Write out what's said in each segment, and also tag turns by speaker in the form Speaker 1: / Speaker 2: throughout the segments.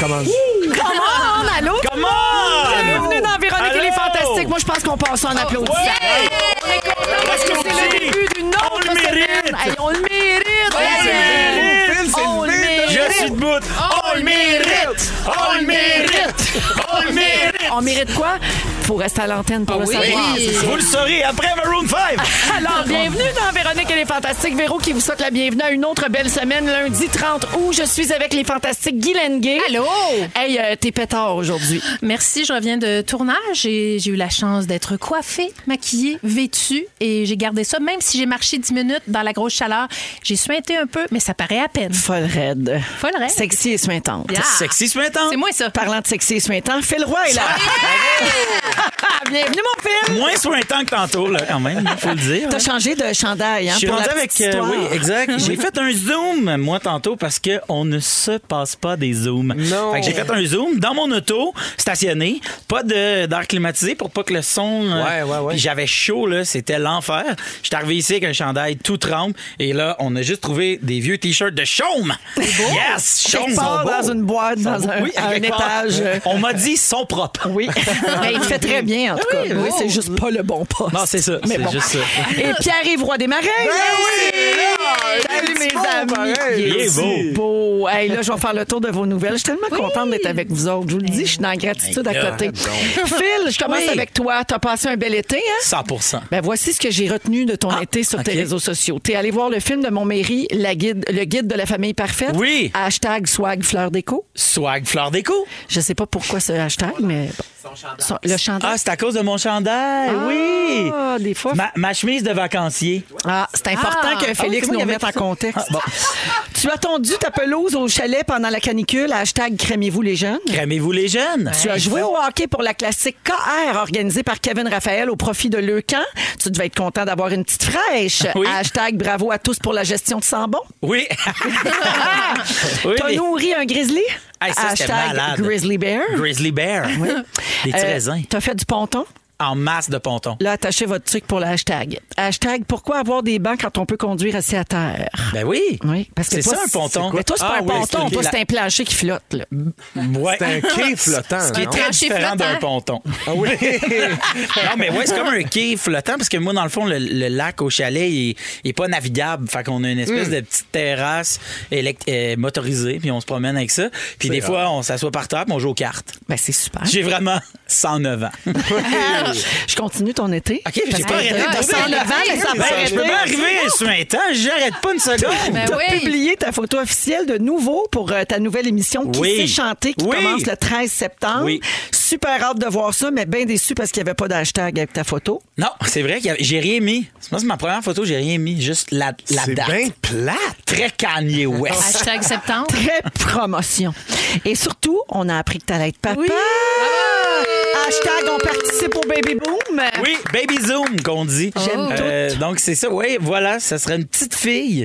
Speaker 1: Comment?
Speaker 2: Comment, allô?
Speaker 3: Come
Speaker 2: Bienvenue dans Véronique et les
Speaker 3: Allô?
Speaker 2: Fantastiques. Moi, je pense qu'on passe en applaudissant.
Speaker 3: Ah, Ouais!
Speaker 2: Parce que c'est le début d'une autre
Speaker 3: On le mérite!
Speaker 2: semaine. Hey, on le mérite!
Speaker 3: On le mérite!
Speaker 1: Phil, c'est
Speaker 2: On
Speaker 1: le
Speaker 2: le
Speaker 1: vide.
Speaker 2: mérite!
Speaker 3: Je suis debout! On le mérite! On le mérite! On le mérite! Ah
Speaker 2: On mérite quoi? Faut rester à l'antenne pour le savoir.
Speaker 3: Oui, Vous le saurez après Maroon 5!
Speaker 2: Alors, bienvenue dans Véronique et les Fantastiques. Véro qui vous souhaite la bienvenue à une autre belle semaine, lundi 30 août. Je suis avec les Fantastiques Guy Lenguet.
Speaker 4: Allô?
Speaker 2: Hey, euh, t'es pétard aujourd'hui.
Speaker 4: Merci, je reviens de tournage et j'ai eu la chance d'être coiffée, maquillée, vêtue et j'ai gardé ça même si j'ai marché 10 minutes dans la grosse chaleur. J'ai suinté un peu, mais ça paraît à peine.
Speaker 2: Folle raide.
Speaker 4: Folle raide.
Speaker 2: Sexy et suintante.
Speaker 4: Yeah.
Speaker 3: Sexy ce matin!
Speaker 4: C'est moi ça.
Speaker 2: Parlant de sexy et suintant, Phil Roy est là. Bienvenue, mon Phil.
Speaker 3: Moins sointant que tantôt, là, quand même, faut le dire.
Speaker 2: T'as changé de chandail, hein,
Speaker 3: Je suis
Speaker 2: pour
Speaker 3: rendu
Speaker 2: la
Speaker 3: avec.
Speaker 2: petite
Speaker 3: euh,
Speaker 2: histoire.
Speaker 3: oui, exact. J'ai fait un zoom, moi, tantôt, parce qu'on ne se passe pas des zooms.
Speaker 1: Non.
Speaker 3: Fait que j'ai fait un zoom dans mon auto, stationné, pas de- d'air climatisé pour pas que le son. euh,
Speaker 1: Ouais, ouais, ouais.
Speaker 3: puis j'avais chaud, là, c'était l'enfer. J'étais arrivé ici avec un chandail tout trempe, et là, on a juste trouvé des vieux t-shirts de chaume. Yes, chaume.
Speaker 2: Quelque part
Speaker 3: Ils sont
Speaker 2: dans
Speaker 3: beaux.
Speaker 2: une boîte,
Speaker 3: Ils sont
Speaker 2: dans
Speaker 3: beaux.
Speaker 2: un,
Speaker 3: Oui, à
Speaker 2: à un
Speaker 3: quelque part.
Speaker 2: étage.
Speaker 3: On m'a dit, ils sont propres.
Speaker 2: Oui. Mais il fait très bien, en tout cas. Oui, c'est juste pas le bon poste.
Speaker 3: Non, c'est ça.
Speaker 2: Mais
Speaker 3: C'est
Speaker 2: bon.
Speaker 3: juste ça. Ben
Speaker 2: Et Pierre-Yves Roy des Marais.
Speaker 1: oui, il est là.
Speaker 2: Salut,
Speaker 1: Il est
Speaker 2: mes
Speaker 1: beau,
Speaker 2: amis.
Speaker 1: pareil.
Speaker 3: Il est beau.
Speaker 2: Beau. Hey, là, je vais faire le tour de vos nouvelles. Je suis tellement contente d'être avec vous autres. Je vous le dis, je suis dans la gratitude à côté. Phil, je commence
Speaker 3: Oui.
Speaker 2: avec toi. T'as passé un bel été, hein?
Speaker 3: 100
Speaker 2: Ben voici ce que j'ai retenu de ton
Speaker 3: Ah,
Speaker 2: été sur
Speaker 3: ok.
Speaker 2: tes réseaux sociaux. T'es allé voir le film de Montméry, la guide, le guide de la famille parfaite.
Speaker 3: Oui.
Speaker 2: Hashtag swag fleur déco.
Speaker 3: Swag Fleur Déco.
Speaker 2: Je sais pas pourquoi ce hashtag, mais bon. Son- le chandail.
Speaker 3: Ah, c'est à cause de mon chandail, oui.
Speaker 2: Ah, des fois.
Speaker 3: Ma, ma chemise de vacancier.
Speaker 2: Ah, c'est important que
Speaker 3: oui, c'est
Speaker 2: Félix
Speaker 3: moi qui
Speaker 2: nous
Speaker 3: avais
Speaker 2: mette en contexte.
Speaker 3: Ah, bon.
Speaker 2: Tu as tondu ta pelouse au chalet pendant la canicule. Hashtag crémez-vous les jeunes.
Speaker 3: Cramez-vous les jeunes.
Speaker 2: Tu as joué au hockey pour la classique KR organisée par Kevin Raphaël au profit de Leucan. Tu devais être content d'avoir une petite fraîche.
Speaker 3: Oui.
Speaker 2: Hashtag bravo à tous pour la gestion de Sambon.
Speaker 3: Oui. oui
Speaker 2: T'as
Speaker 3: mais-
Speaker 2: nourri un grizzly?
Speaker 3: Hey, ça, c'était
Speaker 2: Hashtag
Speaker 3: malade.
Speaker 2: grizzly bear.
Speaker 3: Grizzly Bear. Des petits
Speaker 2: Euh,
Speaker 3: raisins.
Speaker 2: T'as fait du ponton?
Speaker 3: En masse de pontons.
Speaker 2: Là, attachez votre truc pour le hashtag. Hashtag pourquoi avoir des bancs quand on peut conduire assis à terre?
Speaker 3: Ben oui.
Speaker 2: Oui, parce
Speaker 3: c'est
Speaker 2: que toi,
Speaker 3: ça un ponton.
Speaker 2: Mais toi, c'est pas
Speaker 1: Ah
Speaker 2: un
Speaker 1: oui,
Speaker 2: ponton.
Speaker 1: c'est-
Speaker 2: toi,
Speaker 3: la-
Speaker 2: c'est un plancher qui flotte. là.
Speaker 3: Ouais.
Speaker 1: C'est un quai flottant,
Speaker 3: Ce qui est
Speaker 1: non? Ah
Speaker 3: très
Speaker 4: Plancher
Speaker 3: différent d'un ponton.
Speaker 4: flottant.
Speaker 3: oui. non, mais ouais, c'est comme un quai flottant parce que moi, dans le fond, le, le lac au chalet, il, il est pas navigable. Fait qu'on a une
Speaker 1: Hmm.
Speaker 3: espèce de petite terrasse élect- euh, motorisée, puis on se promène avec ça. Puis des fois, on s'assoit par terre, puis on joue aux cartes.
Speaker 2: Ben, c'est super. Ah!
Speaker 3: J'ai vraiment 109 ans.
Speaker 2: Je continue ton été.
Speaker 3: OK, mais j'ai pas arrêté
Speaker 2: t'as
Speaker 3: de trouver.
Speaker 2: 109 ans, mais ça va
Speaker 3: Ben, je peux
Speaker 2: arrêter.
Speaker 3: pas arriver sur un temps, j'arrête pas une seconde.
Speaker 4: Ben
Speaker 2: T'as
Speaker 4: oui.
Speaker 2: publié ta photo officielle de nouveau pour euh, ta nouvelle émission Qui
Speaker 3: Oui.
Speaker 2: s'est chantée qui
Speaker 3: Oui.
Speaker 2: commence le 13 septembre.
Speaker 3: Oui.
Speaker 2: Super hâte de voir ça, mais bien déçu parce qu'il n'y avait pas d'hashtag avec ta photo.
Speaker 3: Non, c'est vrai que j'ai rien mis. Moi, c'est ma première photo, j'ai rien mis. Juste la, la
Speaker 1: C'est
Speaker 3: date.
Speaker 1: bien plat.
Speaker 3: Très Kanye West.
Speaker 4: Hashtag septembre.
Speaker 2: Très promotion. Et surtout, on a appris que t'allais être papa. Hashtag on participe au baby boom.
Speaker 3: Oui, baby Zoom qu'on dit.
Speaker 2: J'aime
Speaker 3: Euh, donc c'est ça, oui, voilà, ça sera une petite fille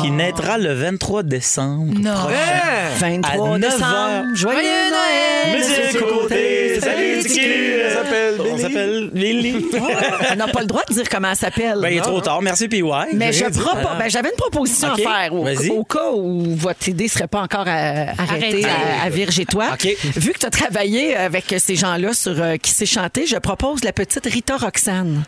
Speaker 3: qui naîtra le 23 décembre.
Speaker 4: Non.
Speaker 3: prochain.
Speaker 2: 23
Speaker 3: À 9
Speaker 2: décembre.
Speaker 3: heures.
Speaker 2: Joyeux Noël.
Speaker 3: Monsieur Côté, salut Tiki.
Speaker 1: On s'appelle
Speaker 3: On
Speaker 1: Billy.
Speaker 3: s'appelle Lily.
Speaker 2: On n'a pas le droit de dire comment elle s'appelle.
Speaker 3: ben, il est
Speaker 2: Non.
Speaker 3: trop tard. Merci, PY.
Speaker 2: Mais je propo- ben, j'avais une proposition
Speaker 3: OK,
Speaker 2: à faire au,
Speaker 3: vas-y.
Speaker 2: au cas où votre idée serait pas encore euh, arrêtée
Speaker 4: Arrêtée.
Speaker 2: à, à Virge et toi.
Speaker 3: OK.
Speaker 2: Vu que tu as travaillé avec ces gens-là sur euh, qui s'est chanté, je propose la petite Rita Roxane.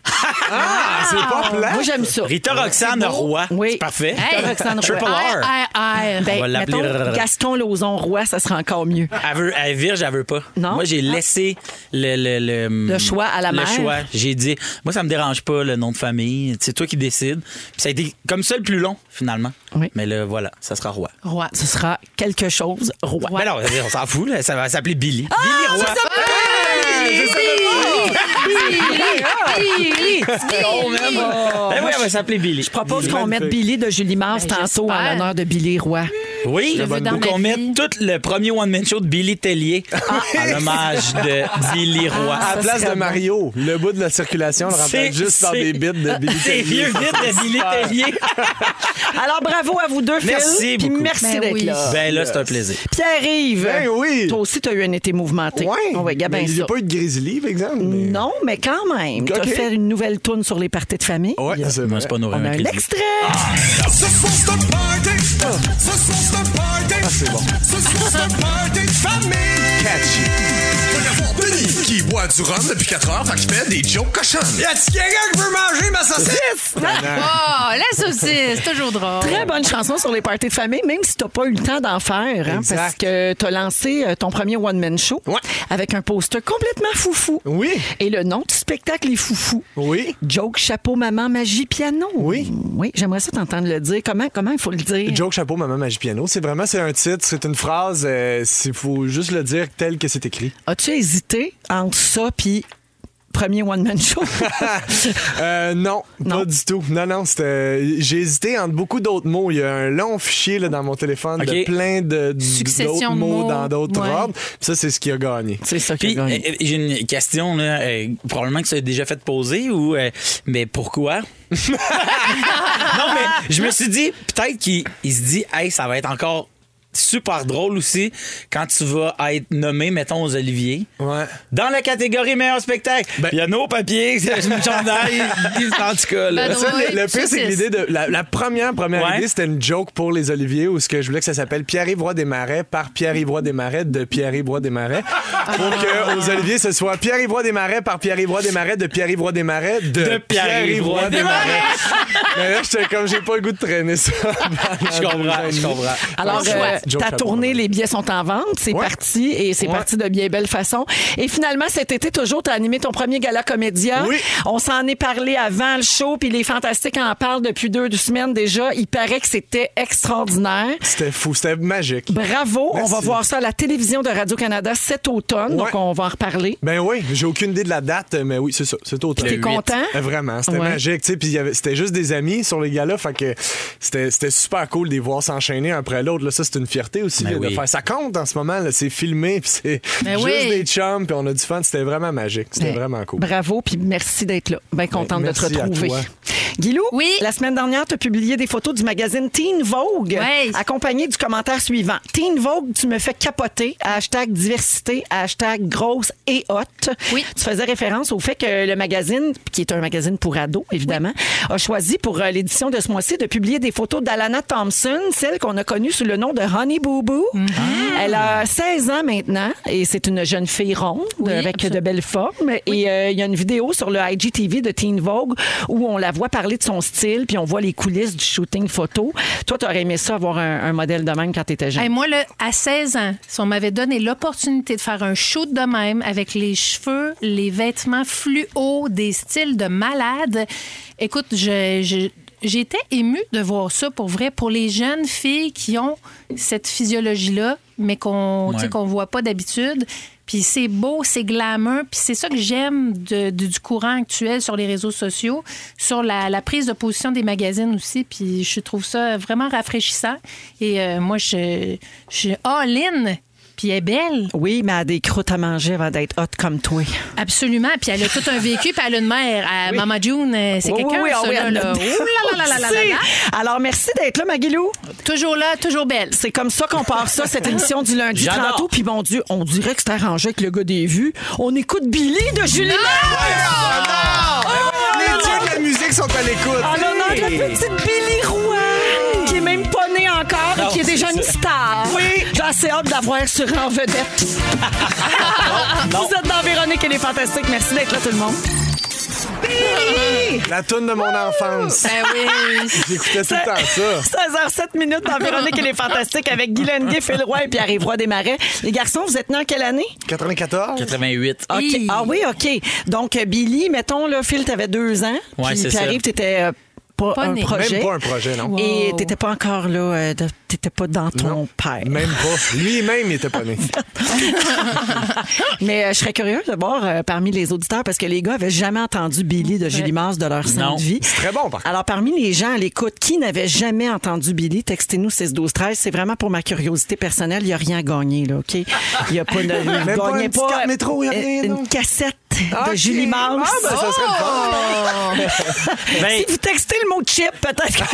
Speaker 1: Ah, c'est pas plat.
Speaker 2: Moi j'aime ça. Oh,
Speaker 3: Rita Roxane Roy.
Speaker 2: Oui.
Speaker 3: C'est parfait.
Speaker 2: Hey. Roxane Roy.
Speaker 3: Triple R.
Speaker 4: R.
Speaker 2: Ben,
Speaker 3: On va l'appeler
Speaker 2: mettons,
Speaker 3: Rrrr.
Speaker 2: Gaston Lozon Roy, ça sera encore mieux.
Speaker 3: Elle veut, elle, Virge, elle veut pas.
Speaker 2: Non? Ah.
Speaker 3: Moi, j'ai laissé le, le, le,
Speaker 2: Le choix à la
Speaker 3: le
Speaker 2: mère.
Speaker 3: choix. J'ai dit, moi, ça me dérange pas, le nom de famille. C'est toi qui décides. Puis ça a été comme ça le plus long, finalement.
Speaker 2: Oui.
Speaker 3: Mais là, voilà, ça sera roi.
Speaker 4: Roi.
Speaker 2: Ce sera quelque chose Roy.
Speaker 3: Ben non, on s'en fout, là. ça va s'appeler Billy.
Speaker 2: Ah,
Speaker 3: Billy Roy. Oh, man. Ben oui, elle va s'appeler Billy.
Speaker 2: Je propose qu'on mette Billy de Julie Mars
Speaker 4: Ben,
Speaker 2: tantôt en
Speaker 4: j'espère.
Speaker 2: l'honneur de Billy Roy.
Speaker 3: Oui,
Speaker 4: Je veux dans
Speaker 3: ou
Speaker 4: ma
Speaker 3: qu'on
Speaker 4: vie.
Speaker 3: mette tout le premier one-man show de Billy Tellier
Speaker 2: Ah.
Speaker 3: en hommage de Billy Roy.
Speaker 1: À la place de Mario, le bout de la circulation, on le
Speaker 3: C'est-
Speaker 1: remplace juste par
Speaker 3: c'est-
Speaker 1: des bits de Billy
Speaker 3: Des
Speaker 1: Tellier.
Speaker 3: vieux bits de Billy Tellier.
Speaker 2: Alors, bravo à vous deux, Phil.
Speaker 3: Merci
Speaker 2: puis
Speaker 3: beaucoup.
Speaker 2: merci
Speaker 4: Ben
Speaker 2: d'être
Speaker 4: oui.
Speaker 2: là.
Speaker 3: Ben là, c'est un plaisir.
Speaker 2: Pierre-Yves.
Speaker 1: Ben oui.
Speaker 2: Toi aussi, tu as eu un été mouvementé.
Speaker 1: Ouais.
Speaker 2: On va
Speaker 1: Mais il n'y
Speaker 2: ça.
Speaker 1: a pas eu de grizzly, par exemple. mais-
Speaker 2: Non, mais quand même. Tu as
Speaker 1: Ok.
Speaker 2: fait une nouvelle tourne sur les parties de famille.
Speaker 1: Ouais, Ah. c'est
Speaker 3: Moi,
Speaker 1: vrai.
Speaker 3: c'est pas nos
Speaker 2: On a un
Speaker 3: rêves.
Speaker 2: extrait.
Speaker 5: Ce soir c'est un party. Ce soir c'est un party.
Speaker 1: Ah. c'est bon.
Speaker 5: Ce soir c'est un party de famille.
Speaker 1: Catchy.
Speaker 5: Benny qui boit du rhum depuis 4 heures, fait qu'il fait des jokes cochons.
Speaker 4: Oh, la saucisse, toujours drôle.
Speaker 2: Très bonne chanson sur les parties de famille, même si t'as pas eu le temps d'en faire, hein,
Speaker 1: Exact.
Speaker 2: parce que t'as lancé euh, ton premier one man show
Speaker 1: Ouais.
Speaker 2: avec un poster complètement foufou.
Speaker 1: Oui.
Speaker 2: Et le nom du spectacle est foufou.
Speaker 1: Oui.
Speaker 2: Joke, chapeau, maman, magie, piano.
Speaker 1: Oui.
Speaker 2: Oui, j'aimerais ça t'entendre le dire. Comment, comment il faut le dire?
Speaker 1: Joke chapeau maman magie piano, c'est vraiment c'est un titre, c'est une phrase, euh, il faut juste le dire tel que c'est écrit.
Speaker 2: As-tu hésité entre ça puis premier one man show?
Speaker 1: Euh, non,
Speaker 2: Non.
Speaker 1: pas du tout. Non non, c'était j'ai hésité entre beaucoup d'autres mots, il y a un long fichier là, dans mon téléphone
Speaker 3: Ok.
Speaker 1: de plein de
Speaker 4: Succession
Speaker 1: d'autres
Speaker 4: de
Speaker 1: mots
Speaker 4: mots,
Speaker 1: dans d'autres
Speaker 4: ouais.
Speaker 1: ordres. Puis Ça c'est ce qui a gagné.
Speaker 2: C'est ça que
Speaker 3: Puis, euh, euh, j'ai une question, là, euh, probablement que ça a déjà fait poser, ou. euh, mais pourquoi? non, mais je me suis dit, peut-être qu'il il se dit, hey, ça va être encore super drôle aussi quand tu vas être nommé, mettons, aux Olivier.
Speaker 1: Ouais. Ben
Speaker 3: Dans la catégorie meilleur spectacle, il y a nos papiers, c'est une chandail, en tout cas. là.
Speaker 2: Ah,
Speaker 4: Ben,
Speaker 1: Ça,
Speaker 4: Ouais,
Speaker 1: le, le pire, c'est que
Speaker 4: saucisse.
Speaker 1: l'idée de. La, la première, première
Speaker 3: Ouais.
Speaker 1: idée, c'était une joke pour les Oliviers où ce que je voulais que ça s'appelle Pierre-Yves Roy des Marais par Pierre-Yves Roy des Marais de Pierre-Yves Roy des Marais. pour que aux Oliviers, ce soit Pierre-Yves Roy des Marais par Pierre-Yves Roy des Marais de Pierre-Yves Roy des Marais de,
Speaker 3: De Pierre-Yves Roy des Marais.
Speaker 1: Mais là, j'étais comme, j'ai pas le goût de traîner ça.
Speaker 3: Je comprends, je comprends.
Speaker 2: Alors,
Speaker 1: Ouais,
Speaker 2: euh,
Speaker 1: chouette. Joke
Speaker 2: ta
Speaker 1: Chapeau,
Speaker 2: tournée,
Speaker 1: ouais.
Speaker 2: les billets sont en vente, c'est
Speaker 1: Ouais.
Speaker 2: parti et c'est
Speaker 1: Ouais.
Speaker 2: parti de bien belle façon. Et finalement, cet été, toujours, tu as animé ton premier gala comédia.
Speaker 1: Oui.
Speaker 2: On s'en est parlé avant le show, puis les Fantastiques en parlent depuis deux, deux semaines déjà. Il paraît que c'était extraordinaire.
Speaker 1: C'était fou, c'était magique.
Speaker 2: Bravo,
Speaker 1: Merci.
Speaker 2: on va voir ça à la télévision de Radio-Canada cet automne,
Speaker 1: Ouais.
Speaker 2: donc on va en reparler.
Speaker 1: Ben oui, j'ai aucune idée de la date, mais oui, c'est ça, c'est automne.
Speaker 2: T'es content?
Speaker 1: Euh, Vraiment, c'était
Speaker 2: Ouais.
Speaker 1: magique, tu sais, puis il y avait- c'était juste des amis sur les gars-là, fait que c'était c'était super cool de les voir s'enchaîner un après l'autre, là, ça c'est une fierté aussi,
Speaker 3: Ben
Speaker 1: là, de
Speaker 3: oui.
Speaker 1: faire ça compte en ce moment, là, c'est filmé, puis c'est
Speaker 4: Ben
Speaker 1: juste
Speaker 4: oui.
Speaker 1: des chums, puis on a du fun, c'était vraiment magique, c'était
Speaker 2: Ben,
Speaker 1: vraiment cool.
Speaker 2: Bravo, puis merci d'être là. Bien contente
Speaker 1: Ben,
Speaker 2: de te
Speaker 1: merci à
Speaker 2: retrouver.
Speaker 1: toi.
Speaker 2: Guilou,
Speaker 4: Oui.
Speaker 2: la semaine dernière, tu as publié des photos du magazine Teen Vogue,
Speaker 4: Ouais.
Speaker 2: accompagné du commentaire suivant. Teen Vogue, tu me fais capoter. Hashtag diversité, hashtag grosse et haute.
Speaker 4: Oui.
Speaker 2: Tu faisais référence au fait que le magazine, qui est un magazine pour ados, évidemment, a choisi pour euh, l'édition de ce mois-ci de publier des photos d'Alana Thompson, celle qu'on a connue sous le nom de Honey Boo Boo.
Speaker 4: Mm-hmm.
Speaker 2: Elle a 16 ans maintenant et c'est une jeune fille ronde
Speaker 4: Oui,
Speaker 2: avec de
Speaker 4: absolument.
Speaker 2: belles formes. Et euh, il y a une vidéo sur le IGTV de Teen Vogue où on la voit parler de son style, puis on voit les coulisses du shooting photo. Toi, t'aurais aimé ça avoir un, un modèle de même quand t'étais jeune.
Speaker 4: Hey, moi, là, à 16 ans, si on m'avait donné l'opportunité de faire un shoot de même avec les cheveux, les vêtements fluo, des styles de malade, écoute, je- je- J'étais émue de voir ça pour vrai, pour les jeunes filles qui ont cette physiologie-là, mais qu'on tu sais,
Speaker 3: Ouais.
Speaker 4: qu'on voit pas d'habitude. Puis c'est beau, c'est glamour, puis c'est ça que j'aime de- de- du courant actuel sur les réseaux sociaux, sur la, la prise de position des magazines aussi. Puis je trouve ça vraiment rafraîchissant. Et euh, moi, je, je suis all-in. Puis elle est belle,
Speaker 2: Oui, mais elle a des croûtes à manger avant d'être hot comme toi.
Speaker 4: absolument. Puis elle a tout un vécu, puis elle a une mère. À Mama June, euh, c'est
Speaker 2: Oui,
Speaker 4: quelqu'un,
Speaker 2: oui, oui,
Speaker 4: ça,
Speaker 2: oui,
Speaker 4: là,
Speaker 2: elle
Speaker 4: là.
Speaker 2: l'a-
Speaker 4: Ouh là là là là là là là.
Speaker 2: Si. Alors, merci d'être là, Maguilou.
Speaker 4: Toujours là, toujours belle.
Speaker 2: C'est comme ça qu'on part ça, cette émission du lundi
Speaker 3: J'adore.
Speaker 2: 30 août. Puis mon Dieu, on dirait que c'est arrangé avec le gars des vues. On écoute Billy de Julie
Speaker 1: Les dieux de la musique sont à l'écoute.
Speaker 2: En l'honneur de la petite Billy Roy, qui est même pas née encore
Speaker 3: Non,
Speaker 2: et qui est déjà
Speaker 3: c'est
Speaker 2: une
Speaker 3: ça.
Speaker 2: star. Oui. J'ai assez hâte d'avoir sur en vedette.
Speaker 3: non.
Speaker 2: Vous êtes dans Véronique et les Fantastiques. Merci d'être là, tout le monde.
Speaker 1: La toune de mon enfance.
Speaker 4: Ben oui.
Speaker 1: J'écoutais tout le temps ça.
Speaker 2: 16h07 minutes dans Véronique et les Fantastiques avec Guy Lenguet, Phil Roy et Pierre-Yves des Marais. Les garçons, vous êtes nés en quelle année?
Speaker 1: 94?
Speaker 3: 88.
Speaker 2: OK.
Speaker 4: Hi.
Speaker 2: Ah oui, OK. Donc, euh, Billy, mettons, là, Phil, t'avais deux ans.
Speaker 3: Ouais,
Speaker 2: puis
Speaker 3: c'est ça.
Speaker 2: Pierre-Yves, t'étais euh, pas
Speaker 4: Pas
Speaker 2: un
Speaker 4: né.
Speaker 2: projet.
Speaker 1: Même pas un projet, non.
Speaker 2: Et
Speaker 4: Wow.
Speaker 2: t'étais pas encore là, euh, de- t'étais pas dans ton
Speaker 1: Non,
Speaker 2: père.
Speaker 1: Même pas. Lui-même, il était pas né.
Speaker 2: Mais euh, je serais curieuse de voir euh, parmi les auditeurs, parce que les gars avaient jamais entendu Billy de Julie Mars de leur
Speaker 3: Non.
Speaker 2: sainte vie.
Speaker 1: C'est très bon, par contre.
Speaker 2: Alors, parmi les gens à l'écoute qui n'avaient jamais entendu Billy, textez-nous 6 12 13 C'est vraiment pour ma curiosité personnelle. Il n'y a rien gagné, là, OK? Il n'y a pas de.
Speaker 1: Même pas une petite carte métro, il y a rien,
Speaker 2: Une
Speaker 1: non?
Speaker 2: cassette de
Speaker 1: Ok.
Speaker 2: Julie Mars.
Speaker 1: Ah, ben, ça serait le fun.
Speaker 3: Ben,
Speaker 2: Si vous textez le mot chip, peut-être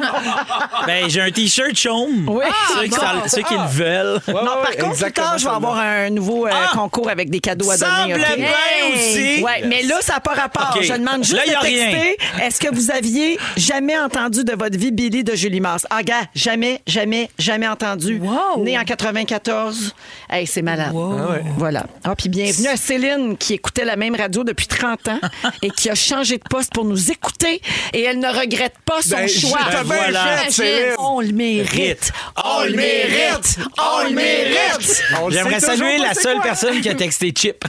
Speaker 2: qu'on-
Speaker 3: ben, j'ai un T-shirt chaume. Ah,
Speaker 2: Oui.
Speaker 3: Ceux, qui, s'en- ceux qui le veulent.
Speaker 2: non, par
Speaker 1: ouais,
Speaker 2: contre, plus tard, je vais
Speaker 1: exactement,
Speaker 2: avoir un nouveau euh,
Speaker 3: Ah!
Speaker 2: concours avec des cadeaux à donner.
Speaker 3: Semble
Speaker 2: OK?
Speaker 3: bien aussi.
Speaker 2: Ouais, mais là, ça n'a pas rapport.
Speaker 3: OK.
Speaker 2: Je demande juste
Speaker 3: Là, y a
Speaker 2: de texter.
Speaker 3: rien.
Speaker 2: Est-ce que vous aviez jamais entendu de votre vie Billy de Julie Mars? Ah, gars, jamais, jamais, jamais entendu.
Speaker 4: Wow.
Speaker 2: Né en 94. Hey, c'est malade.
Speaker 1: Ah ouais.
Speaker 2: Voilà. Ah, puis bienvenue à Céline qui écoutait la même radio depuis 30 ans et qui a changé de poste pour nous écouter et elle ne regrette pas son
Speaker 1: Ben,
Speaker 2: choix.
Speaker 1: je t'ai bien
Speaker 3: voilà.
Speaker 1: fait, Céline.
Speaker 2: On le mérite.
Speaker 1: On le mérite. On le mérite. On le
Speaker 3: Oh, J'aimerais
Speaker 1: sait toujours
Speaker 3: saluer
Speaker 1: pas
Speaker 3: la
Speaker 1: c'est
Speaker 3: seule
Speaker 1: quoi.
Speaker 3: personne qui a texté Chip.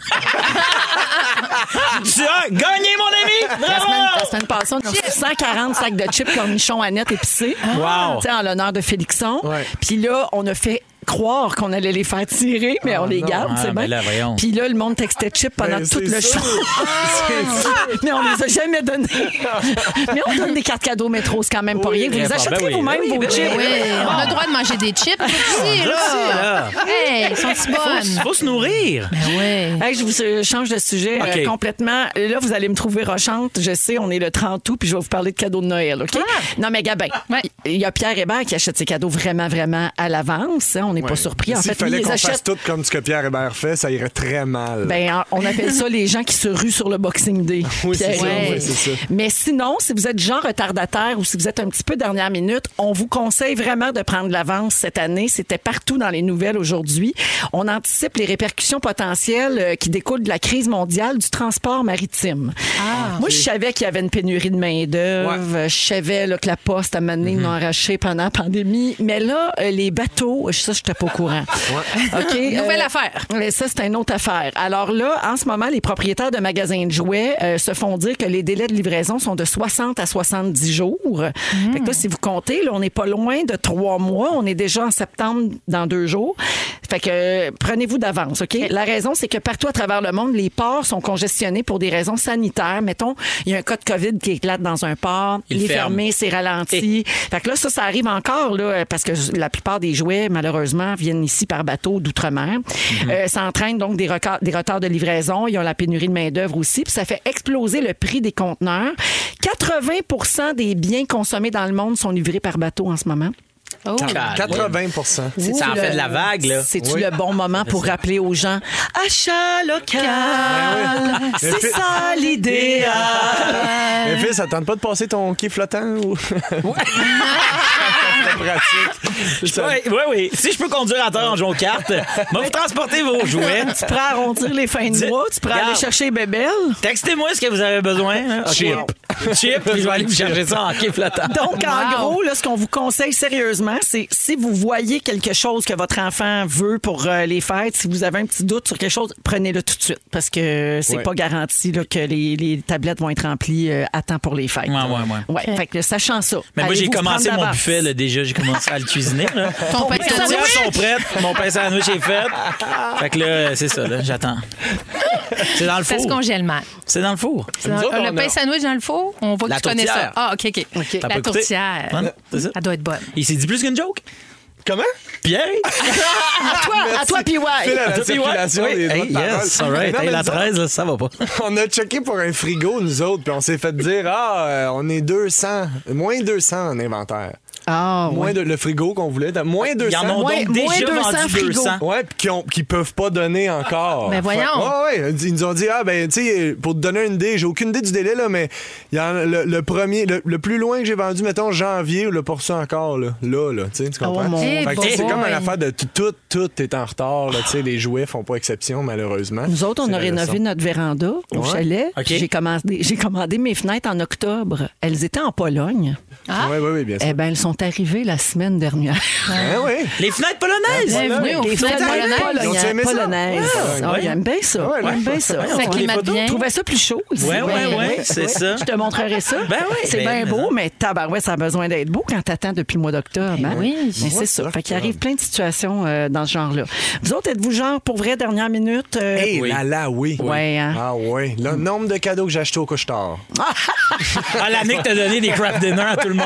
Speaker 3: tu as gagné, mon ami!
Speaker 2: La semaine, la
Speaker 3: Bravo!
Speaker 2: semaine passée, on a reçu 140 sacs de chips cornichons à net épicés.
Speaker 3: Ah! Wow.
Speaker 2: Tu sais, en l'honneur de Félixon.
Speaker 1: Ouais.
Speaker 2: Puis là, on a fait croire qu'on allait les faire tirer, mais on les garde,
Speaker 3: Ah,
Speaker 2: c'est
Speaker 3: ben
Speaker 2: bien.
Speaker 3: là, voyons.
Speaker 2: Puis là, le monde textait chips pendant
Speaker 1: Ben,
Speaker 2: tout
Speaker 1: c'est
Speaker 2: le
Speaker 1: sûr.
Speaker 2: show. Ah! mais on les a jamais donnés. mais on donne des cartes cadeaux métro, c'est quand même pas rien. Vous
Speaker 3: Très
Speaker 2: les
Speaker 3: fort, ben
Speaker 2: achèterez
Speaker 3: oui.
Speaker 2: vous-même, vos chips.
Speaker 4: Oui, on a le droit de manger des chips aussi, là. Hey, ils sont si bonnes.
Speaker 3: Faut se nourrir.
Speaker 4: Ben oui.
Speaker 2: Hey, je vous euh, change de sujet euh,
Speaker 3: OK.
Speaker 2: complètement. Là, vous allez me trouver rochante. Je sais, on est le 30 août, puis je vais vous parler de cadeaux de Noël, OK?
Speaker 1: Ah!
Speaker 2: Non, mais Gabin,
Speaker 4: Ouais.
Speaker 2: il y a Pierre Hébert qui achète ses cadeaux vraiment, vraiment à l'avance. hein. On n'est pas surpris. En
Speaker 1: S'il
Speaker 2: fait, lui,
Speaker 1: fallait
Speaker 2: il les
Speaker 1: qu'on
Speaker 2: achète.
Speaker 1: fasse tout comme ce que Pierre Hébert fait, ça irait très mal.
Speaker 2: Ben, en- on appelle ça les gens qui se ruent sur le Boxing Day.
Speaker 1: Oui, c'est
Speaker 2: Pierre.
Speaker 1: ça,
Speaker 4: oui,
Speaker 2: Ouais.
Speaker 1: c'est ça.
Speaker 2: Mais sinon, si vous êtes genre retardataire ou si vous êtes un petit peu dernière minute, on vous conseille vraiment de prendre l'avance cette année. C'était partout dans les nouvelles aujourd'hui. On anticipe les répercussions potentielles euh, qui découlent de la crise mondiale du transport maritime. Moi, je savais qu'il y avait une pénurie de main-d'œuvre. Je savais là, que la poste à Mané
Speaker 1: Mhm.
Speaker 2: m'a arraché pendant la pandémie. Mais là, euh, les bateaux, ça, je n'étais pas au courant. OK?
Speaker 4: Nouvelle
Speaker 2: euh,
Speaker 4: affaire.
Speaker 2: mais ça, c'est une autre affaire. Alors là, en ce moment, les propriétaires de magasins de jouets euh, se font dire que les délais de livraison sont de 60 à 70 jours. Fait que là, si vous comptez, là, on n'est pas loin de trois mois. On est déjà en septembre dans deux jours. Fait que euh, prenez-vous d'avance, OK? La raison, c'est que partout à travers le monde, les ports sont congestionnés pour des raisons sanitaires. Mettons, il y a un cas de COVID qui éclate dans un port.
Speaker 3: Ils
Speaker 2: Il est
Speaker 3: ferment.
Speaker 2: fermé, c'est ralenti. Fait que là, ça, ça arrive encore, là, parce que la plupart des jouets, malheureusement, viennent ici par bateau d'outre-mer.
Speaker 3: Mhm.
Speaker 2: Euh, ça entraîne donc des, records- des retards de livraison. Ils ont la pénurie de main-d'œuvre aussi. Puis ça fait exploser le prix des conteneurs. 80 des biens consommés dans le monde sont livrés par bateau en ce moment.
Speaker 4: Oh.
Speaker 3: Calme.
Speaker 1: 80
Speaker 3: C'est- Ça en fait de la vague, là.
Speaker 2: C'est-tu
Speaker 1: Oui.
Speaker 2: le bon moment pour rappeler aux gens achat local?
Speaker 1: Mais
Speaker 2: C'est
Speaker 1: fait-
Speaker 2: ça l'idéal!
Speaker 1: Mais fils, ça te tente pas de passer ton quai flottant ou. C'est pratique. Ça-
Speaker 3: Oui, oui, oui. Si je peux conduire à terre en jouant aux cartes, moi, vous transportez vos jouets.
Speaker 2: Tu prends arrondir les fins de
Speaker 3: Dis-
Speaker 2: mois, tu prends aller
Speaker 3: Regarde.
Speaker 2: chercher les bébelles.
Speaker 3: Textez-moi ce que vous avez besoin. hein.
Speaker 1: Chip.
Speaker 3: Ok. Chip, puis je vais aller vous chercher ça en quai flottant.
Speaker 2: Donc, en
Speaker 4: Wow.
Speaker 2: gros, là, ce qu'on vous conseille sérieusement, c'est si vous voyez quelque chose que votre enfant veut pour euh, les fêtes, si vous avez un petit doute sur quelque chose, prenez-le tout de suite parce que c'est
Speaker 1: Ouais.
Speaker 2: pas garanti là, que les, les tablettes vont être remplies euh, à temps pour les fêtes.
Speaker 3: Ouais, ouais,
Speaker 2: Ouais, fait que sachant ça.
Speaker 3: Mais moi, j'ai
Speaker 2: allez-vous
Speaker 3: commencé
Speaker 2: prendre
Speaker 3: mon
Speaker 2: d'avance.
Speaker 3: buffet, là, déjà. J'ai commencé à le cuisiner. là.
Speaker 4: Ton pain
Speaker 3: Mes
Speaker 4: sandwich.
Speaker 3: tortillas sont prêtes. Mon pain sandwich est fait. Fait que là, c'est ça, là. J'attends. C'est dans le
Speaker 4: Ça se
Speaker 3: four.
Speaker 4: congèle mal.
Speaker 3: C'est dans le four.
Speaker 4: Dans-
Speaker 1: Nous autres,
Speaker 4: le
Speaker 1: on
Speaker 4: pain
Speaker 1: a-
Speaker 4: sandwich dans le four, on voit que
Speaker 3: La
Speaker 4: tu connais
Speaker 3: tourtière.
Speaker 4: ça. Ah, OK, OK.
Speaker 3: T'as pas
Speaker 4: La
Speaker 3: écouté?
Speaker 4: tourtière.
Speaker 3: Hein? C'est ça?
Speaker 4: Elle doit être bonne.
Speaker 3: Il s'est dit plus qu'une joke.
Speaker 1: Comment?
Speaker 3: Pierre?
Speaker 2: À toi, à toi, PY.
Speaker 1: Phil, à la
Speaker 3: Puis ouais.
Speaker 1: circulation
Speaker 3: Oui.
Speaker 1: des droits
Speaker 3: Hey,
Speaker 1: de parole.
Speaker 3: yes, all right.
Speaker 1: Mais non,
Speaker 3: Hey,
Speaker 1: mais
Speaker 3: la
Speaker 1: nous autres,
Speaker 3: 13, là, ça va pas.
Speaker 1: On a checké pour un frigo, nous autres, puis on s'est fait dire Ah, euh, on est 200, moins 200 en inventaire.
Speaker 2: Ah,
Speaker 1: Moins
Speaker 2: ouais.
Speaker 1: de, le frigo qu'on voulait, t'as- moins 200.
Speaker 3: Ils en ont
Speaker 2: Moins-
Speaker 3: donc déjà
Speaker 2: moins 200
Speaker 3: vendu
Speaker 2: frigos.
Speaker 3: 200.
Speaker 1: Ouais, puis qui, ont- qui peuvent pas donner encore.
Speaker 4: Ben voyons.
Speaker 1: Fait- ouais, ouais, ils nous ont dit, ah, ben, tu sais, pour te donner une idée, j'ai aucune idée du délai, là, mais il y en, le, le premier, le, le plus loin que j'ai vendu, mettons, janvier, le pour ça encore, là, là, là, tu sais, tu comprends?
Speaker 2: Oh, mon
Speaker 1: Fait que, tu sais, c'est
Speaker 4: boy.
Speaker 1: comme une affaire de tout, tout, tout est en retard, là, tu sais, les jouets font pas exception, malheureusement.
Speaker 2: Nous autres,
Speaker 1: C'est
Speaker 2: on a
Speaker 1: la
Speaker 2: rénové
Speaker 1: leçon.
Speaker 2: notre véranda au
Speaker 1: Ouais.
Speaker 2: chalet.
Speaker 3: OK.
Speaker 2: J'ai commandé, j'ai commandé mes fenêtres en octobre. Elles étaient en Pologne.
Speaker 4: Ah.
Speaker 1: Ouais, ouais, ouais, bien sûr.
Speaker 2: Eh bien, elles sont sont arrivés la semaine dernière.
Speaker 1: Hein,
Speaker 2: ben.
Speaker 1: oui.
Speaker 3: Les fenêtres polonaises!
Speaker 4: Bienvenue au
Speaker 2: Les
Speaker 4: Fenêtres
Speaker 2: fenêtres
Speaker 4: polonaises.
Speaker 1: Ils ont-tu aimé ça?
Speaker 2: polonaises.
Speaker 1: Ouais,
Speaker 2: Ah,
Speaker 3: ouais.
Speaker 2: Ils aiment bien ça.
Speaker 1: Ouais,
Speaker 2: Ils aiment bien ça.
Speaker 3: Ouais,
Speaker 4: Ça
Speaker 3: on les
Speaker 4: climate
Speaker 3: photos,
Speaker 4: bien.
Speaker 2: Je trouvais ça plus chaud. ici.
Speaker 3: Ouais, ouais,
Speaker 2: Oui,
Speaker 3: ouais,
Speaker 2: oui,
Speaker 3: c'est
Speaker 2: oui.
Speaker 3: ça.
Speaker 2: Je te montrerai ça.
Speaker 3: Ben oui,
Speaker 2: c'est
Speaker 3: ben,
Speaker 2: bien beau,
Speaker 3: mais-
Speaker 2: mais tabarouette, ça a besoin d'être beau quand t'attends depuis le mois d'octobre. hein?
Speaker 4: oui.
Speaker 2: Mais c'est ça. Fait qu'il arrive plein de situations euh, dans ce genre-là. Vous autres, êtes-vous genre pour vrai, dernière minute? euh,
Speaker 1: Hey,
Speaker 3: Oui.
Speaker 1: Eh là, là, oui.
Speaker 2: Ouais, hein.
Speaker 1: Ah, oui. Le nombre de cadeaux que j'ai achetés au couche-tard.
Speaker 3: Ah, l'année que t'as donné des crap dinner à tout le monde.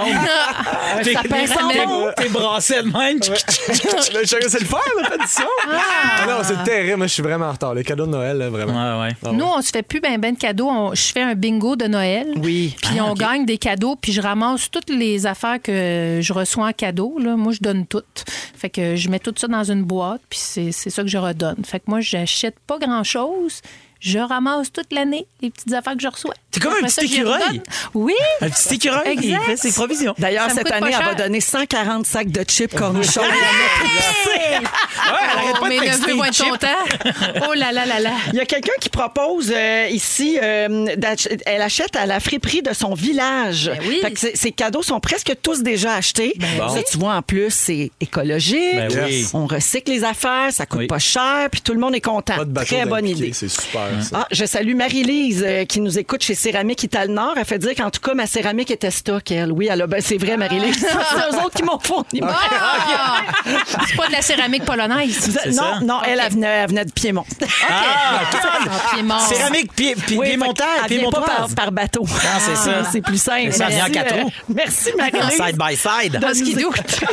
Speaker 3: T'es-
Speaker 4: ça pince en
Speaker 3: t'es-
Speaker 4: haut.
Speaker 3: T'es brassé de même.
Speaker 1: Le chien, c'est le faire, là, pas du son. Ah Non, c'est terrible. Moi, je suis vraiment en retard. Les cadeaux de Noël, là, vraiment.
Speaker 3: Ouais, Ah ouais.
Speaker 4: Nous, on se fait plus ben ben de cadeaux. On- je fais un bingo de Noël.
Speaker 2: Oui.
Speaker 4: Puis
Speaker 3: Ah,
Speaker 4: on gagne des cadeaux, puis je ramasse toutes les affaires que je reçois en cadeau. Là. Moi, je donne toutes. Fait que je mets tout ça dans une boîte, puis c'est c'est ça que je redonne. Fait que moi, j'achète pas grand-chose. Je ramasse toute l'année les petites affaires que je reçois.
Speaker 3: T'es comme un
Speaker 4: Après
Speaker 3: petit
Speaker 4: ça, je les
Speaker 3: écureuil.
Speaker 4: redonne. Oui.
Speaker 3: Un petit écureuil qui
Speaker 4: Exact.
Speaker 3: fait ses provisions.
Speaker 2: D'ailleurs,
Speaker 4: Ça me
Speaker 2: cette
Speaker 4: coûte pas
Speaker 2: année, elle va
Speaker 4: cher.
Speaker 2: donner 140 sacs de chips cornichons.
Speaker 3: Ah, Ouais, elle arrête
Speaker 4: Oh,
Speaker 3: pas de
Speaker 4: mes
Speaker 3: texter
Speaker 4: neveux vont
Speaker 3: les
Speaker 4: être
Speaker 3: chips.
Speaker 4: contents. Oh là là là là.
Speaker 2: Il y a quelqu'un qui propose euh, ici, euh, d'ach- elle achète à la friperie de son village.
Speaker 4: Ben oui. Ben
Speaker 2: Fait que ses- ses cadeaux sont presque tous déjà achetés.
Speaker 3: Bon.
Speaker 2: Ça, tu vois, en plus, c'est écologique.
Speaker 3: Ben oui.
Speaker 2: On recycle les affaires, ça coûte
Speaker 3: Oui.
Speaker 2: pas cher, puis tout le monde est content.
Speaker 1: Pas de bateau
Speaker 2: Très bonne
Speaker 1: d'impliqué,
Speaker 2: idée.
Speaker 1: C'est super, ça.
Speaker 2: Ah, je salue Marie-Lise euh, qui nous écoute chez Céramique Ital Nord. Elle fait dire qu'en tout cas, ma céramique était stock, elle. Oui, elle a, ben, c'est vrai, Marie-Lise. c'est eux autres qui m'ont fourni.
Speaker 4: Ah! C'est pas de la céramique polonaise.
Speaker 2: Vous êtes- Non,
Speaker 3: ça.
Speaker 2: non, elle,
Speaker 4: Ok.
Speaker 2: elle venait, elle venait de Piémont.
Speaker 3: Ah,
Speaker 4: Ah, pied mort.
Speaker 3: Céramique, pied, pied,
Speaker 2: Oui,
Speaker 3: pied montagne,
Speaker 2: elle vient
Speaker 3: pied
Speaker 2: pas
Speaker 3: montoise.
Speaker 2: par, par bateau. Ah.
Speaker 3: c'est ça.
Speaker 2: C'est plus simple.
Speaker 3: Mais ça vient en quatre
Speaker 2: euh,
Speaker 3: roues.
Speaker 2: Merci,
Speaker 3: En
Speaker 2: Marie-Lise.
Speaker 3: Side by side.
Speaker 2: de
Speaker 4: En
Speaker 2: nous
Speaker 4: skidoo.
Speaker 2: écouter.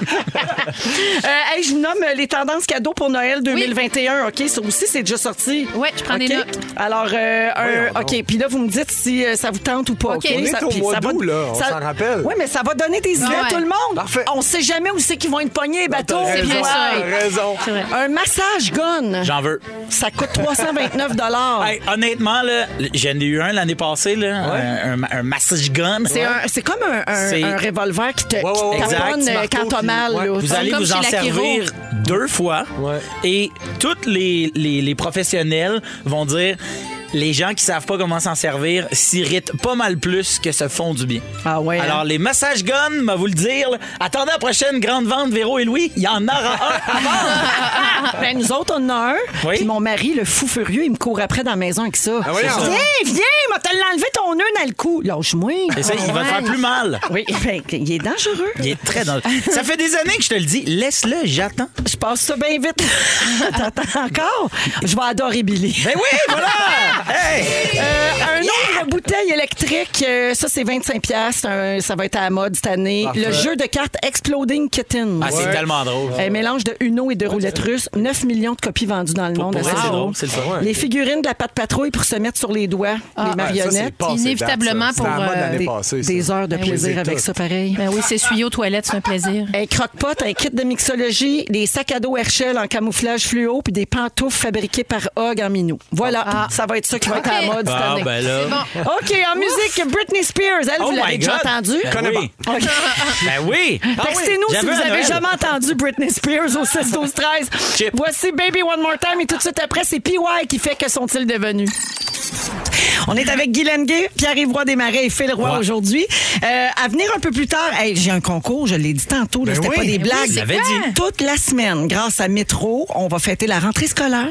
Speaker 2: Euh, hey, je vous nomme les tendances cadeaux pour Noël 2021, OK? Ça aussi, c'est déjà sorti.
Speaker 4: Ouais, je prends des
Speaker 2: OK?
Speaker 4: notes.
Speaker 2: Alors, euh, un-
Speaker 1: Voyons donc.
Speaker 2: OK, puis là, vous me dites si euh, ça vous tente ou pas, OK?
Speaker 4: OK. On
Speaker 1: est
Speaker 2: ça,
Speaker 1: au
Speaker 2: puis
Speaker 1: mois
Speaker 2: ça va-
Speaker 1: d'août, là, on
Speaker 2: ça-
Speaker 1: s'en rappelle.
Speaker 2: Oui, mais ça va donner des idées à
Speaker 4: ouais.
Speaker 2: tout le monde.
Speaker 1: Parfait. Bah,
Speaker 2: On sait jamais où c'est qu'ils vont être pognés, les bateaux.
Speaker 1: T'as
Speaker 4: c'est
Speaker 1: raison,
Speaker 4: bien ça.
Speaker 1: t'as raison.
Speaker 4: C'est vrai.
Speaker 2: Un massage gun,
Speaker 3: J'en veux.
Speaker 2: ça coûte 329 Ah.
Speaker 3: Hey, honnêtement, là, j'en ai eu un l'année passée, là, un, un- un massage gun.
Speaker 2: C'est un- c'est comme un, un-
Speaker 3: C'est-
Speaker 2: un revolver qui te,
Speaker 1: ouais, ouais,
Speaker 2: qui te
Speaker 3: exact.
Speaker 2: taponne,
Speaker 3: Tu
Speaker 2: euh,
Speaker 1: marteau
Speaker 2: quand t'as
Speaker 1: qui-
Speaker 2: mal.
Speaker 1: ouais.
Speaker 2: là.
Speaker 3: Vous allez
Speaker 4: comme
Speaker 3: vous en
Speaker 4: chez la chiro.
Speaker 3: servir deux fois.
Speaker 1: Ouais.
Speaker 3: Et tous les, les- les professionnels vont dire les gens qui savent pas comment s'en servir s'irritent pas mal plus que se font du bien.
Speaker 2: Ah ouais,
Speaker 3: Alors,
Speaker 2: hein?
Speaker 3: les massages guns, va vous le dire, là, attendez la prochaine grande vente, Véro et Louis, il y en aura un à vendre.
Speaker 4: Ah,
Speaker 2: Ben, nous autres, on en a un.
Speaker 3: Oui. Ah,
Speaker 2: Puis mon mari, le fou furieux, il me court après dans la maison avec ça.
Speaker 1: voyons.
Speaker 2: viens, viens, m'a te l'enlever ton nœud dans le cou. Lâche-moi.
Speaker 3: Et ça, il va te faire plus mal.
Speaker 2: Oui, ben, il est dangereux.
Speaker 3: Il est très dangereux. Ça fait des années que je te le dis, laisse-le, j'attends.
Speaker 2: Je passe ça bien vite. T'entends encore? Je vais adorer Billy.
Speaker 3: Ben oui, voilà! Hey!
Speaker 2: Euh, un autre bouteille électrique, euh, ça c'est 25 pièces, ça va être à la mode cette année. Le jeu de cartes Exploding Kitten.
Speaker 3: Ah, c'est tellement drôle.
Speaker 2: Un mélange de Uno et de roulette russe. 9 millions de copies vendues dans le monde.
Speaker 3: pour vrai,
Speaker 2: Ah,
Speaker 3: c'est
Speaker 2: oh.
Speaker 3: drôle, c'est le fun.
Speaker 2: Les figurines de la patte patrouille pour se mettre sur les doigts, les
Speaker 1: Ah. Ouais, ça, c'est
Speaker 2: marionnettes.
Speaker 1: passé date,
Speaker 4: Inévitablement
Speaker 1: ça. C'était à la
Speaker 4: pour,
Speaker 1: mode
Speaker 4: euh,
Speaker 1: l'année
Speaker 2: des,
Speaker 1: passée, ça.
Speaker 2: des heures de
Speaker 4: Ben oui.
Speaker 2: plaisir
Speaker 1: C'est
Speaker 2: avec
Speaker 1: tout.
Speaker 2: ça, pareil.
Speaker 4: Ben oui, s'essuyer aux toilettes, c'est un plaisir.
Speaker 2: Un croque-pot, un kit de mixologie, des sacs à dos Herschel en camouflage fluo, puis des pantoufles fabriquées par Hog en minou. Voilà, ça va être ça qui va être à la mode cette
Speaker 3: Ah,
Speaker 2: année.
Speaker 3: ben là.
Speaker 2: OK, en musique, Britney Spears. Elle, vous
Speaker 3: Oh my
Speaker 2: l'avez déjà
Speaker 3: God.
Speaker 2: entendue?
Speaker 3: Ben oui.
Speaker 2: OK.
Speaker 3: Ben oui! Ah oui,
Speaker 2: Textez-nous si
Speaker 3: j'avais
Speaker 2: vous
Speaker 3: un
Speaker 2: avez
Speaker 3: Noël.
Speaker 2: jamais entendu Britney Spears au 6 12 13.
Speaker 3: Chip.
Speaker 2: Voici Baby One More Time et tout de suite après c'est PY qui fait que sont-ils devenus. On est avec Guylaine Gay, Pierre-Yves Roy Desmarais et Phil Roy
Speaker 3: Ouais.
Speaker 2: aujourd'hui. Euh, à venir un peu plus tard, hey, j'ai un concours, je l'ai dit tantôt, là,
Speaker 1: Ben
Speaker 2: c'était
Speaker 1: oui.
Speaker 2: pas des
Speaker 1: Ben
Speaker 2: blagues.
Speaker 3: oui, c'est J'avais quoi? dit.
Speaker 2: Toute la semaine, grâce à Métro, on va fêter la rentrée scolaire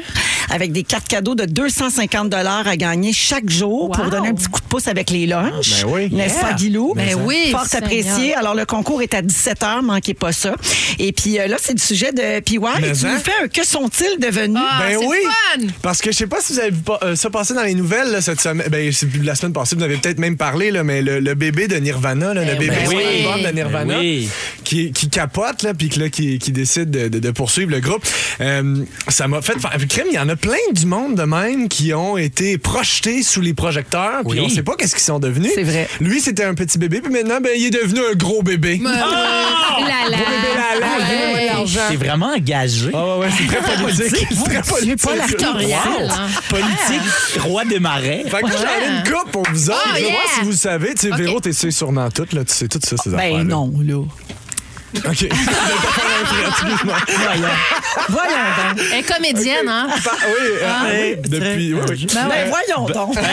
Speaker 2: avec des cartes cadeaux de 250 à gagner chaque jour pour
Speaker 4: Wow.
Speaker 2: donner un petit coup de pouce avec les lunchs.
Speaker 1: Ah, ben oui.
Speaker 2: N'est-ce pas,
Speaker 3: Yeah.
Speaker 2: Guilou?
Speaker 4: Ben oui,
Speaker 2: Fort
Speaker 4: Seigneur.
Speaker 2: apprécié. Alors, le concours est à 17h, manquez pas ça. Et puis euh, là, c'est du sujet de PY.
Speaker 1: Mais
Speaker 2: tu
Speaker 1: hein?
Speaker 2: nous fais un que sont-ils devenus?
Speaker 4: Ah,
Speaker 1: Ben
Speaker 4: c'est
Speaker 1: oui!
Speaker 4: fun!
Speaker 1: Parce que je sais pas si vous avez vu pas- euh, ça passer dans les nouvelles là, cette semaine. Ben, c'est- la semaine passée, vous en avez peut-être même parlé, là, mais le, le bébé de Nirvana, là, le bébé
Speaker 3: ben
Speaker 1: sur
Speaker 3: oui.
Speaker 1: l'album de Nirvana,
Speaker 3: Ben oui.
Speaker 1: qui, qui capote, là, puis que là, qui, qui décide de, de- de poursuivre le groupe. Euh, ça m'a fait. faire- Crime, il y en a plein du monde de même qui ont été projetés sous les projecteurs, puis
Speaker 3: Oui.
Speaker 1: on sait pas qu'est-ce qu'ils sont devenus.
Speaker 2: C'est vrai.
Speaker 1: Lui, c'était un petit bébé, puis maintenant, ben, il est devenu un gros bébé. Ah,
Speaker 4: La la. Ouais.
Speaker 3: C'est vraiment engagé.
Speaker 1: Ah ouais, ouais, c'est très politique. C'est très
Speaker 2: Dieu,
Speaker 1: politique.
Speaker 2: Paul Arctorial,
Speaker 3: Wow.
Speaker 4: hein.
Speaker 3: Politique, roi des marais.
Speaker 1: Fait que moi, j'en ai une coupe pour vous autres.
Speaker 4: Oh,
Speaker 1: Je veux
Speaker 4: yeah.
Speaker 1: voir si vous savez. Tu sais, Véro, tu sais sûrement tout, Ben là. Tu sais tout ça, ces affaires
Speaker 2: Ben non, là.
Speaker 1: OK.
Speaker 2: Voyons donc.
Speaker 4: Elle est comédienne, hein?
Speaker 1: Par- oui, euh,
Speaker 3: Ah, oui,
Speaker 1: depuis. oui, oui.
Speaker 4: Ben ouais.
Speaker 2: Ben voyons donc.
Speaker 3: Aïe,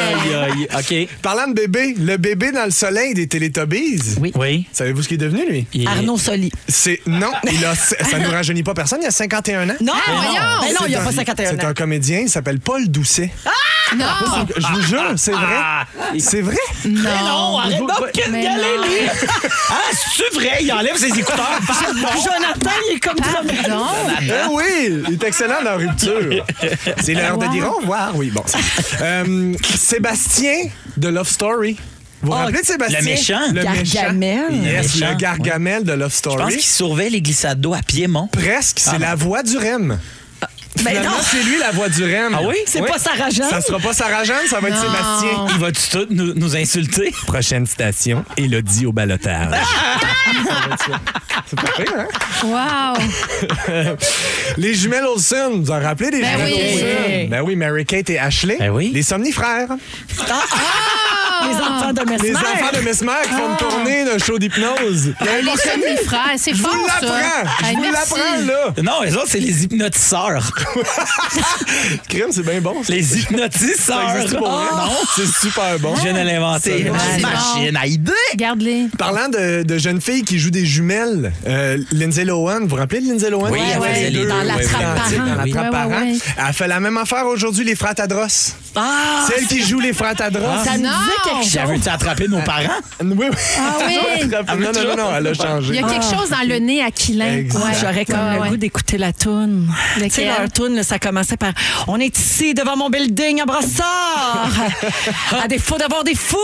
Speaker 3: aïe, aïe. OK.
Speaker 1: Parlant de bébé, le bébé dans le soleil des Télétobies.
Speaker 2: Oui.
Speaker 3: Oui.
Speaker 1: Savez-vous ce qu'il est devenu, lui?
Speaker 3: Il est-
Speaker 2: Arnaud Soli.
Speaker 1: C'est. Non, il a, ça ne nous rajeunit pas personne, il a 51 ans.
Speaker 2: Non,
Speaker 4: Ah, voyons!
Speaker 2: Ben non, il n'y a
Speaker 1: C'est
Speaker 2: pas
Speaker 1: un-
Speaker 2: 51
Speaker 1: C'est un
Speaker 2: ans. Ah!
Speaker 1: comédien, il s'appelle Paul Doucet.
Speaker 4: Non!
Speaker 1: Je vous jure, c'est vrai. C'est vrai.
Speaker 3: Ah! Eh Non, arrête
Speaker 2: donc,
Speaker 3: quelle
Speaker 4: Mais non.
Speaker 3: Ah, c'est vrai, il enlève ses écouteurs.
Speaker 2: Jonathan, il est comme ça.
Speaker 4: Pardon?
Speaker 1: Eh oui, il est excellent dans Rupture. C'est l'heure de dire au revoir. Oui, bon. Euh, Sébastien de Love Story. Vous vous rappelez de Sébastien?
Speaker 3: Oh, le méchant.
Speaker 1: Le
Speaker 2: Gargamel.
Speaker 1: méchant. Yes,
Speaker 3: Le méchant,
Speaker 1: le Gargamel de Love
Speaker 3: Je pense
Speaker 1: Story.
Speaker 3: qu'il surveille les glissades d'eau à Piémont.
Speaker 1: Presque, c'est
Speaker 3: Ah.
Speaker 1: la voix du REM.
Speaker 2: Ben
Speaker 1: Finalement,
Speaker 2: non,
Speaker 1: c'est lui la voix du REM.
Speaker 3: Ah oui?
Speaker 2: c'est pas Sarah Jeanne.
Speaker 1: Ça sera pas Sarah Jeanne, ça va être Sébastien.
Speaker 3: Il va-tu tout nous, nous insulter?
Speaker 1: Prochaine station, Elodie au balotage. c'est pas pire, hein?
Speaker 4: Wow!
Speaker 1: Les jumelles Olsen, vous en rappelez des
Speaker 4: Ben
Speaker 1: jumelles
Speaker 4: oui.
Speaker 1: Olsen? Ben oui, Mary-Kate et Ashley.
Speaker 3: Ben oui.
Speaker 1: Les somnifrères.
Speaker 2: Ah! Les enfants de Mesmer.
Speaker 1: Les enfants de Mesmer qui font une tournée d'un show d'hypnose. Vous
Speaker 4: Ah.
Speaker 1: l'avez
Speaker 4: Les
Speaker 1: pas connu?
Speaker 4: demi-frères, c'est
Speaker 1: Je
Speaker 4: fort,
Speaker 1: vous
Speaker 4: ça!
Speaker 1: l'apprends!
Speaker 4: Hey,
Speaker 1: Je vous
Speaker 4: merci.
Speaker 1: l'apprends, là!
Speaker 3: Non, les autres, c'est les hypnotiseurs.
Speaker 1: Crime, c'est bien bon. ça.
Speaker 3: Les
Speaker 1: Ça
Speaker 3: hypnotiseurs.
Speaker 1: existe pour vrai?
Speaker 4: Ah,
Speaker 3: non?
Speaker 1: C'est super bon.
Speaker 3: Je viens de l'inventer.
Speaker 4: C'est bon. C'est bon.
Speaker 3: Machine à idée.
Speaker 4: Garde-les.
Speaker 1: Parlant de, de jeunes filles qui jouent des jumelles, euh, Lindsay Lohan, vous vous rappelez de Lindsay Lohan?
Speaker 3: Oui, elle
Speaker 1: Elle
Speaker 3: faisait les
Speaker 1: faisait deux,
Speaker 3: deux,
Speaker 1: ouais,
Speaker 3: dans
Speaker 1: ouais,
Speaker 3: l'attrape
Speaker 1: identiques,
Speaker 3: parent.
Speaker 1: dans l'attrape
Speaker 3: Oui,
Speaker 4: ouais,
Speaker 1: parent.
Speaker 4: ouais.
Speaker 1: Elle fait la même affaire aujourd'hui, les Fratadros.
Speaker 2: Ah,
Speaker 1: Celle qui joue les Fratadros.
Speaker 2: ça me
Speaker 4: Non!
Speaker 2: disait quelque chose.
Speaker 3: J'avais-tu attrapé nos parents?
Speaker 1: Oui, oui.
Speaker 4: Ah oui!
Speaker 1: Non, non, non, non, elle a
Speaker 4: Il
Speaker 1: changé. Ah,
Speaker 4: y a quelque chose dans le nez à Quilin.
Speaker 1: Exact.
Speaker 4: Ouais.
Speaker 2: J'aurais comme
Speaker 1: Ah,
Speaker 4: Ouais,
Speaker 2: le
Speaker 4: ouais.
Speaker 2: goût d'écouter la toune. Tu sais,
Speaker 4: Lequel?
Speaker 2: leur toune, là, ça commençait par On est ici devant mon building à Brassard. à défaut d'avoir des foules,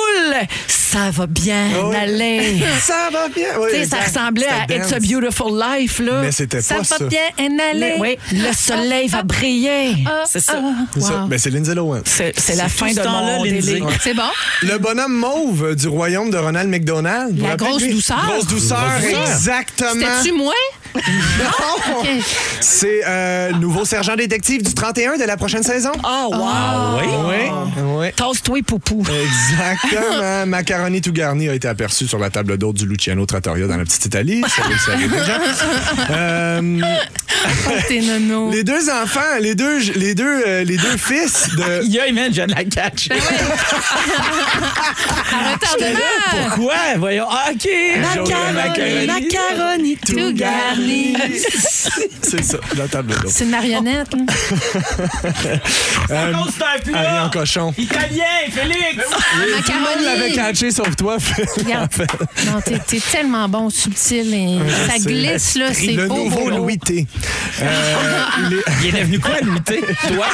Speaker 2: ça va bien
Speaker 1: oui.
Speaker 2: aller.
Speaker 1: Ça va bien. Oui,
Speaker 2: Tu sais, ça
Speaker 1: Ah exact.
Speaker 2: ressemblait à
Speaker 1: C'était
Speaker 2: It's a
Speaker 1: dance.
Speaker 2: Beautiful Life. Là.
Speaker 1: Mais c'était
Speaker 4: Ça
Speaker 1: pas ça.
Speaker 4: va bien en aller.
Speaker 2: Le- oui, le soleil va briller.
Speaker 4: Ah,
Speaker 2: C'est ça.
Speaker 4: ah,
Speaker 1: C'est ça.
Speaker 4: wow.
Speaker 1: Ben, c'est Lindsay Lohan.
Speaker 2: C'est c'est la fin
Speaker 3: tout ce
Speaker 2: de
Speaker 3: temps-là,
Speaker 2: mon
Speaker 3: Lindsay.
Speaker 2: délire.
Speaker 4: C'est bon?
Speaker 1: Le bonhomme mauve euh, du royaume de Ronald McDonald.
Speaker 4: La
Speaker 1: Vous vous rappelez
Speaker 4: grosse
Speaker 1: de lui?
Speaker 4: douceur.
Speaker 1: Grosse douceur,
Speaker 3: Grosse douceur.
Speaker 1: exactement.
Speaker 4: C'était-tu moi?
Speaker 1: Non.
Speaker 4: OK.
Speaker 1: C'est euh, nouveau sergent détective du 31 de la prochaine saison.
Speaker 2: Oh,
Speaker 4: Ah.
Speaker 2: wow.
Speaker 3: Ah Oui.
Speaker 1: Oui.
Speaker 2: Toast-toi, poupou.
Speaker 1: Exactement. Macaroni tout garni a été aperçu sur la table d'hôte du Luciano Trattoria dans la petite Italie. Ça, vous le savez déjà. Euh,
Speaker 4: Oh, t'es nono.
Speaker 1: les deux enfants, les deux, les deux, euh, les deux fils de.
Speaker 3: Yeah, man, je viens de la catch.
Speaker 4: Un retardement!
Speaker 3: Pourquoi? Voyons. Ah, OK.
Speaker 2: Macaroni, macaroni, tout garni.
Speaker 1: C'est ça, la table d'hôte.
Speaker 4: C'est une marionnette. là.
Speaker 3: Euh,
Speaker 1: Ariane Cochon.
Speaker 3: Italien, Félix!
Speaker 1: Tout le monde l'avait
Speaker 4: Macaroni.
Speaker 1: catché sauf toi, Phil.
Speaker 4: Regarde. Non, t'es, t'es tellement bon, subtil. Et ça
Speaker 1: C'est
Speaker 4: glisse, là. C'est
Speaker 1: Ah, Le
Speaker 4: beau,
Speaker 1: nouveau
Speaker 4: beau, beau.
Speaker 1: Louis T. Euh, les-
Speaker 3: Il est devenu quoi, lui, t'es? Toi?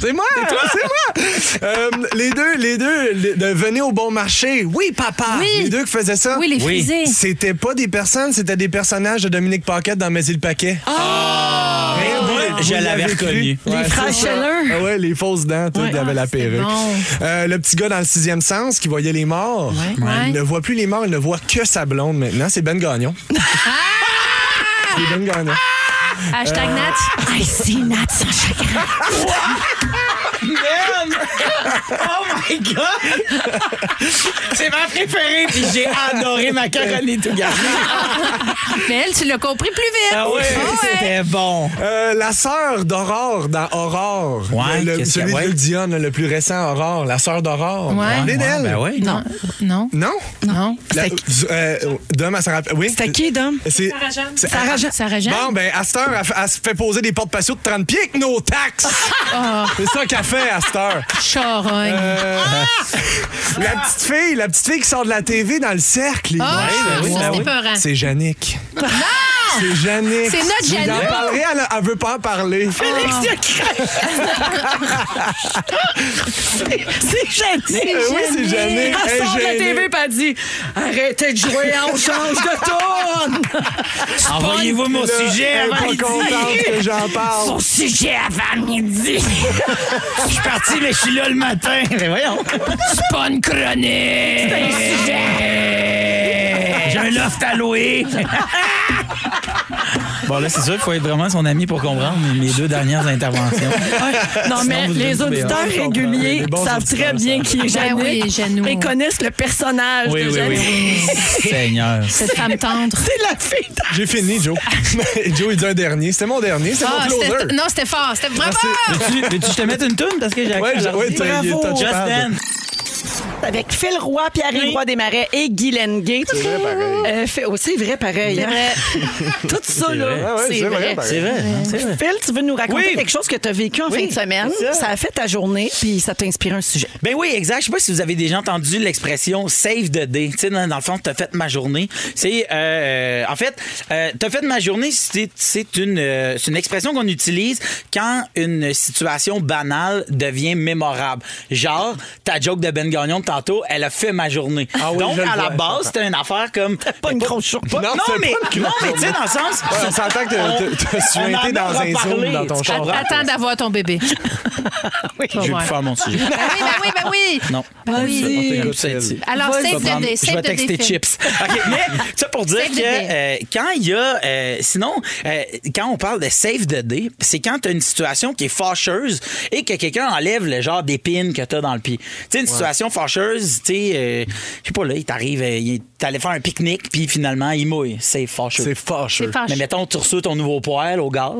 Speaker 1: C'est moi! C'est moi! Euh, les deux, les deux, les- de venez au bon marché. Oui, papa!
Speaker 4: Oui.
Speaker 1: Les deux qui faisaient ça.
Speaker 4: Oui, les
Speaker 3: Oui.
Speaker 4: frisés.
Speaker 1: C'était pas des personnes, c'était des personnages de Dominique Paquette dans Mais il paquet. Ah!
Speaker 3: ben Eh, Je l'avais reconnu.
Speaker 2: Les frères Scheller.
Speaker 1: Ah ouais, les fausses dents, tout,
Speaker 2: Ouais. Ah,
Speaker 1: il avait la perruque.
Speaker 4: bon.
Speaker 1: Euh, le petit gars dans le sixième sens qui voyait les morts,
Speaker 4: Ouais. Ouais.
Speaker 1: il ne voit plus les morts, il ne voit que sa blonde maintenant. C'est Ben Gagnon.
Speaker 2: Ah!
Speaker 1: C'est Ben Gagnon.
Speaker 4: Hashtag Nat.
Speaker 2: I see Nat sans chagrin.
Speaker 3: Man! Oh my God! C'est ma préférée, puis j'ai adoré Macaroni tout garni.
Speaker 4: Mais elle, tu l'as compris plus vite.
Speaker 3: Ah oui,
Speaker 4: Ah ouais.
Speaker 3: c'était bon.
Speaker 1: Euh, la sœur d'Aurore dans Aurore.
Speaker 3: Ouais,
Speaker 1: Le- le-
Speaker 3: qu'est-ce
Speaker 1: celui
Speaker 3: qu'il y a?
Speaker 1: de Dion, le plus récent Aurore. La sœur d'Aurore.
Speaker 4: Ouais.
Speaker 1: Vous vous rappelez d'elle?
Speaker 3: Ben oui.
Speaker 4: Non, non,
Speaker 1: Non?
Speaker 4: non.
Speaker 1: La-
Speaker 2: C'était-
Speaker 1: euh, Dom, elle se rappelle. Oui?
Speaker 2: C'était qui, Dom?
Speaker 1: C'est c'est-
Speaker 2: Sarah Jeanne.
Speaker 4: Sarah Jeanne.
Speaker 1: Bon, ben, à cette heure, elle, f- elle se fait poser des portes patios de 30 pieds avec nos taxes.
Speaker 2: Ah.
Speaker 1: C'est ça qu'elle fait à cette heure.
Speaker 4: Charogne.
Speaker 1: Euh, La petite fille, la petite fille qui sort de la TV dans le cercle.
Speaker 4: Ah,
Speaker 1: Ouais,
Speaker 4: ça, c'est
Speaker 1: oui.
Speaker 4: épeurant.
Speaker 1: C'est Jannick. Non! C'est Jannick.
Speaker 4: C'est notre
Speaker 1: Je lui en
Speaker 4: Jannick.
Speaker 1: parlerai, elle, elle veut pas en parler.
Speaker 2: C'est
Speaker 1: Euh,
Speaker 2: Jeannick.
Speaker 1: oui, c'est Jannick.
Speaker 2: Elle
Speaker 1: Hey,
Speaker 2: sort de la
Speaker 1: Jannick.
Speaker 2: TV pas dit Arrêtez de jouer, on change de tourne.
Speaker 3: Envoyez-vous mon
Speaker 1: Là,
Speaker 3: sujet
Speaker 1: elle est
Speaker 3: avant
Speaker 1: pas
Speaker 3: midi.
Speaker 1: contente que j'en parle.
Speaker 2: Son sujet avant midi.
Speaker 3: Je suis parti, mais je suis là le matin. Mais voyons. C'est pas une chronique. C'est un sujet. J'ai un loft à louer. Bon, là, c'est sûr qu'il faut être vraiment son ami pour comprendre mes deux dernières interventions.
Speaker 2: Non, mais
Speaker 3: vous
Speaker 2: les
Speaker 3: êtes
Speaker 2: auditeurs
Speaker 3: bien.
Speaker 2: réguliers
Speaker 1: Les bons
Speaker 2: savent
Speaker 1: auditeurs
Speaker 2: très bien qui est
Speaker 4: Ben oui,
Speaker 2: Jannick
Speaker 4: Janou.
Speaker 2: et connaissent le personnage
Speaker 3: Oui,
Speaker 2: de
Speaker 3: oui,
Speaker 2: Jannick.
Speaker 3: oui. Seigneur.
Speaker 4: Cette femme tendre.
Speaker 2: C'est la fille de-
Speaker 1: J'ai fini, Joe. Joe, il dit un dernier. C'était mon dernier. C'était
Speaker 4: Ah,
Speaker 1: mon closer.
Speaker 4: c'était- non, c'était fort. C'était vraiment.
Speaker 3: Veux-tu veux-tu que je te mette une toune parce que j'ai
Speaker 1: Ouais,
Speaker 3: accès à
Speaker 1: je- ouais,
Speaker 3: l'ordi?
Speaker 1: t'as-
Speaker 3: Bravo.
Speaker 1: t'as- t'as-
Speaker 3: Just
Speaker 1: t'as-
Speaker 3: Dance.
Speaker 2: avec Phil Roy, Pierre-Yves Roy Desmarais et Guy Lenguet. C'est vrai pareil. aussi oh, vrai pareil. hein? Tout ça, là,
Speaker 1: Ouais, ouais,
Speaker 2: c'est vrai.
Speaker 1: pareil.
Speaker 3: C'est vrai, hein, c'est vrai.
Speaker 2: Phil, tu veux nous raconter
Speaker 3: Oui.
Speaker 2: quelque chose que tu as vécu en
Speaker 3: Oui,
Speaker 2: fin de semaine.
Speaker 3: c'est
Speaker 2: Ça.
Speaker 3: ça.
Speaker 2: a fait ta journée, puis ça t'a inspiré un sujet.
Speaker 3: Ben oui, exact. Je sais pas si vous avez déjà entendu l'expression save the day. Tu sais, dans, dans le fond, t'as fait ma journée. C'est, euh, en fait, euh, t'as fait ma journée. C'est, c'est une, euh, c'est une expression qu'on utilise quand une situation banale devient mémorable. Genre, ta joke de Ben Gagnon de tantôt, elle a fait ma journée.
Speaker 1: Ah oui,
Speaker 3: Donc,
Speaker 1: je le
Speaker 3: à la
Speaker 1: vois, je
Speaker 3: base,
Speaker 1: comprends.
Speaker 3: c'était une affaire comme.
Speaker 2: Pas une grosse journée.
Speaker 3: Non,
Speaker 1: Non, c'est
Speaker 3: mais,
Speaker 1: pas une
Speaker 3: non,
Speaker 1: grosse
Speaker 3: mais tu sais, dans le sens.
Speaker 1: Ouais, on s'entend que
Speaker 3: on-
Speaker 1: t'as- t'as- t'as
Speaker 3: on en
Speaker 1: suinté
Speaker 3: a
Speaker 1: dans un
Speaker 3: reparlé,
Speaker 1: zoom dans ton
Speaker 3: tu
Speaker 1: char.
Speaker 3: comprends?
Speaker 4: Attends d'avoir ton bébé.
Speaker 3: Je vais
Speaker 4: Ouais.
Speaker 3: plus faire mon sujet.
Speaker 4: Ben oui, ben oui, ben oui.
Speaker 3: Non.
Speaker 4: Ben oui.
Speaker 3: Comme
Speaker 1: Vas-y.
Speaker 3: ça, tu-
Speaker 4: Alors,
Speaker 3: Je vais
Speaker 4: save the
Speaker 3: prendre-
Speaker 4: day.
Speaker 3: Je vais
Speaker 4: Save the
Speaker 3: texter
Speaker 4: day. Phil.
Speaker 3: chips. OK, mais ça pour dire
Speaker 4: Save the
Speaker 3: que
Speaker 4: day.
Speaker 3: euh, quand il y a. euh, sinon, euh, quand on parle de save the day, c'est quand tu as une situation qui est fâcheuse et que quelqu'un enlève le genre d'épine que tu as dans le pied. Tu sais, une situation fâcheuse, tu sais, euh, je sais pas, là, il t'arrive, euh, il- t'allais faire un pique-nique, puis finalement, il mouille. C'est fâcheux.
Speaker 1: C'est fâcheux.
Speaker 4: C'est fâcheux.
Speaker 3: Mais mettons, tu reçois ton nouveau poêle au gaz,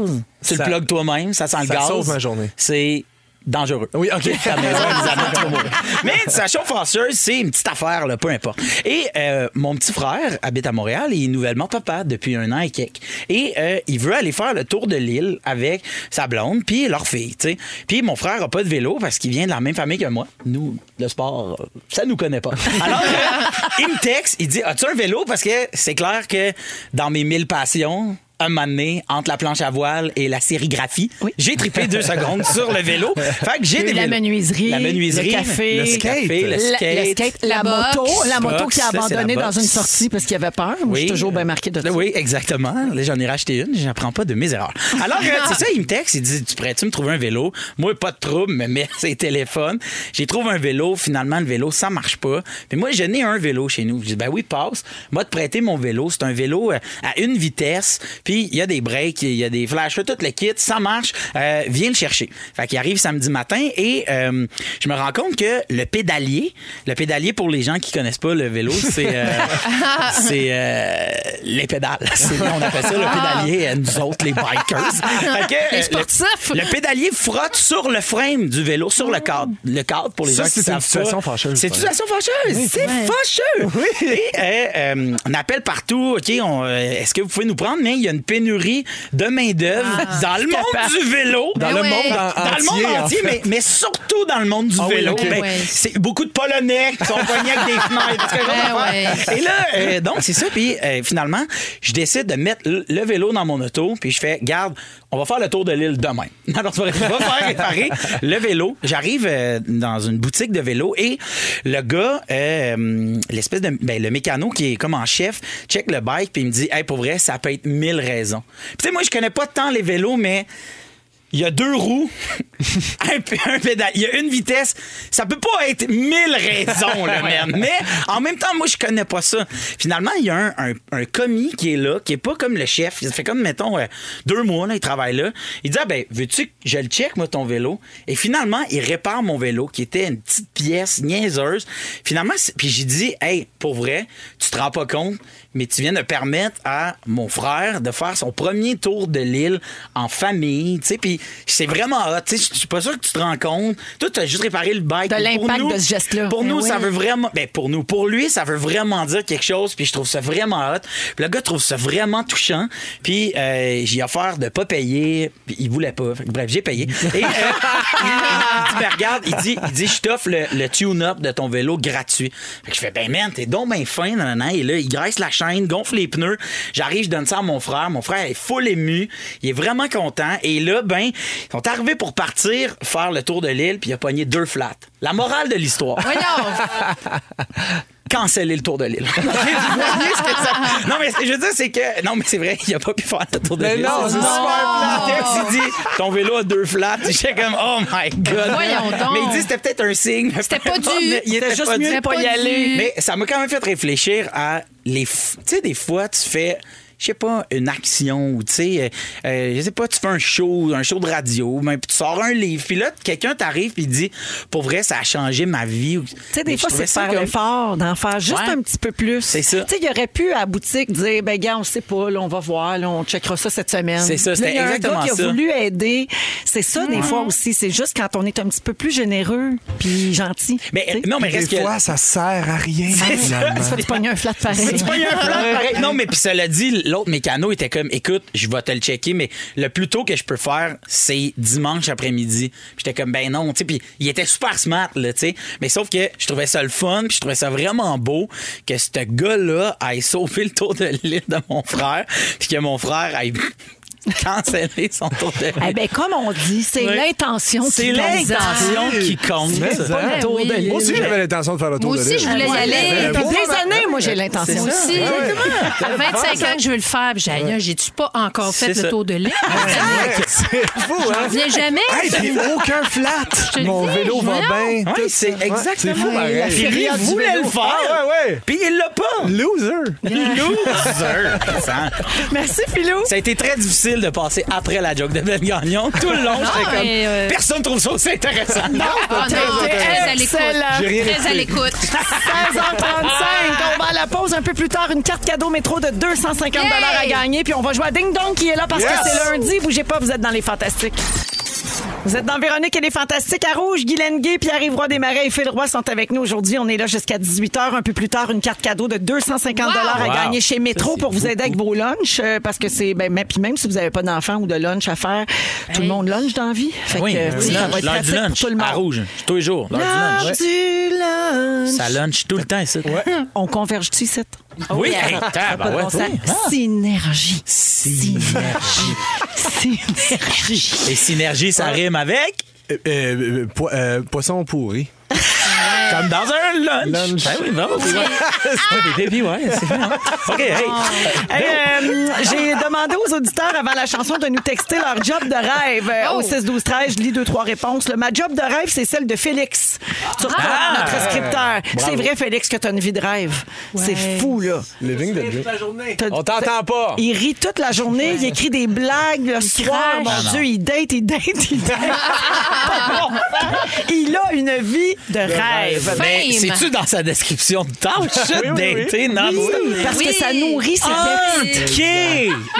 Speaker 3: tu le
Speaker 1: Ça-
Speaker 3: plugues toi-même, ça sent le
Speaker 1: ça
Speaker 3: gaz.
Speaker 1: sauve ma journée.
Speaker 3: C'est dangereux.
Speaker 1: Oui, OK.
Speaker 3: Ta maison, les amis, tu vas mourir. Mais une station fâcheuse, c'est une petite affaire, là, peu importe. Et euh, mon petit frère habite à Montréal et il est nouvellement papa depuis un an et quelques. Et euh, il veut aller faire le tour de l'île avec sa blonde puis leur fille, tu sais. Puis mon frère a pas de vélo parce qu'il vient de la même famille que moi. Nous, le sport, euh, ça nous connaît pas. Alors, euh, il me texte, il dit As-tu un vélo Parce que c'est clair que dans mes mille passions, un moment donné, entre la planche à voile et la sérigraphie,
Speaker 2: Oui.
Speaker 3: j'ai trippé deux secondes sur le vélo. Fait que j'ai
Speaker 2: Eu
Speaker 3: des
Speaker 2: la
Speaker 3: vélos.
Speaker 2: menuiserie,
Speaker 3: la menuiserie,
Speaker 2: le café,
Speaker 3: le
Speaker 2: le
Speaker 3: skate, le
Speaker 2: La-
Speaker 3: skate.
Speaker 2: le skate, la,
Speaker 4: la boxe,
Speaker 2: moto, la moto
Speaker 3: boxe,
Speaker 2: qui a
Speaker 3: ça, c'est la
Speaker 2: abandonné dans
Speaker 3: boxe.
Speaker 2: une sortie parce qu'il avait peur. Moi, je suis toujours bien marqué de
Speaker 3: Euh,
Speaker 2: ça.
Speaker 3: Oui, exactement. Là, j'en ai racheté une, j'apprends pas de mes erreurs. Alors, euh, c'est ça, il me texte, il dit Tu pourrais-tu me trouver un vélo Moi, pas de trouble, mais mets ses téléphones. J'ai trouvé un vélo, finalement, le vélo, ça marche pas. Puis moi, je n'ai un vélo chez nous. Je dis Ben oui, passe. Moi, te prêter mon vélo. C'est un vélo euh, à une vitesse, puis il y a des breaks, il y a des flashers, tout le kit, ça marche. Euh, viens le chercher. Fait qu'il arrive samedi matin et euh, je me rends compte que le pédalier, le pédalier pour les gens qui connaissent pas le vélo, c'est. euh, c'est euh, les pédales. C'est- on appelle ça le pédalier, euh, nous autres, les bikers. Fait que,
Speaker 4: Ah! Les
Speaker 3: euh,
Speaker 4: sportifs. Oh.
Speaker 3: Le, le pédalier frotte sur le frame du vélo, sur le cadre. Le cadre, pour les
Speaker 1: Ça,
Speaker 3: gens qui
Speaker 1: c'est
Speaker 3: savent
Speaker 1: une situation
Speaker 3: pas.
Speaker 1: fâcheuse,
Speaker 3: C'est une
Speaker 1: par
Speaker 3: situation fâcheuse. c'est fâcheux. Et, euh, euh, on appelle partout. OK, on, euh, est-ce que vous pouvez nous prendre? Mais il y a une pénurie de main-d'œuvre
Speaker 1: Ah,
Speaker 3: dans le monde du vélo.
Speaker 1: Dans
Speaker 4: Ben
Speaker 1: le
Speaker 4: ouais.
Speaker 1: monde
Speaker 3: Dans
Speaker 1: en-
Speaker 3: le monde
Speaker 1: entier, en
Speaker 3: entier,
Speaker 1: fait.
Speaker 3: mais, mais surtout dans le monde du
Speaker 1: Ah oui,
Speaker 3: vélo.
Speaker 1: ok.
Speaker 3: Ben,
Speaker 4: Ouais.
Speaker 3: C'est beaucoup de Polonais qui sont pognés avec des fenêtres. Tu sais, genre d'affaires. Et là, euh, donc, c'est ça. Puis euh, finalement, je décide de mettre le, le vélo dans mon auto. Puis je fais, garde, on va faire le tour de l'île demain. Alors, je vais faire réparer le vélo. J'arrive euh, dans une boutique de vélo et le gars, euh, l'espèce de. Ben, le mécano qui est comme en chef, check le bike. Puis il me dit, hey, pour vrai, ça peut être mille raisons. Puis tu sais, moi, je connais pas tant les vélos, mais. Il y a deux roues, un, p- un pédale, il y a une vitesse. Ça peut pas être mille raisons, le merde. Mais en même temps, moi, je connais pas ça. Finalement, il y a un, un- un commis qui est là, qui est pas comme le chef. Il fait comme, mettons, euh, deux mois, là, il travaille là. Il dit, ah ben, veux-tu que je le check, moi, ton vélo? Et finalement, il répare mon vélo, qui était une petite pièce niaiseuse. Finalement, c'est- puis j'ai dit, hey, pour vrai, tu te rends pas compte, mais tu viens de permettre à mon frère de faire son premier tour de l'île en famille, tu sais, puis c'est vraiment hot, tu sais, je suis pas sûr que tu te rends compte. Toi, t'as juste réparé le bike.
Speaker 2: De
Speaker 3: Pour
Speaker 2: l'impact
Speaker 3: nous-
Speaker 2: de ce geste-là.
Speaker 3: Pour
Speaker 2: Eh
Speaker 3: nous,
Speaker 2: oui.
Speaker 3: ça veut vraiment, ben pour nous, pour lui, ça veut vraiment dire quelque chose, puis je trouve ça vraiment hot. Puis le gars trouve ça vraiment touchant, puis euh, j'ai offert de pas payer, puis il voulait pas. Fait que bref, j'ai payé. Et euh, il me dit, ben, regarde, il dit, il dit, je t'offre le, le tune-up de ton vélo gratuit. Fait que je fais, ben man, t'es donc ben fin, nanana. Et là, il graisse la chaîne, gonfle les pneus. J'arrive, je donne ça à mon frère. Mon frère est full ému. Il est vraiment content. Et là, ben, ils sont arrivés pour partir faire le tour de l'île, puis il a pogné deux flats. La morale de l'histoire
Speaker 4: Voyons.
Speaker 3: canceller le tour de l'île. Vous voyez ce que ça- Non, mais c'est- je veux dire, c'est que. Non, mais c'est vrai, il a pas pu faire le tour de
Speaker 1: Mais
Speaker 3: l'île.
Speaker 1: non, c'est super
Speaker 3: plat. Il dit, ton vélo a deux flats. J'étais comme, oh my God.
Speaker 4: Voyons donc.
Speaker 3: Mais il dit, c'était peut-être un signe.
Speaker 4: C'était pas dû.
Speaker 3: Il était
Speaker 2: C'était
Speaker 3: pas
Speaker 2: juste
Speaker 3: dû.
Speaker 2: mieux de
Speaker 4: C'était
Speaker 2: pas y
Speaker 4: pas dû.
Speaker 2: aller.
Speaker 3: Mais ça m'a quand même fait réfléchir à les. f- Tu sais, des fois, tu fais. je sais pas, une action ou tu sais, euh, euh, je sais pas, tu fais un show, un show de radio, mais puis tu sors un livre, puis là, quelqu'un t'arrive puis il dit, pour vrai, ça a changé ma vie. Tu
Speaker 2: Tu sais, des fois, c'est de faire l'effort, d'en faire juste
Speaker 3: Ouais.
Speaker 2: un petit peu plus.
Speaker 3: C'est ça.
Speaker 2: Tu sais, il aurait pu, à la boutique, dire, ben, gars, on sait pas, là, on va voir, là, on checkera ça cette semaine.
Speaker 3: C'est ça,
Speaker 2: Puis
Speaker 3: c'était
Speaker 2: là, il y a
Speaker 3: exactement
Speaker 2: un gars qui a
Speaker 3: ça.
Speaker 2: voulu aider. C'est ça, des fois aussi. C'est juste quand on est un petit peu plus généreux puis gentil.
Speaker 3: Mais
Speaker 2: tu sais.
Speaker 3: non, mais
Speaker 1: Des
Speaker 3: reste que.
Speaker 1: fois, ça sert à rien.
Speaker 2: Tu
Speaker 1: finalement.
Speaker 2: fais te pogner un flat pareil.
Speaker 3: C'est pas un plan, pareil. Non, mais puis cela dit, l'autre mécano était comme, écoute, je vais te le checker, mais le plus tôt que je peux faire, c'est dimanche après-midi. Puis J'étais comme, ben non, tu sais, puis il était super smart, là, tu sais. Mais sauf que je trouvais ça le fun, puis je trouvais ça vraiment beau que ce gars-là aille sauver le tour de l'île de mon frère, puis que mon frère aille canceller son tour de
Speaker 2: Eh
Speaker 3: l'île.
Speaker 2: ben, comme on dit, c'est
Speaker 3: Oui.
Speaker 2: l'intention qui
Speaker 3: C'est
Speaker 2: compte.
Speaker 3: l'intention qui compte.
Speaker 1: Mais
Speaker 3: Pas le
Speaker 1: hein.
Speaker 3: tour de l'île.
Speaker 1: Moi aussi, j'avais l'intention de faire le tour
Speaker 4: Ben Moi
Speaker 1: de
Speaker 4: aussi,
Speaker 1: l'île.
Speaker 4: je voulais y
Speaker 1: Ouais.
Speaker 4: aller.
Speaker 1: Mais
Speaker 2: Depuis
Speaker 1: bon,
Speaker 2: des
Speaker 1: ben,
Speaker 2: années, moi, j'ai
Speaker 3: C'est
Speaker 2: l'intention.
Speaker 3: ça.
Speaker 4: aussi. À 25 ans que je veux le faire, puis j'ai aïe, j'ai-tu pas encore fait
Speaker 3: C'est
Speaker 4: le
Speaker 3: ça.
Speaker 4: tour de l'île?
Speaker 1: ouais, C'est fou, hein?
Speaker 4: J'en viens jamais.
Speaker 1: Hey, puis aucun flat.
Speaker 4: te
Speaker 1: Mon
Speaker 4: dis,
Speaker 1: vélo va
Speaker 4: voyons.
Speaker 1: bien.
Speaker 3: Oui,
Speaker 1: tout
Speaker 3: c'est
Speaker 1: ça. Ouais, C'est
Speaker 3: exactement.
Speaker 1: fou, pareil.
Speaker 3: Puis lui, il voulait le faire.
Speaker 1: Ah, ouais, ouais.
Speaker 3: Puis il l'a pas.
Speaker 1: Loser.
Speaker 3: Loser. Ça-
Speaker 2: Merci, Philou.
Speaker 3: Ça a été très difficile de passer après la joke de Ben Gagnon. Tout le
Speaker 2: Ah,
Speaker 3: long, j'étais comme.
Speaker 4: mais, euh,
Speaker 3: Personne trouve ça aussi intéressant.
Speaker 4: Ah non, très à l'écoute.
Speaker 2: Excellent.
Speaker 1: J'ai rien
Speaker 4: Très à
Speaker 1: écouté.
Speaker 4: l'écoute.
Speaker 2: 16h35. On va à la pause un peu plus tard. Une carte cadeau métro de 250 à
Speaker 4: Yay!
Speaker 2: gagner. Puis on va jouer à Ding Dong qui est là parce
Speaker 1: Yes!
Speaker 2: que c'est lundi. Bougez pas, vous êtes dans les fantastiques. Vous êtes dans Véronique et les Fantastiques à Rouge. Guylaine Gay, Pierre-Yves Roy Desmarais et Phil Roy sont avec nous aujourd'hui. On est là jusqu'à 18h. Un peu plus tard, une carte cadeau de 250 à
Speaker 3: Wow.
Speaker 2: gagner chez Métro
Speaker 3: Ça, c'est
Speaker 2: pour vous aider avec vos lunchs. euh, parce que c'est... Ben, mais puis même si vous n'avez pas d'enfants ou de lunch à faire, tout le monde lunch dans la vie. Fait
Speaker 3: Oui,
Speaker 2: que,
Speaker 3: euh,
Speaker 2: tu sais, ça va
Speaker 3: lunch,
Speaker 2: être
Speaker 3: l'heure
Speaker 2: pratique
Speaker 3: du
Speaker 2: pour
Speaker 3: lunch.
Speaker 2: tout le monde.
Speaker 3: À rouge, tous les jours. L'heure du lunch.
Speaker 2: L'heure du lunch.
Speaker 3: Ça lunch tout le temps ici.
Speaker 2: On converge tu cette
Speaker 3: Oui, hey, tabarouette, oui. Ah.
Speaker 2: Synergie.
Speaker 3: Synergie.
Speaker 2: Synergie.
Speaker 3: Et synergie, ça rime avec.
Speaker 1: Euh, euh, po- euh, poisson pourri.
Speaker 3: Comme dans un lunch.
Speaker 1: Lunch.
Speaker 3: Ah oui, bravo. Ouais. Ah, des bébés, ouais. c'est bon.
Speaker 2: hein.
Speaker 3: OK, hey.
Speaker 2: Oh, Hey, euh, J'ai demandé aux auditeurs avant la chanson de nous texter leur job de rêve. Euh, Au
Speaker 4: Oh.
Speaker 2: 6 12 13, je lis deux trois réponses. Le, ma job de rêve, c'est celle de Félix. Sur notre scripteur. C'est vrai Félix que tu as une vie de rêve. C'est fou là.
Speaker 1: Living the dream.
Speaker 2: T'as-
Speaker 1: On t'entend pas.
Speaker 2: Il rit toute la journée, il écrit des blagues le soir.
Speaker 4: crache.
Speaker 2: Mon
Speaker 4: Ah
Speaker 3: non.
Speaker 2: Dieu, il date, il date, il date. Pas bon. il a une vie de rêve.
Speaker 3: Mais
Speaker 4: Fame.
Speaker 3: c'est-tu dans sa description de tâche, ça,
Speaker 1: Oui, oui, oui.
Speaker 3: dater? Non, c'est-
Speaker 2: Parce
Speaker 4: Oui.
Speaker 2: que ça nourrit ses textes.
Speaker 3: OK!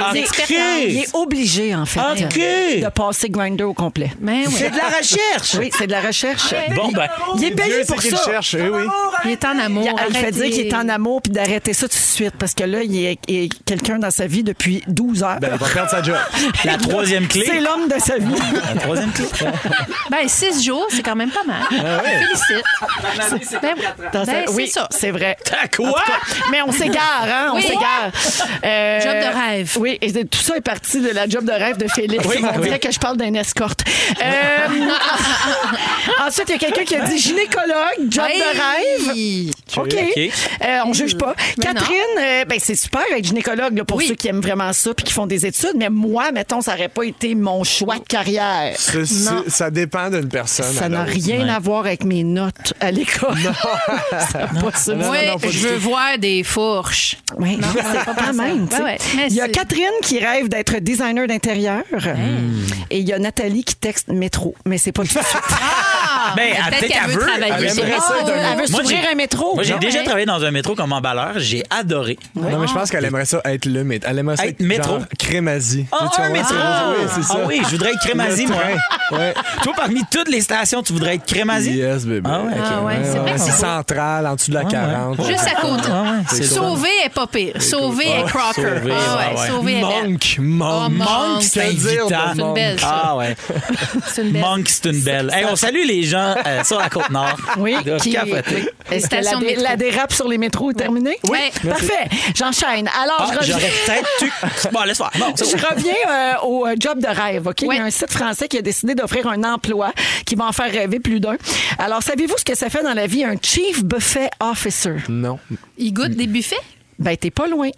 Speaker 2: Ah, Il
Speaker 3: OK!
Speaker 2: est obligé, en fait,
Speaker 3: OK.
Speaker 2: de- de passer Grinder au complet.
Speaker 4: Mais Ben oui.
Speaker 3: C'est de la recherche!
Speaker 2: Oui, c'est de la recherche.
Speaker 3: Bon, ben,
Speaker 2: Il est payé
Speaker 1: Dieu sait
Speaker 2: pour
Speaker 1: qu'il le
Speaker 2: ça.
Speaker 1: cherche. Eh oui.
Speaker 4: Il est en amour.
Speaker 2: Il elle fait
Speaker 4: arrêtez.
Speaker 2: dire qu'il est en amour puis d'arrêter ça tout de suite parce que là, il est, il est quelqu'un dans sa vie depuis 12 heures.
Speaker 1: Ben, il va perdre sa job.
Speaker 3: la troisième
Speaker 2: C'est
Speaker 3: clé.
Speaker 2: l'homme de sa vie.
Speaker 3: La troisième clé.
Speaker 4: Ben, six jours, c'est quand même pas mal.
Speaker 3: Ah
Speaker 4: Félicite. Ben, oui.
Speaker 2: Dans sa-
Speaker 4: Ben,
Speaker 2: oui,
Speaker 4: c'est ça.
Speaker 2: c'est vrai.
Speaker 3: T'as quoi?
Speaker 2: Mais on s'égare, hein? On
Speaker 4: Oui.
Speaker 2: s'égare. Euh,
Speaker 4: Job de rêve.
Speaker 2: Oui, et de- tout ça est parti de la job de rêve de Félix.
Speaker 3: Oui, ben
Speaker 2: on
Speaker 3: oui.
Speaker 2: dirait que je parle d'un escorte. Euh, ensuite, il y a quelqu'un qui a dit gynécologue, job
Speaker 4: Hey!
Speaker 2: de rêve. OK.
Speaker 3: OK.
Speaker 2: Euh, on juge pas.
Speaker 4: Mais non.
Speaker 2: Catherine, euh, ben, c'est super être gynécologue là, pour ceux qui aiment vraiment ça puis qui font des études, mais moi, mettons, ça n'aurait pas été mon choix de carrière.
Speaker 1: Ce- ce-
Speaker 2: Non.
Speaker 1: ça dépend d'une personne.
Speaker 2: Ça
Speaker 1: à
Speaker 2: n'a
Speaker 1: l'autre.
Speaker 2: rien à voir avec mes notes à l'école. Ça n'a pas ça.
Speaker 4: Oui, je veux voir des fourches.
Speaker 2: Oui, c'est pas quand même. tu sais.
Speaker 4: Ben ouais, mais
Speaker 2: Il y a
Speaker 4: c'est-
Speaker 2: Catherine qui rêve d'être designer d'intérieur. Et il y a Nathalie qui texte métro, mais c'est pas tout de suite.
Speaker 3: Ben,
Speaker 4: peut-être
Speaker 3: peut-être
Speaker 4: qu'elle
Speaker 3: qu'elle
Speaker 4: veut
Speaker 3: veut.
Speaker 4: travailler
Speaker 3: Elle
Speaker 4: chez
Speaker 3: aimerait
Speaker 4: Ah, elle.
Speaker 3: ça être un-
Speaker 2: Elle veut
Speaker 3: Moi,
Speaker 2: s'ouvrir
Speaker 3: j'ai-
Speaker 2: un métro.
Speaker 3: Moi, j'ai
Speaker 2: Non?
Speaker 3: déjà travaillé dans un métro comme emballeur. J'ai adoré.
Speaker 1: Non, mais je pense qu'elle aimerait ça être le métro. Elle aimerait ça
Speaker 3: Être
Speaker 1: être, genre
Speaker 3: métro.
Speaker 1: Crémazie. Tu sais,
Speaker 3: Ah, un
Speaker 1: ouais,
Speaker 3: métro!
Speaker 1: Oui, c'est ça.
Speaker 3: Ah oui, je voudrais être crémazie,
Speaker 1: Le
Speaker 3: moi.
Speaker 1: train. Ouais.
Speaker 3: Toi, parmi toutes les stations, tu voudrais être crémazie?
Speaker 1: Yes, bébé.
Speaker 3: Ah ouais, ok.
Speaker 4: Ah ouais, c'est vrai que c'est
Speaker 1: C'est
Speaker 4: cool.
Speaker 1: central, en dessous de la 40.
Speaker 4: Juste à côté.
Speaker 3: Ah ouais, c'est
Speaker 4: Sauvé est pas pire. Sauvé
Speaker 3: Ah
Speaker 4: est Crocker.
Speaker 3: Sauvé,
Speaker 4: Ah
Speaker 3: ouais,
Speaker 4: ouais,
Speaker 3: ouais.
Speaker 4: Sauvé est belle.
Speaker 1: Monk, monk,
Speaker 4: Oh, monk,
Speaker 3: c'est
Speaker 1: c'est dire de
Speaker 3: invitant.
Speaker 4: C'est une belle, ça.
Speaker 3: Ah ouais.
Speaker 4: C'est une belle.
Speaker 3: Monk, c'est une belle. Hey, on salue les gens euh, sur la côte nord.
Speaker 2: Oui, qui-
Speaker 3: Ah, Capoté.
Speaker 2: Est-ce que la,
Speaker 4: Station de
Speaker 2: dé-
Speaker 4: métro.
Speaker 2: la dérape sur les métros est terminée?
Speaker 4: Oui. Oui.
Speaker 2: Parfait. J'enchaîne. Alors,
Speaker 3: Ah,
Speaker 2: je reviens.
Speaker 3: j'aurais peut-être tu. Bon, laisse faire. Non,
Speaker 2: Je
Speaker 3: c'est-
Speaker 2: reviens euh, au euh, job de rêve, OK?
Speaker 4: Ouais.
Speaker 2: Il y a un site français qui a décidé d'offrir un emploi qui va en faire rêver plus d'un. Alors, savez-vous ce que ça fait dans la vie, un Chief Buffet Officer?
Speaker 1: Non.
Speaker 4: Il goûte des buffets?
Speaker 2: Ben, t'es pas loin.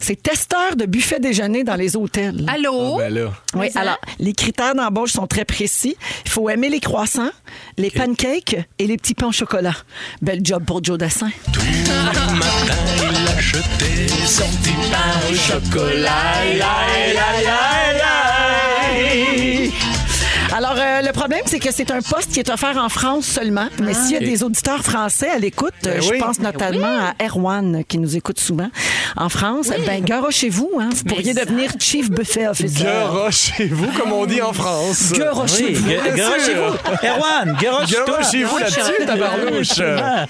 Speaker 2: C'est testeur de buffet déjeuner dans les hôtels.
Speaker 4: Allô?
Speaker 3: Ah,
Speaker 1: Ben là.
Speaker 2: Oui,
Speaker 4: Mais
Speaker 2: alors, les critères d'embauche sont très précis. Il faut aimer les croissants, les pancakes et les petits pains au chocolat. Belle job pour Joe Dassin.
Speaker 6: Tous les matins, il achetait
Speaker 3: son petit pain au chocolat. La, la, la, la.
Speaker 2: Alors, euh, le problème, c'est que c'est un poste qui est offert en France seulement. Mais s'il y a des auditeurs français à l'écoute, euh, je
Speaker 1: oui.
Speaker 2: pense notamment à Erwan, qui nous écoute souvent en France, ben, garochez-vous. Hein. Vous pourriez devenir Chief Buffet Officer.
Speaker 1: chez vous, comme on dit en France.
Speaker 3: Oui,
Speaker 2: Garochez-vous.
Speaker 3: gue- garochez-vous. Erwan, garochez-toi.
Speaker 1: chez vous là-dessus, tabarnouche.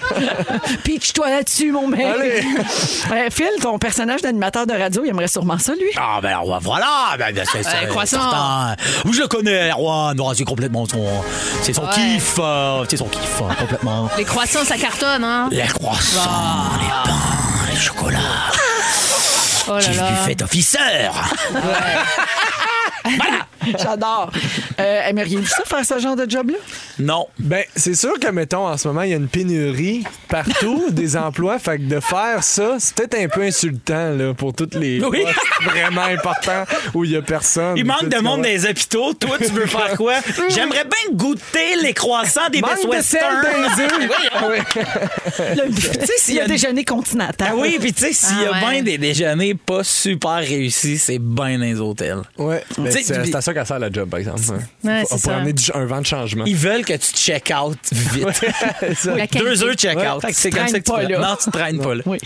Speaker 2: Pitch-toi là-dessus, mon mec.
Speaker 1: Allez.
Speaker 2: Euh, Phil, ton personnage d'animateur de radio, il aimerait sûrement ça, lui.
Speaker 3: Ah, ben alors, voilà, ben, ben, c'est c'est
Speaker 4: croissant.
Speaker 3: certain. Oui, je le connais, Erwan. Oh, c'est complètement son. C'est son
Speaker 4: Ouais.
Speaker 3: kiff. euh, c'est son kiff, euh, complètement.
Speaker 4: Les croissants, ça cartonne, hein?
Speaker 3: Les croissants,
Speaker 4: Ah.
Speaker 3: les pains, les chocolats.
Speaker 4: Oh là
Speaker 3: Chief
Speaker 4: là.
Speaker 3: Buffet Officer.
Speaker 2: J'adore. Euh, Aimeriez-vous ça, faire ce genre de job-là?
Speaker 3: Non.
Speaker 1: Ben, c'est sûr que, mettons, en ce moment, il y a une pénurie partout des emplois. Fait que de faire ça, c'est peut-être un peu insultant là, pour toutes les
Speaker 3: Oui.
Speaker 1: postes vraiment importants où il y a personne.
Speaker 3: Il manque
Speaker 1: Tu
Speaker 3: de
Speaker 1: sais,
Speaker 3: monde
Speaker 1: tu
Speaker 3: dans les hôpitaux. Toi, tu veux faire quoi? J'aimerais bien goûter les croissants des
Speaker 1: comprends?
Speaker 3: Best
Speaker 1: Manque de sel
Speaker 3: Western.
Speaker 1: dans les yeux. Oui.
Speaker 2: ben, Le- tu sais, s'il y a
Speaker 3: Il y a-
Speaker 2: déjeuner continental.
Speaker 3: Ah oui, puis tu sais, s'il y a
Speaker 4: Ah ouais.
Speaker 3: bien des déjeuners pas super réussis, c'est bien dans les hôtels.
Speaker 1: Ouais. Ben,
Speaker 3: Tu sais,
Speaker 1: c'est
Speaker 3: puis-
Speaker 1: c'est à ça qu'elle sert la job, par exemple.
Speaker 4: Ouais, c'est
Speaker 1: Pour- Pour
Speaker 4: ça.
Speaker 1: amener du- un vent de changement.
Speaker 3: Ils veulent que tu check out vite.
Speaker 1: Ça.
Speaker 3: Deux
Speaker 4: La qualité.
Speaker 3: heures check out.
Speaker 2: Ouais, fait que tu
Speaker 3: c'est comme ça que tu
Speaker 2: traînes
Speaker 3: fais.
Speaker 2: pas, là.
Speaker 3: Non, tu traînes pas là.
Speaker 2: Oui.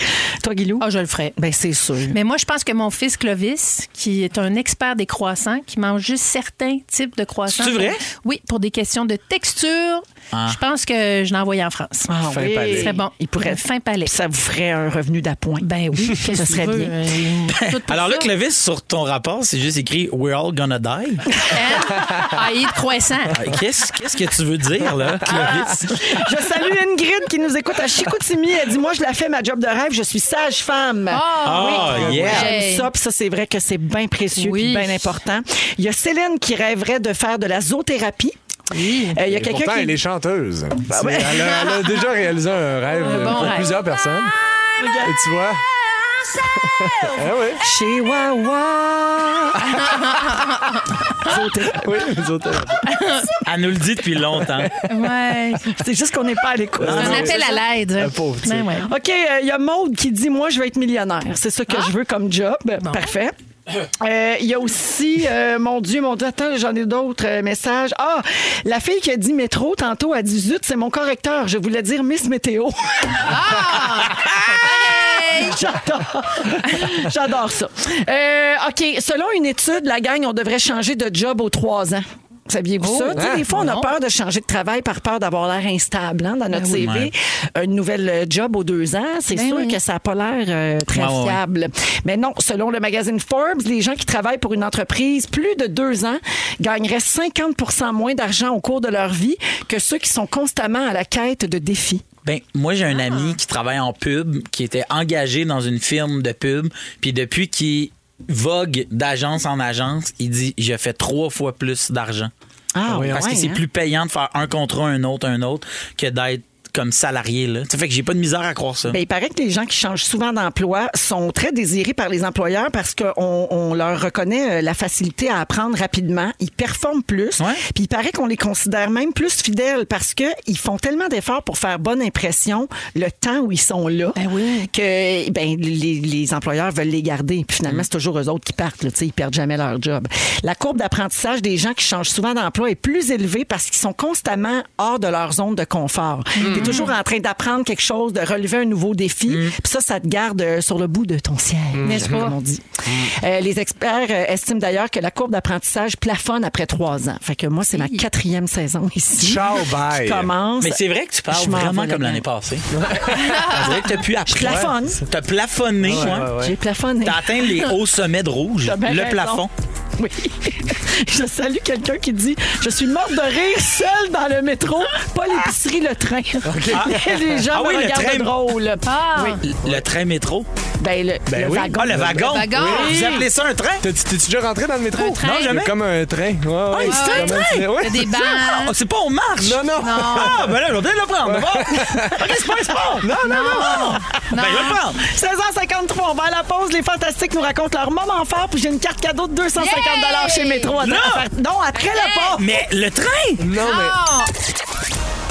Speaker 2: Toi, Guilou?
Speaker 4: Ah, je le ferais.
Speaker 2: Ben, c'est sûr.
Speaker 4: Mais moi, je pense que mon fils Clovis, qui est un expert des croissants, qui mange juste certains types de croissants.
Speaker 3: C'est vrai? Ah.
Speaker 4: Oui, pour des questions de texture. Je pense que je l'envoie en France.
Speaker 2: Ah
Speaker 1: Fin
Speaker 2: oui.
Speaker 1: palais.
Speaker 4: Ce serait bon.
Speaker 2: Il pourrait.
Speaker 4: Un fin palais.
Speaker 2: Puis ça vous ferait un revenu d'appoint.
Speaker 4: Ben oui, qu'est-ce
Speaker 2: Ce
Speaker 4: que
Speaker 2: serait
Speaker 4: tu veux?
Speaker 2: bien.
Speaker 4: Euh, tout pour
Speaker 3: Alors là,
Speaker 4: ça.
Speaker 3: Clovis, sur ton rapport, c'est juste écrit We're all gonna die.
Speaker 4: Ah, il est croissant.
Speaker 3: Qu'est-ce qu'est-ce que tu veux dire, là,
Speaker 4: Ah,
Speaker 3: Ah, Clovis?
Speaker 2: Je salue Ingrid qui nous écoute à Chicoutimi. Elle dit Moi, je la fais ma job de rêve, je suis sage-femme.
Speaker 3: Ah,
Speaker 4: oui.
Speaker 3: yeah.
Speaker 2: J'aime ça, puis ça, c'est vrai que c'est bien précieux
Speaker 4: Oui.
Speaker 2: bien important. Il y a Céline qui rêverait de faire de la zoothérapie.
Speaker 4: Oui.
Speaker 2: Euh, il y a
Speaker 1: Et
Speaker 2: quelqu'un
Speaker 1: Pourtant,
Speaker 2: qui.
Speaker 1: elle est chanteuse. C'est- elle, a, elle a déjà réalisé un rêve euh,
Speaker 4: bon
Speaker 1: pour
Speaker 4: rêve.
Speaker 1: plusieurs personnes. Et tu vois. ah oui.
Speaker 2: Chez Wawa.
Speaker 1: Oui, les autres.
Speaker 3: Elle nous le dit depuis longtemps.
Speaker 4: Ouais.
Speaker 3: Ah,
Speaker 2: C'est juste qu'on n'est pas à l'écoute.
Speaker 4: C'est un
Speaker 1: non,
Speaker 4: appel à l'aide.
Speaker 1: La pauvre, tu sais.
Speaker 4: Ben ouais.
Speaker 2: OK, euh, il y a Maude qui dit Moi, je veux être millionnaire. C'est ça que je veux comme job. Parfait. Euh, Il y a aussi, euh, mon Dieu, mon Dieu, attends, j'en ai d'autres euh, messages. Ah, la fille qui a dit métro tantôt à 18, c'est mon correcteur. Je voulais dire Miss Météo. J'adore. J'adore ça. Euh, OK, selon une étude, la gang, on devrait changer de job aux trois ans. Saviez-vous ça? Tu sais, des fois, on a peur de changer de travail par peur d'avoir l'air instable hein, dans
Speaker 3: Ben
Speaker 2: notre CV. Une nouvelle euh, job aux deux ans, c'est sûr que ça n'a pas l'air euh, très
Speaker 3: Ouais, ouais, ouais.
Speaker 2: fiable. Mais non, selon le magazine Forbes, les gens qui travaillent pour une entreprise plus de deux ans gagneraient 50 moins d'argent au cours de leur vie que ceux qui sont constamment à la quête de défis.
Speaker 3: Ben, moi, j'ai un ami qui travaille en pub, qui était engagé dans une firme de pub, puis depuis qu'il vogue d'agence en agence, il dit Je fais trois fois plus d'argent.
Speaker 2: Ah, oui,
Speaker 3: Parce
Speaker 2: ouais,
Speaker 3: que c'est
Speaker 2: hein?
Speaker 3: plus payant de faire un contrat, un autre, un autre, que d'être comme salarié. Là. Ça fait que j'ai pas de misère à croire ça.
Speaker 2: Ben, il paraît que les gens qui changent souvent d'emploi sont très désirés par les employeurs parce qu'on on leur reconnaît euh, la facilité à apprendre rapidement. Ils performent plus.
Speaker 3: Ouais.
Speaker 2: Puis il paraît qu'on les considère même plus fidèles parce qu'ils font tellement d'efforts pour faire bonne impression le temps où ils sont là
Speaker 4: Ben oui.
Speaker 2: que ben, les, les employeurs veulent les garder. Puis
Speaker 4: Mm.
Speaker 2: finalement, c'est toujours eux autres qui partent. Là, tu sais, ils perdent jamais leur job. La courbe d'apprentissage des gens qui changent souvent d'emploi est plus élevée parce qu'ils sont constamment hors de leur zone de confort.
Speaker 4: Mm.
Speaker 2: Tu es toujours en train d'apprendre quelque chose, de relever un nouveau défi. Puis ça, ça te garde euh, sur le bout de ton siège,
Speaker 4: N'est-ce pas?
Speaker 3: Mmh.
Speaker 2: comme on dit. Euh, les experts euh, estiment d'ailleurs que la courbe d'apprentissage plafonne après trois ans. Fait que moi, c'est ma quatrième saison ici.
Speaker 1: Ciao, bye.
Speaker 2: Qui commence.
Speaker 3: Mais c'est vrai que tu
Speaker 2: Je
Speaker 3: parles
Speaker 2: m'en vais
Speaker 3: vraiment comme
Speaker 2: là-dedans.
Speaker 3: l'année passée. On dirait que t'as pu apprendre.
Speaker 2: plafonne.
Speaker 3: T'as plafonné, ouais.
Speaker 2: J'ai plafonné.
Speaker 3: T'as atteint les hauts sommets de rouge,
Speaker 2: T'as bien
Speaker 3: le
Speaker 2: raison.
Speaker 3: plafond.
Speaker 2: Oui. Je salue quelqu'un qui dit Je suis morte de rire seule dans le métro, pas l'épicerie, le train. les gens
Speaker 3: Ah oui,
Speaker 2: me
Speaker 3: le
Speaker 2: regardent
Speaker 3: train.
Speaker 2: drôle.
Speaker 4: Ah,
Speaker 2: Oui.
Speaker 3: Le, le train métro.
Speaker 2: Ben, le,
Speaker 1: Ben
Speaker 2: le
Speaker 1: oui.
Speaker 2: wagon.
Speaker 3: Ah, le wagon.
Speaker 4: Le wagon.
Speaker 3: Vous appelez ça un train?
Speaker 1: T'as- T'es-tu déjà rentré dans le métro?
Speaker 4: Un train.
Speaker 1: Non, jamais. Ah, Comme un train. Ouais, ouais.
Speaker 3: c'est un
Speaker 1: Comme
Speaker 3: train.
Speaker 1: Ouais.
Speaker 4: il y a des
Speaker 3: Ah,
Speaker 2: Hein?
Speaker 4: bancs.
Speaker 3: c'est pas on marche.
Speaker 1: Non, non.
Speaker 3: Ah, ben là, je vais peut-être le prendre. Bon. OK, c'est pas un sport. Non, non, non. Ben, je vais le prendre.
Speaker 2: 16h53, on va à la pause. Les Fantastiques nous racontent leur moment fort. Puis j'ai une carte cadeau de 250 chez Métro. à-
Speaker 3: Là!
Speaker 2: à faire- non, après la pause.
Speaker 3: Mais le train?
Speaker 1: Non, mais.
Speaker 4: Ah!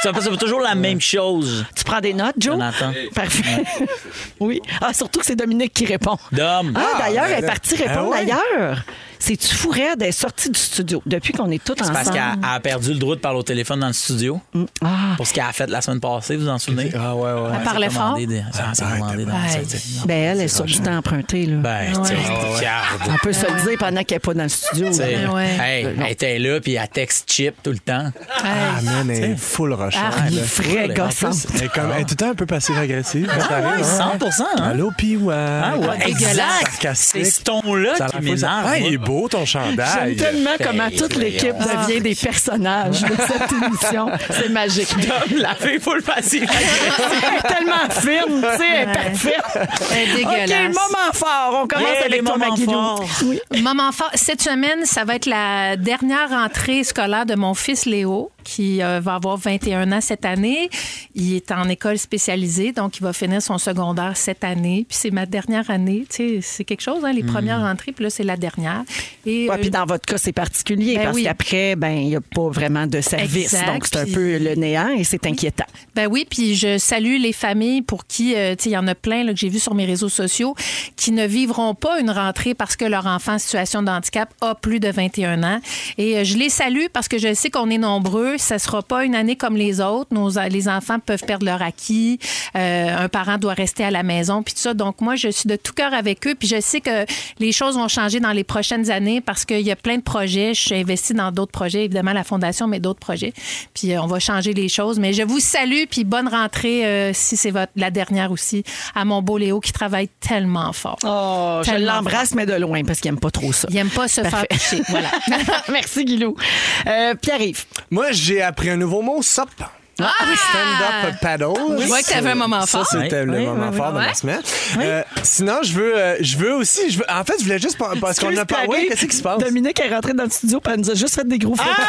Speaker 3: Ça fait ça fait toujours la même chose.
Speaker 2: Tu prends des notes, Joe?
Speaker 3: Jonathan.
Speaker 2: Parfait. oui. Ah, surtout que c'est Dominique qui répond.
Speaker 3: Dom.
Speaker 2: Ah, d'ailleurs,
Speaker 1: ben
Speaker 2: elle est
Speaker 1: là.
Speaker 2: partie
Speaker 1: Ah
Speaker 2: répondre
Speaker 1: ouais?
Speaker 2: ailleurs. C'est-tu fou raide? Elle est sortie du studio depuis qu'on est tous
Speaker 3: C'est
Speaker 2: ensemble.
Speaker 3: parce qu'elle elle a perdu le droit de parler au téléphone dans le studio
Speaker 2: Ah.
Speaker 3: pour ce qu'elle a fait la semaine passée, vous vous en souvenez?
Speaker 1: Ah, ouais, ouais.
Speaker 4: Mm. Elle parlait fort. Aïe.
Speaker 2: Ben, elle est sur du temps emprunté. Là.
Speaker 3: Ben, tu sais, regarde.
Speaker 2: On peut se le dire pendant qu'elle n'est pas dans le studio.
Speaker 3: Tu sais,
Speaker 2: là.
Speaker 4: Ah, ben ouais.
Speaker 3: hey, elle était là, puis elle texte Chip tout le temps.
Speaker 1: Ah, man, elle est full
Speaker 4: ben, Ah,
Speaker 1: rochard.
Speaker 2: Il est
Speaker 3: là.
Speaker 2: vrai
Speaker 3: En
Speaker 2: gossante.
Speaker 3: plus,
Speaker 1: Elle est comme- elle est tout le temps un peu passive-agressive. quand
Speaker 3: Ah
Speaker 1: t'arrives,
Speaker 3: ouais,
Speaker 1: hein.
Speaker 3: 100 hein?
Speaker 1: Allô, Piwa.
Speaker 3: Ah ouais, exact. C'est
Speaker 1: Sarcastique.
Speaker 3: ce ton-là
Speaker 1: Ça a
Speaker 3: qui
Speaker 1: l'air fou, ça.
Speaker 3: m'énerve.
Speaker 1: Ouais,
Speaker 3: moi.
Speaker 1: il est beau ton
Speaker 2: J'aime
Speaker 1: chandail.
Speaker 2: tellement
Speaker 3: Hey,
Speaker 2: comment toute
Speaker 3: voyons.
Speaker 2: l'équipe devient des personnages de cette émission. C'est magique.
Speaker 3: Dom, la fille full facile.
Speaker 2: Elle est tellement firme, tu sais, elle est parfaite.
Speaker 4: Elle est
Speaker 2: OK,
Speaker 4: dégueulasse.
Speaker 2: moment fort. On commence
Speaker 3: Yeah, les
Speaker 2: avec toi,
Speaker 3: moments
Speaker 2: Maguilou.
Speaker 3: forts.
Speaker 2: Oui.
Speaker 4: Moment fort. Cette semaine, ça va être la dernière rentrée scolaire de mon fils Léo, qui euh, va avoir 21 ans cette année. Il est en école spécialisée, donc il va finir son secondaire cette année. Puis c'est ma dernière année. Tu sais, c'est quelque chose, hein, les premières rentrées, puis là, c'est la dernière. Et,
Speaker 2: Hmm. Ouais,
Speaker 4: euh,
Speaker 2: puis dans votre cas, c'est particulier
Speaker 4: Ben
Speaker 2: parce
Speaker 4: oui.
Speaker 2: qu'après, ben il n'y a pas vraiment de service.
Speaker 4: Exact,
Speaker 2: donc, c'est un
Speaker 4: puis-
Speaker 2: peu le néant et c'est inquiétant.
Speaker 4: Ben oui, puis je salue les familles pour qui, euh, tu sais, il y en a plein là, que j'ai vu sur mes réseaux sociaux qui ne vivront pas une rentrée parce que leur enfant en situation de handicap a plus de 21 ans. Et euh, je les salue parce que je sais qu'on est nombreux. Ça sera pas une année comme les autres. Nos, les enfants peuvent perdre leur acquis. Euh, un parent doit rester à la maison, puis tout ça. Donc moi, je suis de tout cœur avec eux. Puis je sais que les choses vont changer dans les prochaines années parce qu'il y a plein de projets. Je suis investie dans d'autres projets, évidemment la fondation, mais d'autres projets. Puis euh, on va changer les choses. Mais je vous salue, puis bonne rentrée euh, si c'est votre, la dernière aussi à mon beau Léo qui travaille tellement fort.
Speaker 2: Oh, je
Speaker 4: Tellement
Speaker 2: l'embrasse, mais de loin parce qu'il n'aime pas trop ça.
Speaker 4: Il aime pas se
Speaker 2: Parfait.
Speaker 4: faire toucher. Voilà.
Speaker 2: Merci, Guilou. Euh, Pierre-Yves.
Speaker 1: Moi, j'ai appris un nouveau mot, sop. Stand-up paddle.
Speaker 4: Ah! Je vois que t'avais un moment
Speaker 1: Ça,
Speaker 4: fort.
Speaker 1: c'était le
Speaker 3: Oui,
Speaker 1: moment
Speaker 3: oui,
Speaker 1: fort de ma
Speaker 4: Ouais.
Speaker 1: semaine. Euh, sinon, je veux, euh, je veux aussi. Je veux, en fait, je voulais juste. par- Parce qu'on
Speaker 2: Excuse,
Speaker 1: a pas.
Speaker 2: Paris.
Speaker 1: Oui, qu'est-ce qui se passe? Ah!
Speaker 2: Dominique est rentrée dans le studio, puis elle nous a juste fait des gros flottis.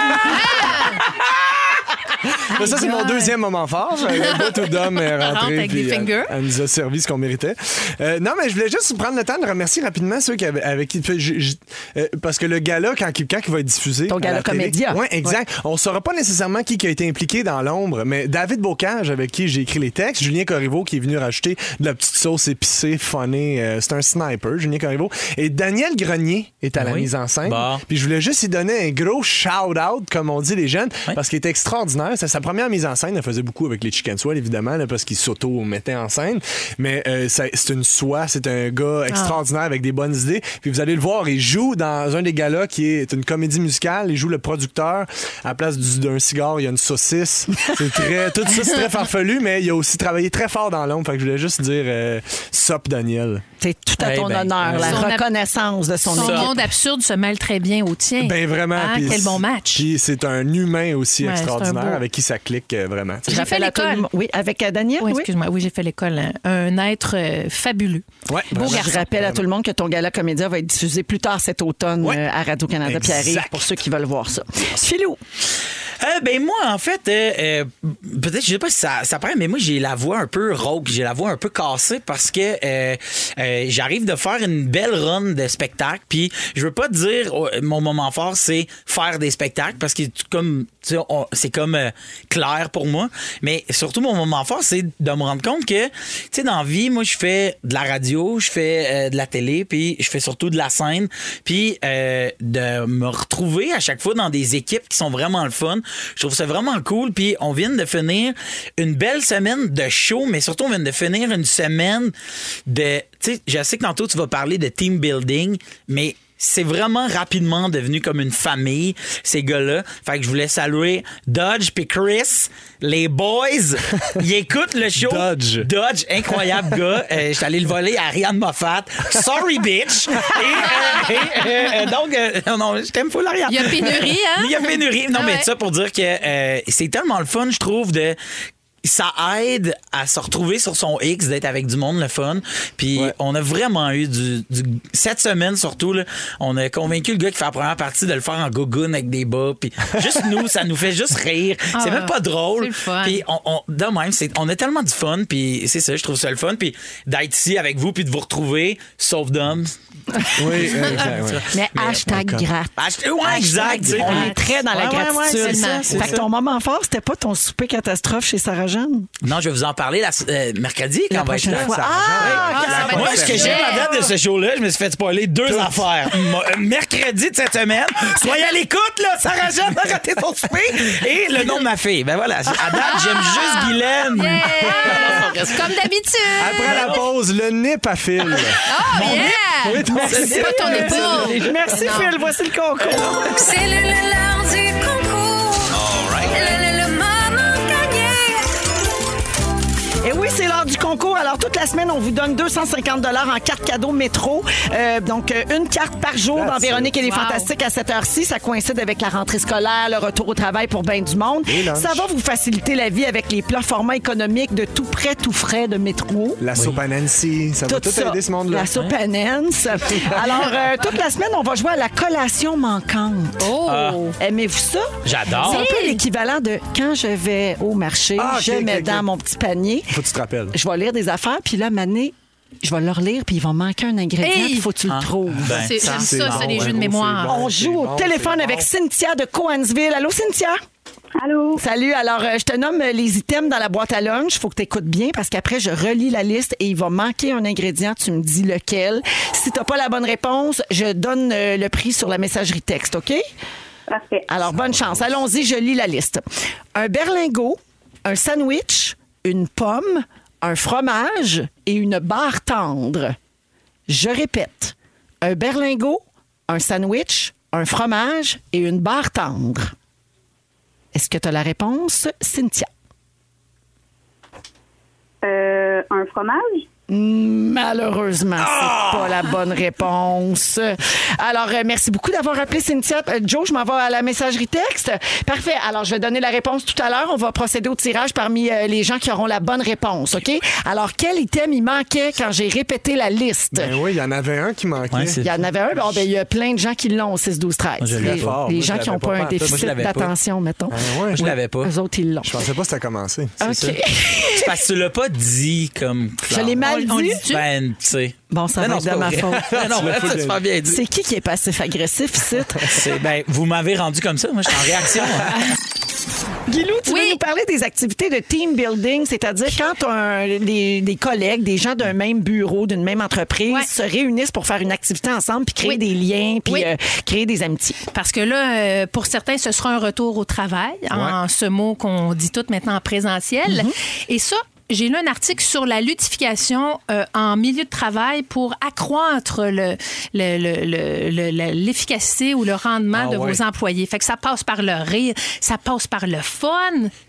Speaker 1: Mais ça, c'est mon deuxième moment fort. Le bout où Dom est
Speaker 4: Rentre
Speaker 1: rentré.
Speaker 4: avec
Speaker 1: puis
Speaker 4: des
Speaker 1: elle-
Speaker 4: fingers.
Speaker 1: Elle, nous a servi ce qu'on méritait. Euh, non, mais je voulais juste prendre le temps de remercier rapidement ceux qui avaient- avec qui. puis j'ai- j'ai- euh, parce que le gala, quand, quand il va être diffusé.
Speaker 2: Ton gala comédia.
Speaker 1: Oui, exact. On ne saura pas nécessairement qui, qui a été impliqué dans l'ombre, mais David Bocage, avec qui j'ai écrit les textes, Julien Corriveau, qui est venu rajouter de la petite sauce épicée, funny. euh, c'est un sniper, Julien Corriveau. Et Daniel Grenier est à la
Speaker 3: Oui.
Speaker 1: mise en scène.
Speaker 3: Bon.
Speaker 1: Puis je voulais juste y donner un gros shout-out, comme on dit les jeunes,
Speaker 3: Oui.
Speaker 1: parce qu'il était extraordinaire. C'est sa première mise en scène. Elle faisait beaucoup avec les chicken swell, évidemment, là, parce qu'il s'auto-mettait en scène. Mais euh, ça- c'est une soie, c'est un gars extraordinaire avec des bonnes idées. Puis vous allez le voir, il joue dans un des galas qui est une comédie musicale. Il joue le producteur. À la place du- d'un cigare, il y a une saucisse. C'est très, tout ça, c'est très farfelu, mais il a aussi travaillé très fort dans l'ombre. Fait que je voulais juste dire euh, Sop Daniel.
Speaker 2: C'est tout à
Speaker 3: Eh
Speaker 2: ton
Speaker 3: ben,
Speaker 2: honneur, la
Speaker 4: son ab-
Speaker 2: reconnaissance de son
Speaker 4: Son
Speaker 2: équipe.
Speaker 4: monde absurde se mêle très bien au tien.
Speaker 1: Ben vraiment.
Speaker 4: Ah,
Speaker 1: puis-
Speaker 4: quel bon match.
Speaker 1: Puis c'est un humain aussi
Speaker 4: Ouais, c'est un
Speaker 1: extraordinaire
Speaker 4: beau.
Speaker 1: avec qui ça clique euh, vraiment.
Speaker 4: J'ai fait
Speaker 2: Rappelle à tout le
Speaker 4: l'école.
Speaker 2: monde- Oui, avec euh, Daniel.
Speaker 4: Oui,
Speaker 2: oui.
Speaker 4: excuse-moi. Oui, j'ai fait l'école. hein. Un être euh, fabuleux.
Speaker 1: Ouais,
Speaker 2: Beau
Speaker 1: vraiment.
Speaker 2: garçon. Ben, Je rappelle à tout le monde que ton gala comédia va être diffusé plus tard cet automne
Speaker 1: Ouais.
Speaker 2: euh, à Radio-Canada puis
Speaker 1: Exact.
Speaker 2: arrive pour ceux qui veulent voir ça. Philou,
Speaker 3: Euh, ben moi, en fait, euh, euh, peut-être, je sais pas si ça, ça prend, mais moi, j'ai la voix un peu rauque, j'ai la voix un peu cassée parce que euh, euh, j'arrive de faire une belle run de spectacle. Puis je veux pas te dire, oh, mon moment fort, c'est faire des spectacles parce que tu- comme tu sais, on- c'est comme euh, clair pour moi. Mais surtout, mon moment fort, c'est de me rendre compte que, tu sais, dans la vie, moi, je fais de la radio, je fais euh, de la télé, puis je fais surtout de la scène. Puis euh, de me retrouver à chaque fois dans des équipes qui sont vraiment le fun. Je trouve ça vraiment cool. Puis on vient de finir une belle semaine de show, mais surtout, on vient de finir une semaine de. Tu sais, je sais que tantôt, tu vas parler de team building, mais c'est vraiment rapidement devenu comme une famille, ces gars-là. Fait que je voulais saluer Dodge puis Chris, les boys. Ils écoutent le show.
Speaker 1: Dodge.
Speaker 3: Dodge, incroyable gars. Euh, J'étais allé le voler à Ariane Moffat. Sorry, bitch. Et, euh, et, euh, euh, donc, euh, non, je t'aime full, Ariane.
Speaker 4: Il y a pénurie, hein?
Speaker 3: Il y a pénurie. Non,
Speaker 4: Ah
Speaker 3: mais
Speaker 4: ouais.
Speaker 3: ça pour dire que euh, c'est tellement le fun, je trouve, de. Ça aide à se retrouver sur son X, d'être avec du monde, le fun. Puis
Speaker 1: Ouais.
Speaker 3: on a vraiment eu du, du- Cette semaine, surtout, là, on a convaincu le gars qui fait la première partie de le faire en gogoon avec des bas. Puis juste nous, ça nous fait juste rire. C'est
Speaker 4: Ah,
Speaker 3: même pas drôle.
Speaker 4: c'est le fun.
Speaker 3: Puis on, on- de même, c'est- on a tellement du fun. Puis c'est ça, je trouve ça le fun. Puis d'être ici avec vous, puis de vous retrouver, sauf d'hommes.
Speaker 1: Oui, exact, ouais.
Speaker 2: mais hashtag gratte.
Speaker 3: Ah, je- ouais, exact. tu sais.
Speaker 4: Ah,
Speaker 2: On est très dans la
Speaker 3: Ouais, ouais, ouais,
Speaker 2: gratitude.
Speaker 3: c'est
Speaker 4: ça,
Speaker 3: c'est
Speaker 2: fait que
Speaker 3: ça.
Speaker 2: ton moment fort, c'était pas ton souper catastrophe chez Sarah Jeanne.
Speaker 3: Non, je vais vous en parler la, euh, mercredi quand on va être
Speaker 2: prochaine
Speaker 3: là.
Speaker 2: fois.
Speaker 3: Ça-
Speaker 2: Ah,
Speaker 4: ça va être
Speaker 3: Moi, ce que
Speaker 4: parfait.
Speaker 3: j'aime à date de ce show-là, je me suis fait spoiler deux affaires. Mo- euh, mercredi de cette semaine, soyez à l'écoute, là, Sarah Jeanne a raté son souper et le nom de ma fille. Ben voilà, à date, j'aime juste Guylaine.
Speaker 4: Yeah! Comme d'habitude!
Speaker 1: Après la pause, le nip à fil.
Speaker 4: Oh, yeah!
Speaker 1: Oui, ton
Speaker 4: C'est pas ton épaule!
Speaker 2: Merci Phil, voici le concours.
Speaker 7: C'est le, l'heure du concours. Le, moment gagné.
Speaker 2: Et oui, c'est l'heure du concours. Alors, toute la semaine, on vous donne 250 en cartes cadeaux métro. Euh, donc, euh, une carte par jour dans
Speaker 1: That's
Speaker 2: Véronique et les
Speaker 4: Wow.
Speaker 2: Fantastiques à cette heure-ci. Ça coïncide avec la rentrée scolaire, le retour au travail pour bien du monde.
Speaker 1: Et lunch.
Speaker 2: Ça va vous faciliter la vie avec les plats formats économiques de tout près, tout frais de métro.
Speaker 1: La soupe à Nancy, ça va tout
Speaker 2: ça.
Speaker 1: aider ce monde-là.
Speaker 2: La soupe à Nance. Alors, euh, toute la semaine, on va jouer à la collation manquante.
Speaker 3: Ah.
Speaker 4: Oh!
Speaker 2: Aimez-vous ça?
Speaker 3: J'adore.
Speaker 2: C'est un peu
Speaker 4: Oui.
Speaker 2: l'équivalent de quand je vais au marché,
Speaker 1: Ah, ok,
Speaker 2: je
Speaker 1: ok,
Speaker 2: mets
Speaker 1: ok.
Speaker 2: dans mon petit panier,
Speaker 1: Faut que tu te rappelles.
Speaker 2: je vais lire des affaires, puis là, Mané, je vais leur lire, puis ils vont manquer un ingrédient,
Speaker 4: Hey!
Speaker 2: il faut que tu le trouves.
Speaker 3: Ben,
Speaker 4: C'est- J'aime ça,
Speaker 1: c'est
Speaker 4: ça,
Speaker 1: bon,
Speaker 4: les
Speaker 1: ouais,
Speaker 4: jeux de
Speaker 1: c'est
Speaker 4: mémoire.
Speaker 1: bon.
Speaker 2: On joue au
Speaker 1: bon,
Speaker 2: téléphone
Speaker 1: c'est
Speaker 2: avec
Speaker 1: bon.
Speaker 2: Cynthia de Coansville. Allô, Cynthia?
Speaker 6: Allô?
Speaker 2: Salut. Alors, euh, je te nomme euh, les items dans la boîte à lunch. Faut que tu écoutes bien parce qu'après, je relis la liste et il va manquer un ingrédient. Tu me dis lequel. Si t'as pas la bonne réponse, je donne euh, le prix sur la messagerie texte, OK?
Speaker 6: Parfait.
Speaker 2: Alors, bonne chance. Allons-y, je lis la liste. Un berlingot, un sandwich, une pomme, un fromage et une barre tendre. Je répète, un berlingot, un sandwich, un fromage et une barre tendre. Est-ce que tu as la réponse, Cynthia?
Speaker 6: Euh, un fromage?
Speaker 2: Malheureusement, c'est pas la bonne réponse. Alors, euh, merci beaucoup d'avoir appelé Cynthia. Euh, Joe, je m'en vais à la messagerie texte. Parfait. Alors, je vais donner la réponse tout à l'heure. On va procéder au tirage parmi euh, les gens qui auront la bonne réponse, OK? Alors, quel item il manquait quand j'ai répété la liste?
Speaker 1: Ben oui, il y en avait un qui manquait.
Speaker 3: Ouais, c'est-
Speaker 2: Il y en avait un. Bon, ben, il y a plein de gens qui l'ont au
Speaker 3: Moi,
Speaker 2: 6-12-13.
Speaker 3: je
Speaker 2: Les,
Speaker 3: l'avais
Speaker 1: pas.
Speaker 2: les
Speaker 1: Moi,
Speaker 2: gens
Speaker 1: je
Speaker 2: qui n'ont pas
Speaker 1: l'avais pas
Speaker 2: un
Speaker 1: pantoute. Moi, je
Speaker 2: déficit
Speaker 3: l'avais pas.
Speaker 2: d'attention, mettons.
Speaker 1: Ah ouais.
Speaker 3: Je l'avais pas.
Speaker 2: Eux autres, ils l'ont.
Speaker 1: Je pensais pas que c'était commencé.
Speaker 2: OK.
Speaker 3: C'est parce que tu l'as pas dit comme. Claire.
Speaker 2: l'ai mal
Speaker 3: On- on
Speaker 2: dit.
Speaker 3: dit-tu? Ben, tu sais.
Speaker 2: Bon, ça
Speaker 3: Mais
Speaker 2: va
Speaker 3: non,
Speaker 2: être
Speaker 3: c'est
Speaker 2: de
Speaker 3: pas
Speaker 2: ma
Speaker 3: vrai.
Speaker 2: faute.
Speaker 3: Mais non,
Speaker 1: Tu l'as
Speaker 3: c'est
Speaker 1: pas dit.
Speaker 3: super bien dit.
Speaker 2: C'est qui qui est passif-agressif ici?
Speaker 3: C'est- Ben, vous m'avez rendu comme ça. Moi, je suis en réaction. hein.
Speaker 2: Guilou, tu
Speaker 4: Oui.
Speaker 2: veux nous parler des activités de team building, c'est-à-dire quand un- des, des collègues, des gens d'un même bureau, d'une même entreprise
Speaker 4: Ouais.
Speaker 2: se réunissent pour faire une activité ensemble, puis créer
Speaker 4: Oui.
Speaker 2: des liens, puis
Speaker 4: Oui.
Speaker 2: euh, créer des amitiés.
Speaker 4: Parce que là, euh, pour certains, ce sera un retour au travail, en ce mot qu'on dit tout maintenant en présentiel.
Speaker 3: Mm-hmm.
Speaker 4: Et ça, j'ai lu un article sur la ludification euh, en milieu de travail pour accroître le- le- le- le- le- le- l'efficacité ou le rendement
Speaker 3: Ah
Speaker 4: de
Speaker 3: ouais.
Speaker 4: vos employés. Fait que ça passe par le rire, ça passe par le fun,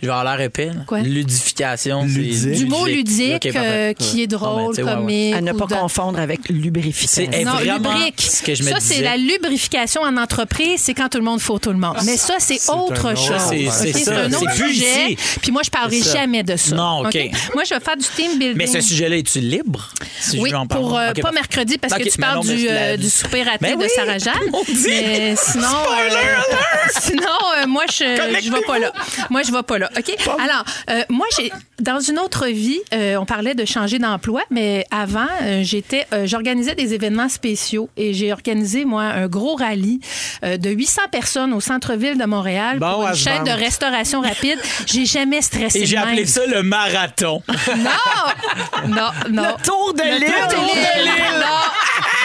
Speaker 3: Je vais avoir l'air épais. là.
Speaker 4: Quoi?
Speaker 3: Ludification. c'est
Speaker 1: Ludique.
Speaker 4: du mot ludique
Speaker 3: Ok, parfait.
Speaker 4: euh, qui
Speaker 3: Ouais.
Speaker 4: est drôle,
Speaker 3: Non, mais tu sais, ouais, ouais.
Speaker 4: comique.
Speaker 2: à ne
Speaker 4: ou
Speaker 2: pas
Speaker 4: dans-
Speaker 2: confondre avec lubrification.
Speaker 3: C'est-
Speaker 4: non,
Speaker 3: Eh, vraiment
Speaker 4: lubrique.
Speaker 3: ce que je me
Speaker 4: ça, c'est
Speaker 3: disais. Ah,
Speaker 4: la lubrification en entreprise, c'est quand tout le monde faut tout le monde. Mais ça, c'est autre
Speaker 1: un autre
Speaker 4: chose.
Speaker 3: affaire.
Speaker 4: OK?
Speaker 3: C'est- c'est ça.
Speaker 4: un
Speaker 3: C'est
Speaker 4: autre
Speaker 3: plus
Speaker 4: sujet.
Speaker 3: ici.
Speaker 4: Puis moi, je parlerai
Speaker 3: C'est ça.
Speaker 4: jamais de ça.
Speaker 3: Non, OK.
Speaker 4: Moi, je vais faire du team building.
Speaker 3: Mais ce sujet-là, es-tu libre? Si
Speaker 4: oui,
Speaker 3: je veux en parler?
Speaker 4: pour euh,
Speaker 3: Ok,
Speaker 4: pas
Speaker 3: parfait.
Speaker 4: mercredi parce
Speaker 3: Ok,
Speaker 4: que tu
Speaker 3: mais
Speaker 4: parles
Speaker 3: non, mais
Speaker 4: du,
Speaker 3: je
Speaker 4: euh,
Speaker 3: la-
Speaker 4: du souper raté
Speaker 3: Mais
Speaker 4: de
Speaker 3: oui,
Speaker 4: Sarah Jeanne.
Speaker 3: on dit.
Speaker 4: Mais sinon, euh, sinon euh, moi je je vais pas là. Moi je vais pas là. OK. Alors, euh, moi j'ai dans une autre vie, euh, on parlait de changer d'emploi, mais avant euh, j'étais euh, j'organisais des événements spéciaux et j'ai organisé moi un gros rallye euh, de 800 personnes au centre-ville de Montréal
Speaker 1: Bon,
Speaker 4: pour
Speaker 1: à
Speaker 4: une
Speaker 1: se
Speaker 4: chaîne de
Speaker 1: vendre.
Speaker 4: restauration rapide. J'ai jamais stressé
Speaker 3: Et j'ai
Speaker 4: de même.
Speaker 3: appelé ça le marathon.
Speaker 4: Non! Non, non.
Speaker 2: Le tour de
Speaker 4: Le
Speaker 2: l'île.
Speaker 4: tour de l'île. Non!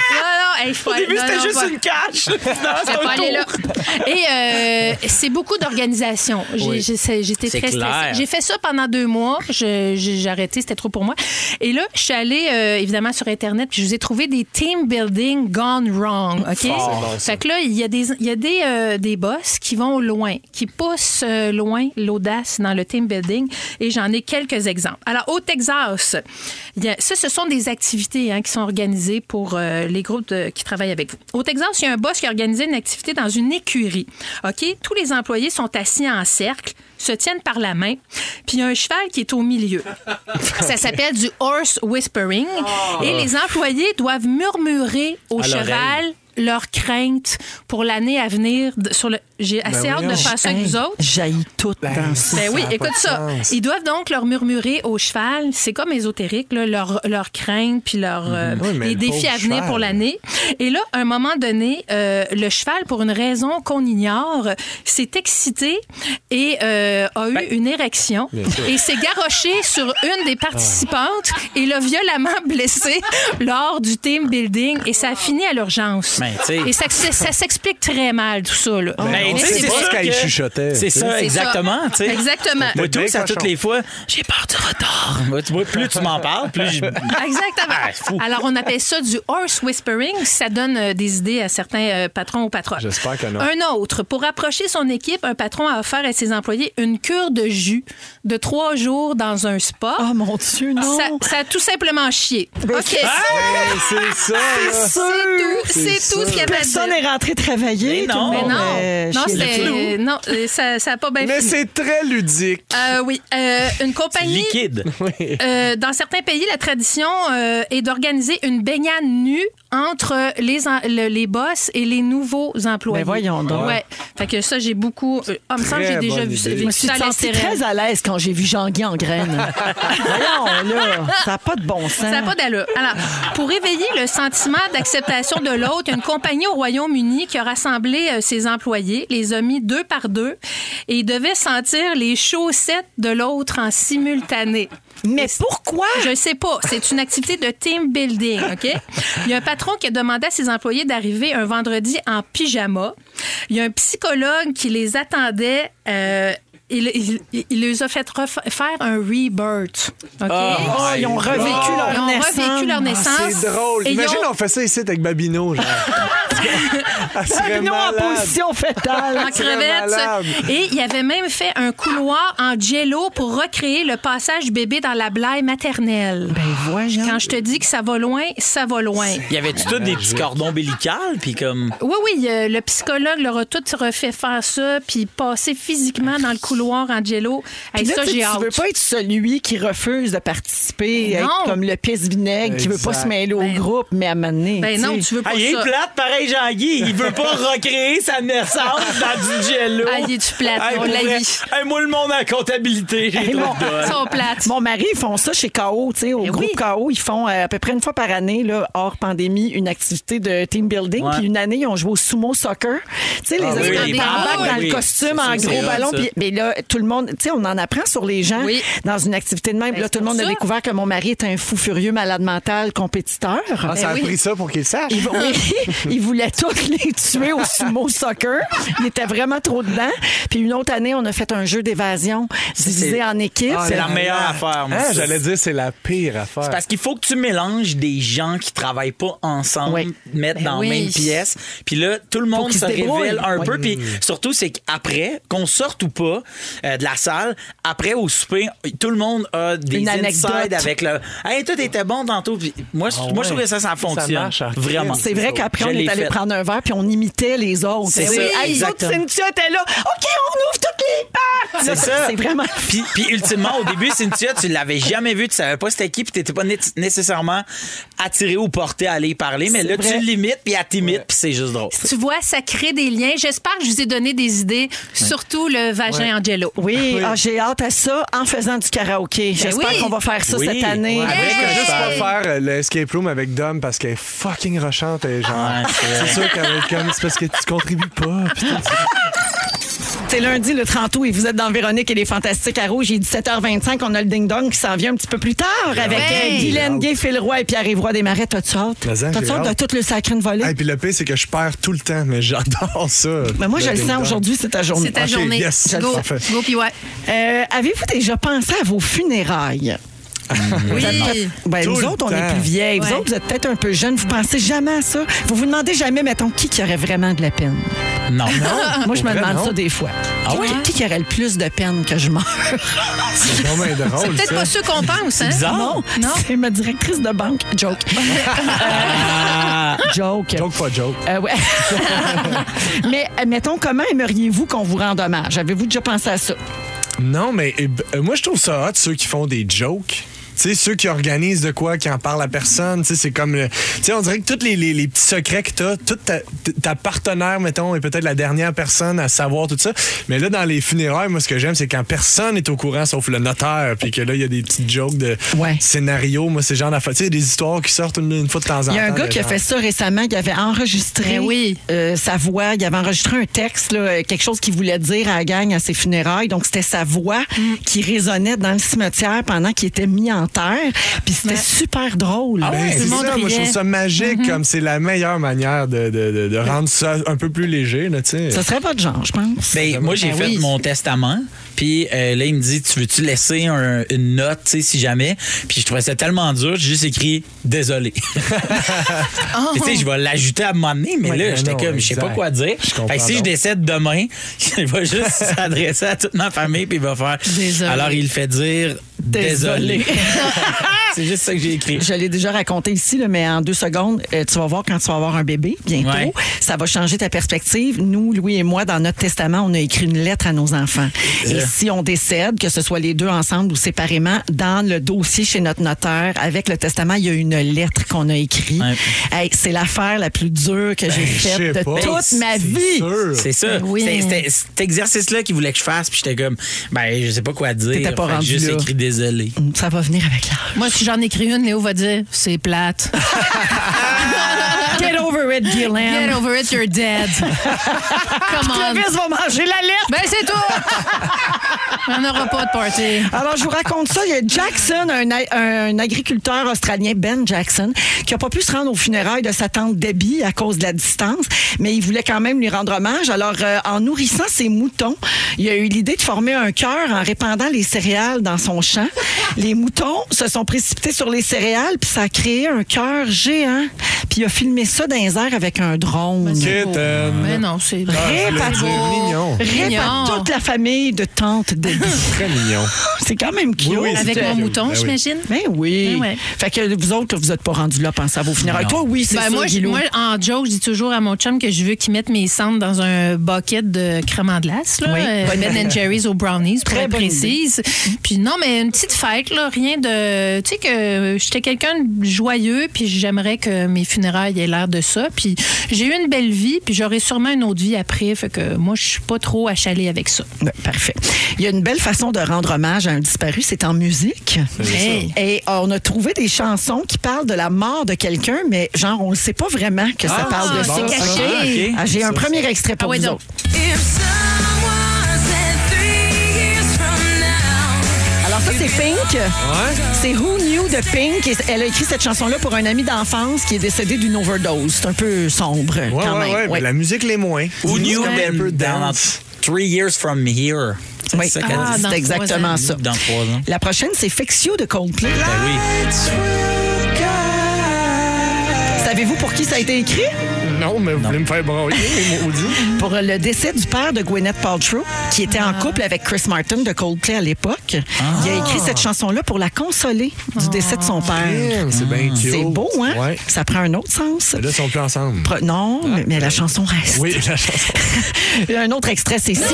Speaker 4: Non, non, hey, je
Speaker 3: Au
Speaker 4: peux-
Speaker 3: début,
Speaker 4: non,
Speaker 3: c'était
Speaker 4: non,
Speaker 3: juste
Speaker 4: pas-
Speaker 3: une cache. Non, c'est
Speaker 4: je peux
Speaker 3: un
Speaker 4: pas aller là.
Speaker 3: tour.
Speaker 4: Et euh, c'est beaucoup d'organisation. J'ai-
Speaker 3: Oui.
Speaker 4: j'ai- c'est- J'étais
Speaker 3: C'est
Speaker 4: très
Speaker 3: clair.
Speaker 4: stressée. J'ai fait ça pendant deux mois. Je- J'ai j'ai arrêté, c'était trop pour moi. Et là, je suis allée euh, évidemment sur Internet, puis je vous ai trouvé des team building gone wrong. OK? fait que là, il y a des, il y a des, euh, des boss qui vont loin, qui poussent euh, loin l'audace dans le team building. Et j'en ai quelques exemples. Alors, au Texas, il y a- ça, ce sont des activités hein, qui sont organisées pour euh, les groupes de- qui travaillent avec vous. Au Texas, il y a un boss qui a organisé une activité dans une écurie. OK? Tous les employés sont assis en cercle, se tiennent par la main, puis il y a un cheval qui est au milieu. Ça s'appelle du horse whispering. Et les employés doivent murmurer au
Speaker 3: Ah. À l'oreille.
Speaker 4: cheval leurs craintes pour l'année à venir. de- sur le... J'ai assez hâte de
Speaker 1: voyons.
Speaker 4: faire ça avec vous autres.
Speaker 2: J'haïs tout dans ça.
Speaker 4: Ben oui,
Speaker 1: a pas
Speaker 4: écoute
Speaker 1: de
Speaker 4: ça.
Speaker 1: sens.
Speaker 4: Ils doivent donc leur murmurer au cheval, c'est comme ésotérique, là, leur, leur crainte, puis leur, euh,
Speaker 1: Mhm. Oui, mais
Speaker 4: les
Speaker 1: le
Speaker 4: défis
Speaker 1: pauvre
Speaker 4: à venir
Speaker 1: cheval.
Speaker 4: pour l'année. Et là, à un moment donné, euh, le cheval, pour une raison qu'on ignore, s'est excité et euh, a eu
Speaker 3: Ben.
Speaker 4: une érection et s'est garoché sur une des
Speaker 1: Ah.
Speaker 4: participantes et l'a violemment blessée lors du team building et ça a fini à l'urgence.
Speaker 3: Ben, tu sais.
Speaker 4: et ça, ça s'explique très mal, tout ça. Là.
Speaker 3: Ben,
Speaker 4: Mais
Speaker 3: tu sais,
Speaker 4: c'est
Speaker 3: c'est
Speaker 4: vrai.
Speaker 3: ça
Speaker 1: qu'elle
Speaker 3: que-
Speaker 1: chuchotait,
Speaker 3: C'est
Speaker 1: tu sais.
Speaker 3: ça,
Speaker 4: C'est ça.
Speaker 3: exactement. tu sais.
Speaker 4: Exactement.
Speaker 3: Moi,
Speaker 1: Le
Speaker 3: tout,
Speaker 1: bec
Speaker 3: ça, toutes
Speaker 1: cochon.
Speaker 3: les fois, j'ai peur du retard. Moi, tu vois, plus tu m'en parles, plus je.
Speaker 4: Exactement.
Speaker 3: Ah, c'est fou.
Speaker 4: Alors, on appelle ça du horse whispering. Ça donne euh, des idées à certains euh, patrons ou patronnes.
Speaker 1: J'espère que non.
Speaker 4: Un autre. Pour rapprocher son équipe, un patron a offert à ses employés une cure de jus de trois jours dans un spa.
Speaker 2: Oh mon Dieu, non!
Speaker 4: Ça, ça a tout simplement chié. OK.
Speaker 1: Hey, c'est ça! là.
Speaker 4: C'est tout. C'est tout ce qu'il y avait à
Speaker 2: Personne
Speaker 4: dire.
Speaker 2: n'est rentré travailler.
Speaker 3: Mais
Speaker 2: tout le
Speaker 3: non.
Speaker 4: Mais
Speaker 2: monde,
Speaker 4: non,
Speaker 2: euh,
Speaker 4: non,
Speaker 2: chez
Speaker 4: c'est-
Speaker 2: lui.
Speaker 4: non, euh, ça n'a pas bien
Speaker 1: Mais
Speaker 4: fini.
Speaker 1: c'est très ludique.
Speaker 4: Euh, oui, Euh, une compagnie
Speaker 3: Liquide.
Speaker 4: Euh, dans certains pays, la tradition euh, est d'organiser une baignade nue entre les, en- le- les boss et les nouveaux employés.
Speaker 2: Ben voyons donc.
Speaker 4: Ouais. Fait que ça, j'ai beaucoup. euh, Ah, me semble que
Speaker 1: Très
Speaker 4: j'ai déjà
Speaker 1: bonne
Speaker 4: vu,
Speaker 1: idée.
Speaker 2: Je
Speaker 4: vécu
Speaker 2: me suis
Speaker 4: ça à
Speaker 2: sentie
Speaker 4: l'extérieur.
Speaker 2: très à l'aise quand j'ai vu Jean-Guy en graine. Voyons, là, ça n'a pas de bon sens.
Speaker 4: Ça n'a pas d'allure. Alors, pour réveiller le sentiment d'acceptation de l'autre, il y a une compagnie au Royaume-Uni qui a rassemblé euh, ses employés, les a mis deux par deux, et ils devaient sentir les chaussettes de l'autre en simultané.
Speaker 2: Mais pourquoi?
Speaker 4: Je ne sais pas. C'est une activité de team building, OK? Il y a un patron qui a demandé à ses employés d'arriver un vendredi en pyjama. Il y a un psychologue qui les attendait. euh, il, il, il- il les a fait refa- faire un rebirth. OK?
Speaker 2: Oh, ils ont revécu
Speaker 4: Ils
Speaker 2: leur
Speaker 4: ont
Speaker 2: naissance.
Speaker 4: revécu leur naissance.
Speaker 1: C'est drôle.
Speaker 4: Ah, Et ils
Speaker 1: Imagine,
Speaker 4: ont-
Speaker 1: on fait ça ici avec Babino. Genre. Elle serait
Speaker 2: Pavillon en
Speaker 1: malade.
Speaker 2: position fétale.
Speaker 4: en
Speaker 1: C'est
Speaker 4: crevette.
Speaker 1: malade.
Speaker 4: Et il avait même fait un couloir en jello pour recréer le passage bébé dans la blaye maternelle.
Speaker 2: Ben voyons.
Speaker 4: Quand je te dis que ça va loin, ça va loin.
Speaker 3: Il y avait-tu tous des petits cordons ombilicales, puis comme...
Speaker 4: Oui, oui, euh, le psychologue leur a tout refait faire ça, puis passer physiquement dans le couloir en jello. Hey,
Speaker 2: Puis là,
Speaker 4: ça,
Speaker 2: tu sais,
Speaker 4: j'ai
Speaker 2: tu
Speaker 4: hâte.
Speaker 2: veux pas être celui qui refuse de participer,
Speaker 4: Non.
Speaker 2: être comme le pisse vinaigre qui veut pas
Speaker 1: Exact.
Speaker 2: se mêler au
Speaker 4: Ben-
Speaker 2: groupe, mais à un moment donné,
Speaker 4: Ben non,
Speaker 2: sais.
Speaker 4: tu veux pas
Speaker 3: Ah, il est
Speaker 4: ça.
Speaker 3: plate, pareil, Jean-Guy. Il veut pas recréer sa naissance dans du jello.
Speaker 4: Ah, il est-tu plate,
Speaker 3: Hey,
Speaker 4: on
Speaker 3: pour
Speaker 4: l'a
Speaker 3: vrai.
Speaker 4: dit.
Speaker 3: Hey, moi, le monde à la comptabilité, j'ai trop de
Speaker 4: Ils
Speaker 3: bonnes.
Speaker 4: sont plates.
Speaker 2: Mon mari, ils font ça chez KO, tu sais, au
Speaker 4: Ben
Speaker 2: groupe
Speaker 4: oui.
Speaker 2: KO. Ils font euh, à peu près une fois par année, là, hors pandémie, une activité de team building.
Speaker 3: Ouais.
Speaker 2: Puis une année, ils ont joué au sumo soccer. Tu sais, les
Speaker 3: Ah oui,
Speaker 2: espèces
Speaker 4: les
Speaker 2: de
Speaker 4: ballons,
Speaker 2: bacs dans
Speaker 3: oui.
Speaker 2: le costume
Speaker 3: C'est
Speaker 2: en
Speaker 3: sûr, c'est
Speaker 2: gros
Speaker 3: hot,
Speaker 2: ballon.
Speaker 3: ça.
Speaker 2: Puis mais là, tout le monde, tu sais, on en apprend sur les gens
Speaker 4: Oui. Ben,
Speaker 2: dans une activité de même. Puis là,
Speaker 4: c'est
Speaker 2: tout le
Speaker 4: pour
Speaker 2: monde a
Speaker 4: ça.
Speaker 2: découvert que mon mari est un fou furieux, malade mental, compétiteur.
Speaker 1: Ah, ça a
Speaker 4: Ben oui.
Speaker 1: pris ça pour qu'il le sache.
Speaker 2: Ben Ils, oui, ils voulaient tous les tuer au sumo soccer. Il était vraiment trop dedans. Puis une autre année, on a fait un jeu d'évasion divisé
Speaker 3: c'est-
Speaker 2: en équipe.
Speaker 3: C'est la meilleure affaire, moi.
Speaker 1: Ah, Hein,
Speaker 3: ça.
Speaker 1: J'allais dire, c'est la pire
Speaker 3: C'est
Speaker 1: affaire.
Speaker 3: parce qu'il faut que tu mélanges des gens qui travaillent pas ensemble,
Speaker 2: Oui.
Speaker 3: mettre dans
Speaker 4: oui.
Speaker 3: la même pièce. Puis là, tout le monde
Speaker 2: qu'ils
Speaker 3: se
Speaker 2: se débrouillent.
Speaker 3: révèle un
Speaker 2: Oui.
Speaker 3: peu. Puis surtout, c'est qu'après, qu'on sorte ou pas euh, de la salle, après au souper, tout le monde a des
Speaker 2: Une
Speaker 3: insides
Speaker 2: anecdote.
Speaker 3: avec le. Hey, toi, t'étais bon tantôt. Puis moi, je-
Speaker 1: Ah
Speaker 3: moi,
Speaker 1: ouais.
Speaker 3: je trouve que ça, ça fonctionne.
Speaker 1: marche en
Speaker 3: Vraiment.
Speaker 1: crise.
Speaker 2: C'est vrai qu'après, on
Speaker 3: Je
Speaker 2: est
Speaker 3: l'ai
Speaker 2: allé
Speaker 3: fait.
Speaker 2: prendre un verre puis on imitait les autres.
Speaker 3: C'est
Speaker 2: Ben
Speaker 3: ça,
Speaker 2: oui, hey, les autres,
Speaker 3: exactement.
Speaker 2: Cynthia était là. OK, on ouvre toutes les pattes.
Speaker 3: C'est ça.
Speaker 2: C'est vraiment.
Speaker 3: Puis, puis ultimement, au début, Cynthia, tu l'avais jamais vu, tu savais pas c'était qui, puis t'étais pas né- nécessairement attiré ou porté à aller y parler, mais
Speaker 2: C'est
Speaker 3: là,
Speaker 2: vrai.
Speaker 3: tu l'imites, puis elle t'imite, puis c'est juste drôle.
Speaker 4: Tu vois, ça crée des liens. J'espère que je vous ai donné des idées, surtout le vagin en jello.
Speaker 2: Oui, ah, j'ai hâte à ça en faisant du karaoké. J'espère
Speaker 4: oui.
Speaker 2: qu'on va faire ça
Speaker 3: Ben Oui.
Speaker 2: cette année.
Speaker 3: Ouais,
Speaker 1: Avec
Speaker 4: Hey!
Speaker 1: juste pas faire l'escape room avec Dom parce qu'elle est fucking rochante, elle, genre.
Speaker 3: Ouais, c'est vrai.
Speaker 1: c'est sûr qu'elle va être comme, c'est parce que tu contribues pas. putain.
Speaker 2: C'est lundi le 30 août et vous êtes dans Véronique et les Fantastiques à Rouge. Il est 17h25. On a le ding-dong qui s'en vient un petit peu plus tard
Speaker 3: Ben
Speaker 2: avec
Speaker 4: Ouais.
Speaker 2: euh, Guylaine Gay, Phil Roy et Pierre-Yves Roy Desmarais. T'as-tu hâte?
Speaker 1: Mais ça,
Speaker 2: T'as-tu
Speaker 1: Ben, hein, j'ai
Speaker 2: hâte de
Speaker 1: hâte.
Speaker 2: tout le sacré de volée?
Speaker 1: Et puis le pire, c'est que je perds tout le temps, mais j'adore ça.
Speaker 2: Mais Ben, moi, je le sens aujourd'hui, c'est ta journée.
Speaker 4: C'est ta
Speaker 1: Ok,
Speaker 4: journée.
Speaker 1: yes,
Speaker 4: go,
Speaker 1: parfait.
Speaker 4: go, puis ouais.
Speaker 2: Euh, Avez-vous déjà pensé à vos funérailles?
Speaker 4: Oui.
Speaker 2: Ben,
Speaker 1: Tout
Speaker 2: nous
Speaker 1: le
Speaker 2: autres, on est
Speaker 1: temps.
Speaker 2: plus vieilles. Vous
Speaker 4: Ouais.
Speaker 2: autres, vous êtes peut-être un peu jeunes. Vous pensez jamais à ça. Vous vous demandez jamais, mettons, qui qui aurait vraiment de la peine.
Speaker 3: Non.
Speaker 4: Ah.
Speaker 2: Moi, je me
Speaker 1: vrai, Ah
Speaker 2: demande
Speaker 1: non?
Speaker 2: ça des fois. Qui-
Speaker 3: ouais?
Speaker 2: qui, qui aurait le plus de peine que je meurs?
Speaker 1: C'est vraiment drôle.
Speaker 4: C'est peut-être
Speaker 1: ça.
Speaker 4: pas ceux qu'on pense, hein?
Speaker 1: Ah.
Speaker 3: bizarre.
Speaker 4: Non.
Speaker 2: C'est ma directrice de banque. Joke. Euh, joke.
Speaker 1: Joke, pas joke.
Speaker 2: Euh, ouais. Mais euh, mettons, comment aimeriez-vous qu'on vous rende hommage? Avez-vous déjà pensé à ça?
Speaker 1: Non, mais eh ben, euh, moi, je trouve ça hot, ceux qui font des jokes. Tu sais, ceux qui organisent de quoi, qui en parlent à personne. Tu sais, c'est comme. le- Tu sais, on dirait que tous les, les- les petits secrets que t'as, toute ta, t- ta partenaire, mettons, est peut-être la dernière personne à savoir tout ça. Mais là, dans les funérailles, moi, ce que j'aime, c'est quand personne est au courant sauf le notaire. Puis que là, il y a des petites jokes de
Speaker 2: Ouais.
Speaker 1: scénario. Moi, c'est genre d'affaires. Tu sais, il y a des histoires qui sortent une, une fois de temps en temps.
Speaker 2: Il y a un gars
Speaker 1: de
Speaker 2: qui a
Speaker 1: genre-
Speaker 2: fait ça récemment, qui avait enregistré
Speaker 4: Ben oui.
Speaker 2: euh, sa voix, il avait enregistré un texte, là, euh, quelque chose qu'il voulait dire à la gang à ses funérailles. Donc, c'était sa voix
Speaker 4: Mm.
Speaker 2: qui résonnait dans le cimetière pendant qu'il était mis en terre. Puis c'était super drôle.
Speaker 1: Ben, c'est
Speaker 4: le
Speaker 1: ça,
Speaker 4: monde
Speaker 1: moi, je
Speaker 4: riait.
Speaker 1: trouve
Speaker 2: Mm-hmm.
Speaker 1: ça magique. Comme c'est la meilleure manière de, de- de- de rendre ça un peu plus léger, là, tu sais.
Speaker 2: Ça serait votre genre, je pense.
Speaker 3: Ben, moi, j'ai
Speaker 2: Ben
Speaker 3: fait
Speaker 2: oui.
Speaker 3: mon testament. Puis euh, là, il me dit Tu veux-tu laisser un- une note, tu sais, si jamais Puis je trouvais ça tellement dur, j'ai juste écrit Désolé. Puis, Tu sais, je vais l'ajouter à un moment donné, mais
Speaker 1: Ouais,
Speaker 3: là,
Speaker 1: non,
Speaker 3: j'étais
Speaker 1: non,
Speaker 3: comme Je sais pas
Speaker 1: exact.
Speaker 3: quoi dire.
Speaker 1: Je comprends
Speaker 3: Fait que si je
Speaker 1: donc.
Speaker 3: décède demain, il va juste s'adresser à toute ma famille, puis il va faire
Speaker 2: Désolé.
Speaker 3: Alors, il fait dire Désolé.
Speaker 2: Désolé.
Speaker 3: C'est juste ça que j'ai écrit.
Speaker 2: Je l'ai déjà raconté ici, là, mais en deux secondes, euh, tu vas voir quand tu vas avoir un bébé bientôt,
Speaker 3: Ouais.
Speaker 2: ça va changer ta perspective. Nous, Louis et moi, dans notre testament, on a écrit une lettre à nos enfants. Et si on décède, que ce soit les deux ensemble ou séparément, dans le dossier chez notre notaire, avec le testament, il y a une lettre qu'on a écrite.
Speaker 3: Ouais.
Speaker 2: Hey, c'est l'affaire la plus dure que j'ai
Speaker 1: Ben, sais
Speaker 2: faite de
Speaker 1: pas.
Speaker 2: toute ma
Speaker 1: C'est
Speaker 2: vie.
Speaker 1: sûr.
Speaker 3: C'est ça.
Speaker 2: Ben Oui.
Speaker 3: C'était- C'était cet exercice-là qu'il voulait que je fasse, puis j'étais comme, ben, je sais pas quoi dire.
Speaker 2: T'étais pas
Speaker 3: Fait que
Speaker 2: rendu
Speaker 3: j'ai juste
Speaker 2: là.
Speaker 3: écrit désolé.
Speaker 2: Ça va venir avec l'âge.
Speaker 4: Moi, si j'en écris une, Léo va dire c'est plate.
Speaker 2: Get over it,
Speaker 4: Get
Speaker 2: Gillian.
Speaker 4: over it, you're dead. Come on.
Speaker 2: Le fils va manger la lettre.
Speaker 4: Ben, c'est tout. On n'aura pas de party.
Speaker 2: Alors, je vous raconte ça. Il y a Jackson, un, un agriculteur australien, Ben Jackson, qui n'a pas pu se rendre aux funérailles de sa tante Debbie à cause de la distance, mais il voulait quand même lui rendre hommage. Alors, euh, en nourrissant ses moutons, il a eu l'idée de former un cœur en répandant les céréales dans son champ. Les moutons se sont précipités sur les céréales, puis ça a créé un cœur géant. Puis il a filmé ça dans les airs avec un drone.
Speaker 1: Kitten.
Speaker 4: Mais Ben, non, c'est beau.
Speaker 1: Ah, je voulais
Speaker 2: Rip à-
Speaker 1: dire mignon.
Speaker 2: Rip à
Speaker 4: Mignon.
Speaker 2: toute la famille de tante Debbie.
Speaker 1: Très mignon.
Speaker 2: C'est quand même cute.
Speaker 1: Oui, oui, c'est
Speaker 4: Avec
Speaker 1: très
Speaker 4: mon
Speaker 1: cute.
Speaker 4: mouton,
Speaker 1: Ben oui.
Speaker 4: j'imagine.
Speaker 2: Ben oui.
Speaker 4: Ben ouais.
Speaker 2: Fait que vous autres, vous n'êtes pas rendus là, pensez à vos funérailles. Toi, Ah oui, c'est
Speaker 4: Ben,
Speaker 2: ça,
Speaker 4: moi, je-
Speaker 2: Guilou.
Speaker 4: moi, en joke, je dis toujours à mon chum que je veux qu'il mette mes cendres dans un bucket de crème en glace. Là,
Speaker 2: Oui.
Speaker 4: Euh,
Speaker 2: Bonne
Speaker 4: ben and Jerry's aux brownies, pour
Speaker 2: Très
Speaker 4: être
Speaker 2: bonne idée.
Speaker 4: précise. Puis non, mais une petite fête, là, rien de... Tu sais que j'étais quelqu'un de joyeux, puis j'aimerais que mes funérailles aient l'air de ça. Puis j'ai eu une belle vie, puis j'aurai sûrement une autre vie après. Fait que moi, je suis pas trop achalée avec ça.
Speaker 2: Ouais, Ben, Parfait. Il y a une belle façon de rendre hommage à un disparu, c'est en musique.
Speaker 4: Hey.
Speaker 2: Et euh, on a trouvé des chansons qui parlent de la mort de quelqu'un, mais genre, on ne sait pas vraiment que ça
Speaker 3: Ah,
Speaker 2: parle de
Speaker 4: c'est
Speaker 2: ça.
Speaker 4: caché.
Speaker 2: Ah, ok. Ah, J'ai un premier extrait pour
Speaker 4: Ah ouais,
Speaker 2: vous
Speaker 4: donc.
Speaker 2: autres. Alors ça, c'est Pink. C'est Who Knew de Pink. Et elle a écrit cette chanson-là pour un ami d'enfance qui est décédé d'une overdose. C'est un peu sombre
Speaker 1: Ouais,
Speaker 2: quand
Speaker 1: ouais,
Speaker 2: même.
Speaker 1: ouais, mais
Speaker 2: Ouais.
Speaker 1: la musique les moins.
Speaker 3: Who knew
Speaker 1: Musique un
Speaker 3: them
Speaker 1: peu
Speaker 3: down
Speaker 1: dance.
Speaker 3: three years from here?
Speaker 2: Oui.
Speaker 3: C'est ça qu'elle
Speaker 4: Ah,
Speaker 3: dit.
Speaker 4: dans
Speaker 2: c'est exactement
Speaker 4: trois
Speaker 2: ça.
Speaker 3: Dans trois ans.
Speaker 2: La prochaine, c'est Fexio de Coldplay.
Speaker 3: Ben oui.
Speaker 2: Savez-vous pour qui ça a été écrit?
Speaker 1: Non, mais vous voulez me faire broyer, les maudits.
Speaker 2: Pour euh, le décès du père de Gwyneth Paltrow, qui était en couple avec Chris Martin de Coldplay à l'époque. Il a écrit cette chanson-là pour la consoler du décès de son père.
Speaker 1: Mm. C'est bien cute.
Speaker 2: C'est beau, hein?
Speaker 1: Ouais.
Speaker 2: Ça prend un autre sens.
Speaker 1: Là, ils sont plus ensemble.
Speaker 2: Pro- Non, mais, mais la chanson reste.
Speaker 1: Oui, la chanson.
Speaker 2: Un autre extrait, c'est Sia.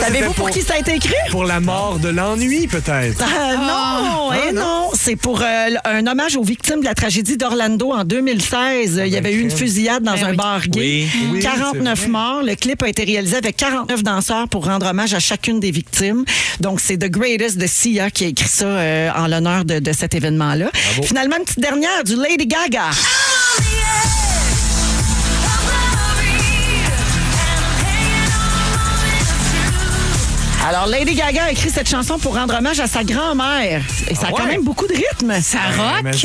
Speaker 2: Savez-vous pour qui ça a été écrit?
Speaker 1: Pour la mort de l'ennui, peut-être.
Speaker 2: Ah, non, eh non, c'est pour euh, un hommage aux victimes de la tragédie d'Orlando en 2016. Il y avait eu une fusillade dans un bar gay.
Speaker 3: Oui.
Speaker 1: Oui,
Speaker 2: 49
Speaker 1: c'est vrai.
Speaker 2: morts. Le clip a été réalisé avec 49 danseurs pour rendre hommage à chacune des victimes. Donc, c'est The Greatest de Sia qui a écrit ça euh, en l'honneur de, de cet événement-là. Finalement, une petite dernière du Lady Gaga. Alors, Lady Gaga a écrit cette chanson pour rendre hommage à sa grand-mère. Et ça a quand
Speaker 1: ouais? Ah,
Speaker 2: même beaucoup de rythme. Ça
Speaker 1: Mais
Speaker 2: rock,
Speaker 1: ça, Bridge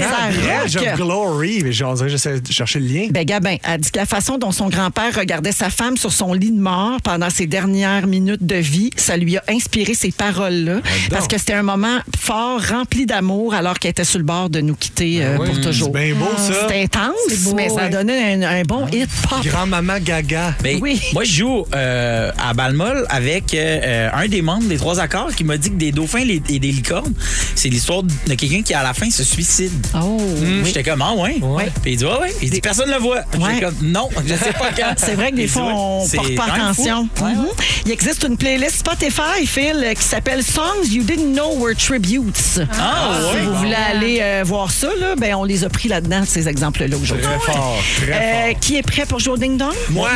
Speaker 2: ça
Speaker 1: of
Speaker 2: rock.
Speaker 1: Glory. Mais j'en dirais, j'essaie de chercher le lien.
Speaker 2: Ben Gabin a dit que la façon dont son grand-père regardait sa femme sur son lit de mort pendant ses dernières minutes de vie, ça lui a inspiré ces paroles-là. parce que c'était un moment fort, rempli d'amour, alors qu'elle était sur le bord de nous quitter
Speaker 1: Ben,
Speaker 2: euh, pour toujours.
Speaker 1: Ah, C'est bien beau, ça.
Speaker 2: C'était intense, mais ça donnait un, un bon hit pop.
Speaker 1: Grand-maman Gaga.
Speaker 3: Ben,
Speaker 2: Oui.
Speaker 3: Moi, je joue euh, à Balmol avec euh, un des membres des Trois Accords qui m'a dit que des dauphins les- et des licornes, c'est l'histoire de quelqu'un qui, à la fin, se suicide.
Speaker 2: Oh,
Speaker 3: Hum,
Speaker 2: oui.
Speaker 3: J'étais comme, ah ouais?
Speaker 2: Ouais.
Speaker 3: Puis il dit, ah ouais? Il dit, personne ne le voit.
Speaker 2: Ouais.
Speaker 3: J'étais comme, non, je sais pas quand.
Speaker 2: C'est vrai que des
Speaker 3: Il dit,
Speaker 2: fois,
Speaker 3: ouais,
Speaker 2: on
Speaker 3: c'est
Speaker 2: porte pas
Speaker 3: quand même
Speaker 2: attention.
Speaker 3: fou. Ouais,
Speaker 2: Mhm.
Speaker 3: ouais.
Speaker 2: Il existe une playlist Spotify, Phil, euh, qui s'appelle Songs You Didn't Know Were Tributes.
Speaker 3: Ah,
Speaker 2: si
Speaker 3: ouais.
Speaker 2: vous voulez aller euh, voir ça, là, ben, on les a pris là-dedans, ces exemples-là, aujourd'hui.
Speaker 1: Très fort, très
Speaker 2: Euh,
Speaker 1: fort.
Speaker 2: qui est prêt pour jouer au ding-dong?
Speaker 1: Moi,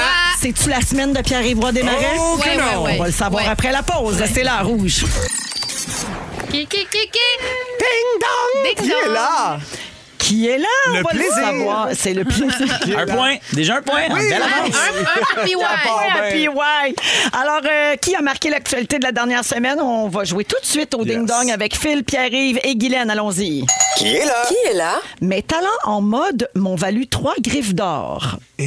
Speaker 2: C'est-tu la semaine de Pierre-Évoix Desmarais?
Speaker 1: Oh,
Speaker 4: que Ouais, non. ouais, ouais.
Speaker 2: On va le savoir
Speaker 4: Ouais.
Speaker 2: après la pause. Restez là, rouge.
Speaker 4: Qui, qui, qui, qui?
Speaker 2: Ding-dong!
Speaker 4: Ding dong.
Speaker 2: Qui est là? on
Speaker 1: Le
Speaker 2: va
Speaker 1: plaisir.
Speaker 2: le savoir. C'est le plaisir.
Speaker 3: Un point. Déjà un point. en belle
Speaker 4: Un,
Speaker 3: avance.
Speaker 4: un happy wife.
Speaker 2: Ouais, Ah, puis ouais. Alors, euh, qui a marqué l'actualité de la dernière semaine? On va jouer tout de suite au
Speaker 1: Yes.
Speaker 2: ding-dong avec Phil, Pierre-Yves et Guylaine. Allons-y.
Speaker 8: Qui est là?
Speaker 2: Mes talents en mode m'ont valu trois griffes d'or.
Speaker 1: Eh,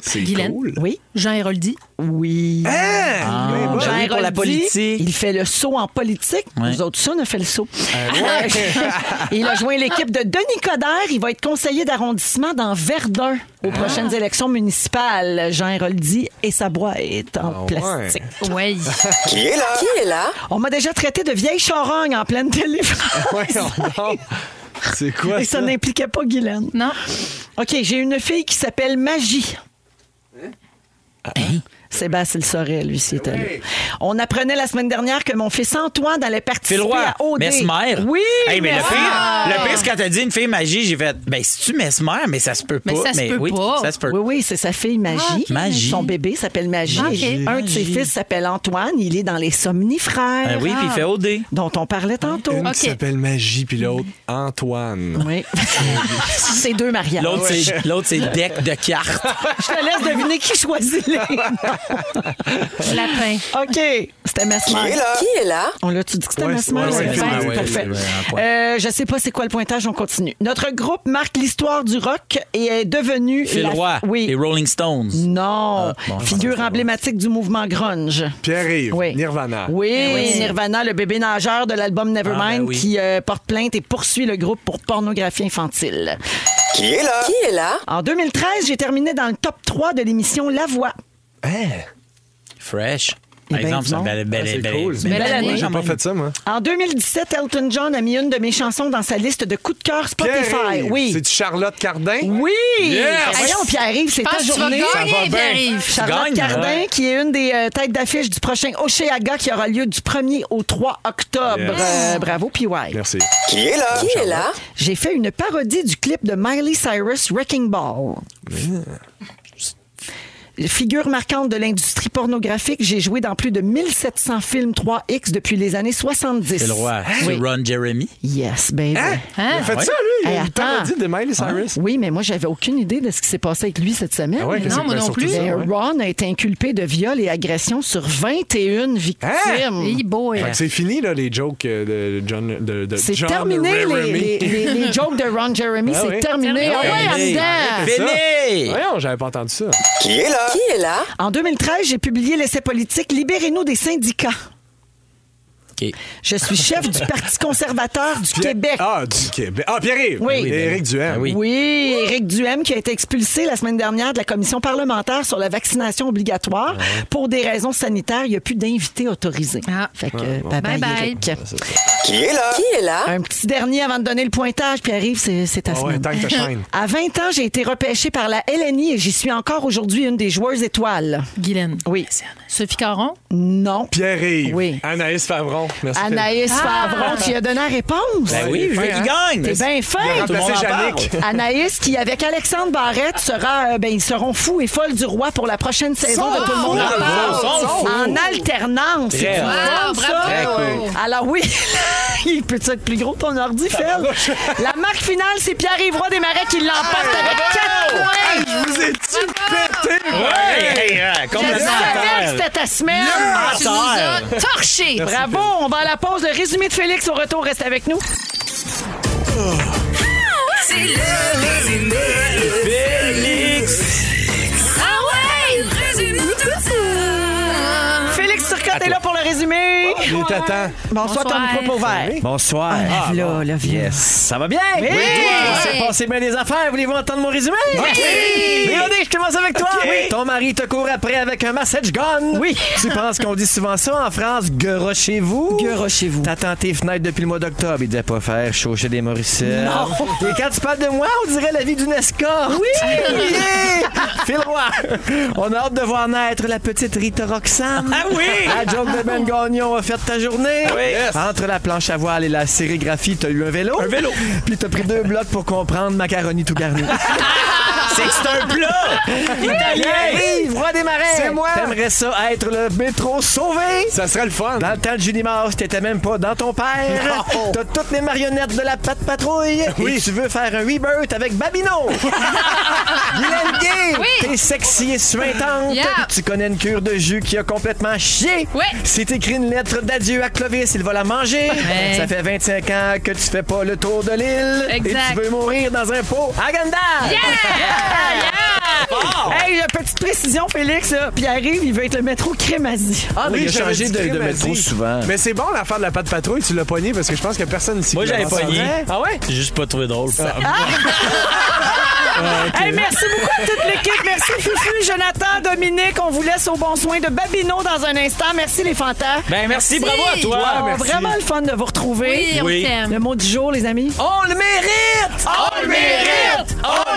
Speaker 1: c'est
Speaker 4: Guylaine.
Speaker 1: cool.
Speaker 2: Oui.
Speaker 4: Jean Héroldi.
Speaker 2: Oui.
Speaker 1: Eh, ben bon.
Speaker 3: Jean-
Speaker 2: Héroldi,
Speaker 3: pour la politique.
Speaker 2: Il fait le saut en politique.
Speaker 3: Ouais.
Speaker 2: Nous autres, ça, on a fait le saut. il a joint l'équipe de Denis Coderre. Il va être conseiller d'arrondissement dans Verdun aux prochaines élections municipales. Jean Héroldi et sa boîte en
Speaker 1: ouais.
Speaker 2: plastique.
Speaker 4: Ouais.
Speaker 8: Qui est là?
Speaker 2: On m'a déjà traité de vieille charogne en pleine télé.
Speaker 1: Voyons donc. C'est quoi
Speaker 2: Et ça
Speaker 1: ça?
Speaker 2: n'impliquait pas Guylaine.
Speaker 4: Non.
Speaker 2: OK, j'ai une fille qui s'appelle Magie. Hein? Sébastien le saurait, lui, s'il était là. On apprenait la semaine dernière que mon fils Antoine allait
Speaker 3: Phil
Speaker 2: participer
Speaker 3: Roy,
Speaker 2: à OD.
Speaker 3: Mesmer.
Speaker 2: Oui,
Speaker 3: Hey, mais le
Speaker 2: Mesmer.
Speaker 3: pire, le pire, c'est quand t'as dit une fille magie, j'ai fait, ben, si tu Mesmer, mais ça se peut pas.
Speaker 4: Mais ça se peut
Speaker 3: oui,
Speaker 4: pas.
Speaker 3: Ça se peut.
Speaker 2: Oui, oui, c'est sa fille Magie.
Speaker 3: Ah, Magie.
Speaker 2: Son bébé s'appelle Magie.
Speaker 4: Magie.
Speaker 2: Un de ses fils s'appelle Antoine. Il est dans les somnifères.
Speaker 3: Ben oui, puis il fait OD.
Speaker 2: Dont on parlait tantôt.
Speaker 1: Une
Speaker 4: Ok.
Speaker 1: qui s'appelle Magie, puis l'autre, Antoine.
Speaker 2: Oui. c'est deux mariages.
Speaker 3: L'autre, c'est- l'autre, c'est deck de cartes.
Speaker 2: Je te laisse deviner qui choisit les
Speaker 4: Lapin.
Speaker 2: OK. C'est C'était Mesmer.
Speaker 8: Qui est là?
Speaker 2: On l'a-tu dit que c'était
Speaker 1: Ouais,
Speaker 2: Mesmer?
Speaker 1: ouais,
Speaker 2: C'est
Speaker 1: ouais,
Speaker 2: Mesmer,
Speaker 1: ouais,
Speaker 2: c'est
Speaker 1: ouais,
Speaker 2: Parfait.
Speaker 3: ouais, ouais, un point.
Speaker 2: Euh, je sais pas c'est quoi le pointage, on continue. Notre groupe marque l'histoire du rock et est devenu...
Speaker 3: Phil
Speaker 2: la-
Speaker 3: Roy
Speaker 2: Oui. Mm.
Speaker 3: et Rolling Stones.
Speaker 2: Non.
Speaker 3: Ah, bon, je pensais que
Speaker 2: Figure
Speaker 3: c'était
Speaker 2: emblématique du mouvement grunge.
Speaker 1: Pierre-Yves,
Speaker 2: Oui.
Speaker 1: Nirvana.
Speaker 2: Oui, Nirvana, le bébé nageur de l'album Nevermind,
Speaker 3: Eh Ah, ben oui.
Speaker 2: qui euh, porte plainte et poursuit le groupe pour pornographie infantile.
Speaker 8: Qui est là? Qui est là?
Speaker 2: En 2013, j'ai terminé dans le top 3 de l'émission La Voix.
Speaker 1: Hein?
Speaker 3: Fresh. Par
Speaker 2: ben,
Speaker 3: exemple,
Speaker 2: dis
Speaker 3: c'est
Speaker 2: donc.
Speaker 3: belle, belle,
Speaker 1: Ah, c'est
Speaker 3: belle-
Speaker 1: cool.
Speaker 3: belle
Speaker 4: Belle
Speaker 3: année.
Speaker 4: année.
Speaker 1: J'ai
Speaker 3: quand
Speaker 1: pas
Speaker 3: même.
Speaker 1: fait ça, moi.
Speaker 2: En 2017, Elton John a mis une de mes chansons dans sa liste de coups de cœur Spotify.
Speaker 1: Pierre-Yves,
Speaker 2: Oui.
Speaker 1: C'est-tu Charlotte Cardin?
Speaker 2: Oui!
Speaker 1: Yes!
Speaker 2: Voyons, Pierre-Yves, c'est
Speaker 4: Je
Speaker 2: ta
Speaker 4: pense que tu vas
Speaker 2: journée.
Speaker 1: Ça va hein?
Speaker 4: gagner,
Speaker 1: bien.
Speaker 4: Pierre-Yves.
Speaker 2: Charlotte
Speaker 3: gagnes,
Speaker 2: Cardin,
Speaker 3: ouais.
Speaker 2: qui est une des euh, têtes d'affiche du prochain Oceaga qui aura lieu du 1er au 3 octobre.
Speaker 1: Yes.
Speaker 2: Euh, bravo, PY.
Speaker 1: Merci.
Speaker 8: Qui est là? Qui est là?
Speaker 2: J'ai fait une parodie du clip de Miley Cyrus Wrecking Ball. Figure marquante de l'industrie pornographique, j'ai joué dans plus de 1700 films 3X depuis les années 70.
Speaker 3: Phil Roy.
Speaker 2: Oui.
Speaker 3: C'est Ron Jeremy.
Speaker 2: Yes, baby.
Speaker 1: Il a fait
Speaker 3: ouais?
Speaker 1: ça,
Speaker 2: Hein? Hey,
Speaker 1: lui? Il a une
Speaker 2: attends.
Speaker 1: parodie de Miley Cyrus.
Speaker 2: Ah, Oui, mais moi, j'avais aucune idée de ce qui s'est passé avec lui cette semaine.
Speaker 1: Ah ouais, qu'est-ce
Speaker 4: Non,
Speaker 1: que-
Speaker 4: moi
Speaker 1: ben,
Speaker 4: non
Speaker 1: surtout
Speaker 4: plus.
Speaker 1: ça,
Speaker 2: Mais
Speaker 1: ouais.
Speaker 2: Ron a été inculpé de viol et agression sur 21 victimes.
Speaker 4: Hey, boy.
Speaker 1: Fait que C'est fini, là, les jokes euh, de John. De, de
Speaker 2: C'est
Speaker 1: John
Speaker 2: terminé, les,
Speaker 1: Remy.
Speaker 2: les, les- les jokes de Ron Jeremy.
Speaker 1: Ah
Speaker 2: c'est
Speaker 1: oui.
Speaker 2: terminé.
Speaker 4: Terminé.
Speaker 2: Ah ouais, en
Speaker 3: Fini.
Speaker 2: dedans.
Speaker 1: C'est ça.
Speaker 3: Fini!
Speaker 1: Voyons, j'avais pas entendu ça.
Speaker 8: Qui est là? Qui est là?
Speaker 2: En 2013, j'ai publié l'essai politique Libérez-nous des syndicats.
Speaker 3: OK.
Speaker 2: Je suis chef du Parti conservateur du Québec.
Speaker 1: Ah, du Québec. Ah, Pierre-Yves.
Speaker 2: Oui.
Speaker 1: Et Éric Duhem.
Speaker 3: Ah oui.
Speaker 2: Oui, Éric Duhem qui a été expulsé la semaine dernière de la commission parlementaire sur la vaccination obligatoire pour des raisons sanitaires. Il n'y a plus d'invités autorisés.
Speaker 4: Ah.
Speaker 2: Fait que, bye bye,
Speaker 4: Bye-bye.
Speaker 2: Éric.
Speaker 8: Qui est là? Qui est là?
Speaker 2: Un petit dernier avant de donner le pointage, puis arrive, c'est c'est ta
Speaker 1: Ah ouais,
Speaker 2: semaine.
Speaker 1: tant que ta chaîne.
Speaker 2: À 20 ans, j'ai été repêchée par la LNI et j'y suis encore aujourd'hui une des joueuses étoiles.
Speaker 4: Guylaine.
Speaker 2: Oui.
Speaker 4: Sophie Caron.
Speaker 2: Non.
Speaker 1: Pierre-Yves.
Speaker 2: Oui.
Speaker 1: Anaïs Favron. Merci.
Speaker 2: Anaïs
Speaker 4: Ah!
Speaker 2: Favron, tu as donné la réponse.
Speaker 3: Ben oui, je veux qu'il gagne.
Speaker 2: T'es bien fin.
Speaker 1: Phil. Il a
Speaker 3: Tout le monde
Speaker 1: remplacé
Speaker 3: en parle.
Speaker 1: Yannick.
Speaker 2: Anaïs, qui avec Alexandre Barrette sera, euh, ben, ils seront fous et folles du roi pour la prochaine saison de Tout le monde en
Speaker 3: Bravo,
Speaker 2: parle.
Speaker 3: sont fous.
Speaker 2: En alternance.
Speaker 3: Très
Speaker 2: C'est du
Speaker 3: bon.
Speaker 2: fun,
Speaker 4: Wow,
Speaker 2: ça.
Speaker 3: Ah, Très
Speaker 4: bravo.
Speaker 3: cool.
Speaker 2: Alors oui, il peut être plus gros ton ordi, Phil. La marque finale, c'est Pierre-Yves Roy des Marais qui l'emporte avec 4 points.
Speaker 1: Hey, je vous ai-tu pété?
Speaker 3: Ouais! Hey, hey,
Speaker 2: Je
Speaker 3: complètement
Speaker 2: savais
Speaker 3: à
Speaker 2: que
Speaker 3: terre.
Speaker 2: c'était ta semaine.
Speaker 3: Ah,
Speaker 4: Tu nous as
Speaker 3: terre.
Speaker 4: torché.
Speaker 2: Bravo, on va à la pause. Le résumé de Félix au retour, reste avec nous.
Speaker 7: C'est le résumé.
Speaker 3: Félix!
Speaker 7: Ah ouais! Résume-nous tout ça!
Speaker 2: Félix Turcotte est là pour le résumé.
Speaker 1: Il est à temps.
Speaker 2: Bonsoir, ton
Speaker 4: Bonsoir.
Speaker 2: micro pour ouvert.
Speaker 9: Bonsoir.
Speaker 2: Ah, là, là, viens.
Speaker 9: Yes. Ça va bien?
Speaker 2: Oui.
Speaker 9: Il s'est passé bien des affaires. Voulez-vous entendre mon résumé? Oui. Mélodie, je commence avec toi. Ton mari te court après avec un massage gun.
Speaker 2: Oui.
Speaker 9: Tu penses qu'on dit souvent ça en France? Guerochez-vous.
Speaker 2: Guerochez-vous.
Speaker 9: T'attends tes fenêtres depuis le mois d'octobre. Il devait pas faire chaud chez les Morissette.
Speaker 2: Non.
Speaker 9: Et quand tu parles de moi, on dirait la vie d'une escorte. Oui. Phil Roy. On a hâte de voir naître la petite Rita Roxane.
Speaker 3: Ah oui! Ah
Speaker 9: La joke de Ben Gagnon a fait ta journée.
Speaker 3: Yes.
Speaker 9: Entre la planche à voile et la sérigraphie, t'as eu un vélo. Un vélo. Puis t'as pris deux blocs pour comprendre macaroni tout garni.
Speaker 3: C'est que c'est un plat! Italien!
Speaker 9: Pierre-Yves, roi des marais.
Speaker 1: C'est moi.
Speaker 9: T'aimerais ça être le métro sauvé.
Speaker 1: Ça serait le fun.
Speaker 9: Dans le temps de Julie Mars, t'étais même pas dans ton père. T'as toutes les marionnettes de la patte patrouille. Et tu veux faire un rebirth avec Babino. Guylaine Gay,
Speaker 4: Oui.
Speaker 9: t'es sexy et suintante.
Speaker 4: Yeah.
Speaker 9: Tu connais une cure de jus qui a complètement chié.
Speaker 4: Oui.
Speaker 9: Si t'écris une lettre d'adieu à Clovis, il va la manger.
Speaker 4: Ouais.
Speaker 9: Ça fait 25 ans que tu fais pas le tour de l'île.
Speaker 4: Exact.
Speaker 9: Et tu veux mourir dans un pot à Gandalf.
Speaker 2: Hey, petite précision, Félix, là. Puis arrive, il veut être le métro Crémazie.
Speaker 9: Ah, mais
Speaker 1: Oui,
Speaker 9: il a
Speaker 1: j'avais
Speaker 9: changé
Speaker 1: dit
Speaker 9: de, de
Speaker 1: Crémazie.
Speaker 9: métro souvent.
Speaker 1: Mais c'est bon l'affaire de la patte patrouille, tu l'as pogné parce que je pense que personne ici.
Speaker 3: Moi,
Speaker 1: qui
Speaker 3: j'avais
Speaker 1: l'avait
Speaker 3: pogné.
Speaker 1: entendu.
Speaker 9: Ah ouais?
Speaker 3: J'ai juste pas trouvé drôle. Ah.
Speaker 2: Hey, merci beaucoup à toute l'équipe. Merci Fufu, Jonathan, Dominique. On vous laisse au bon soin de Babino dans un instant. Merci les fantas.
Speaker 3: Ben Ah, merci, bravo à toi!
Speaker 2: Oh, Vraiment le fun de vous retrouver.
Speaker 4: Oui, on
Speaker 3: Oui.
Speaker 4: t'aime.
Speaker 2: Le mot du jour, les amis.
Speaker 9: On le mérite! On le mérite! On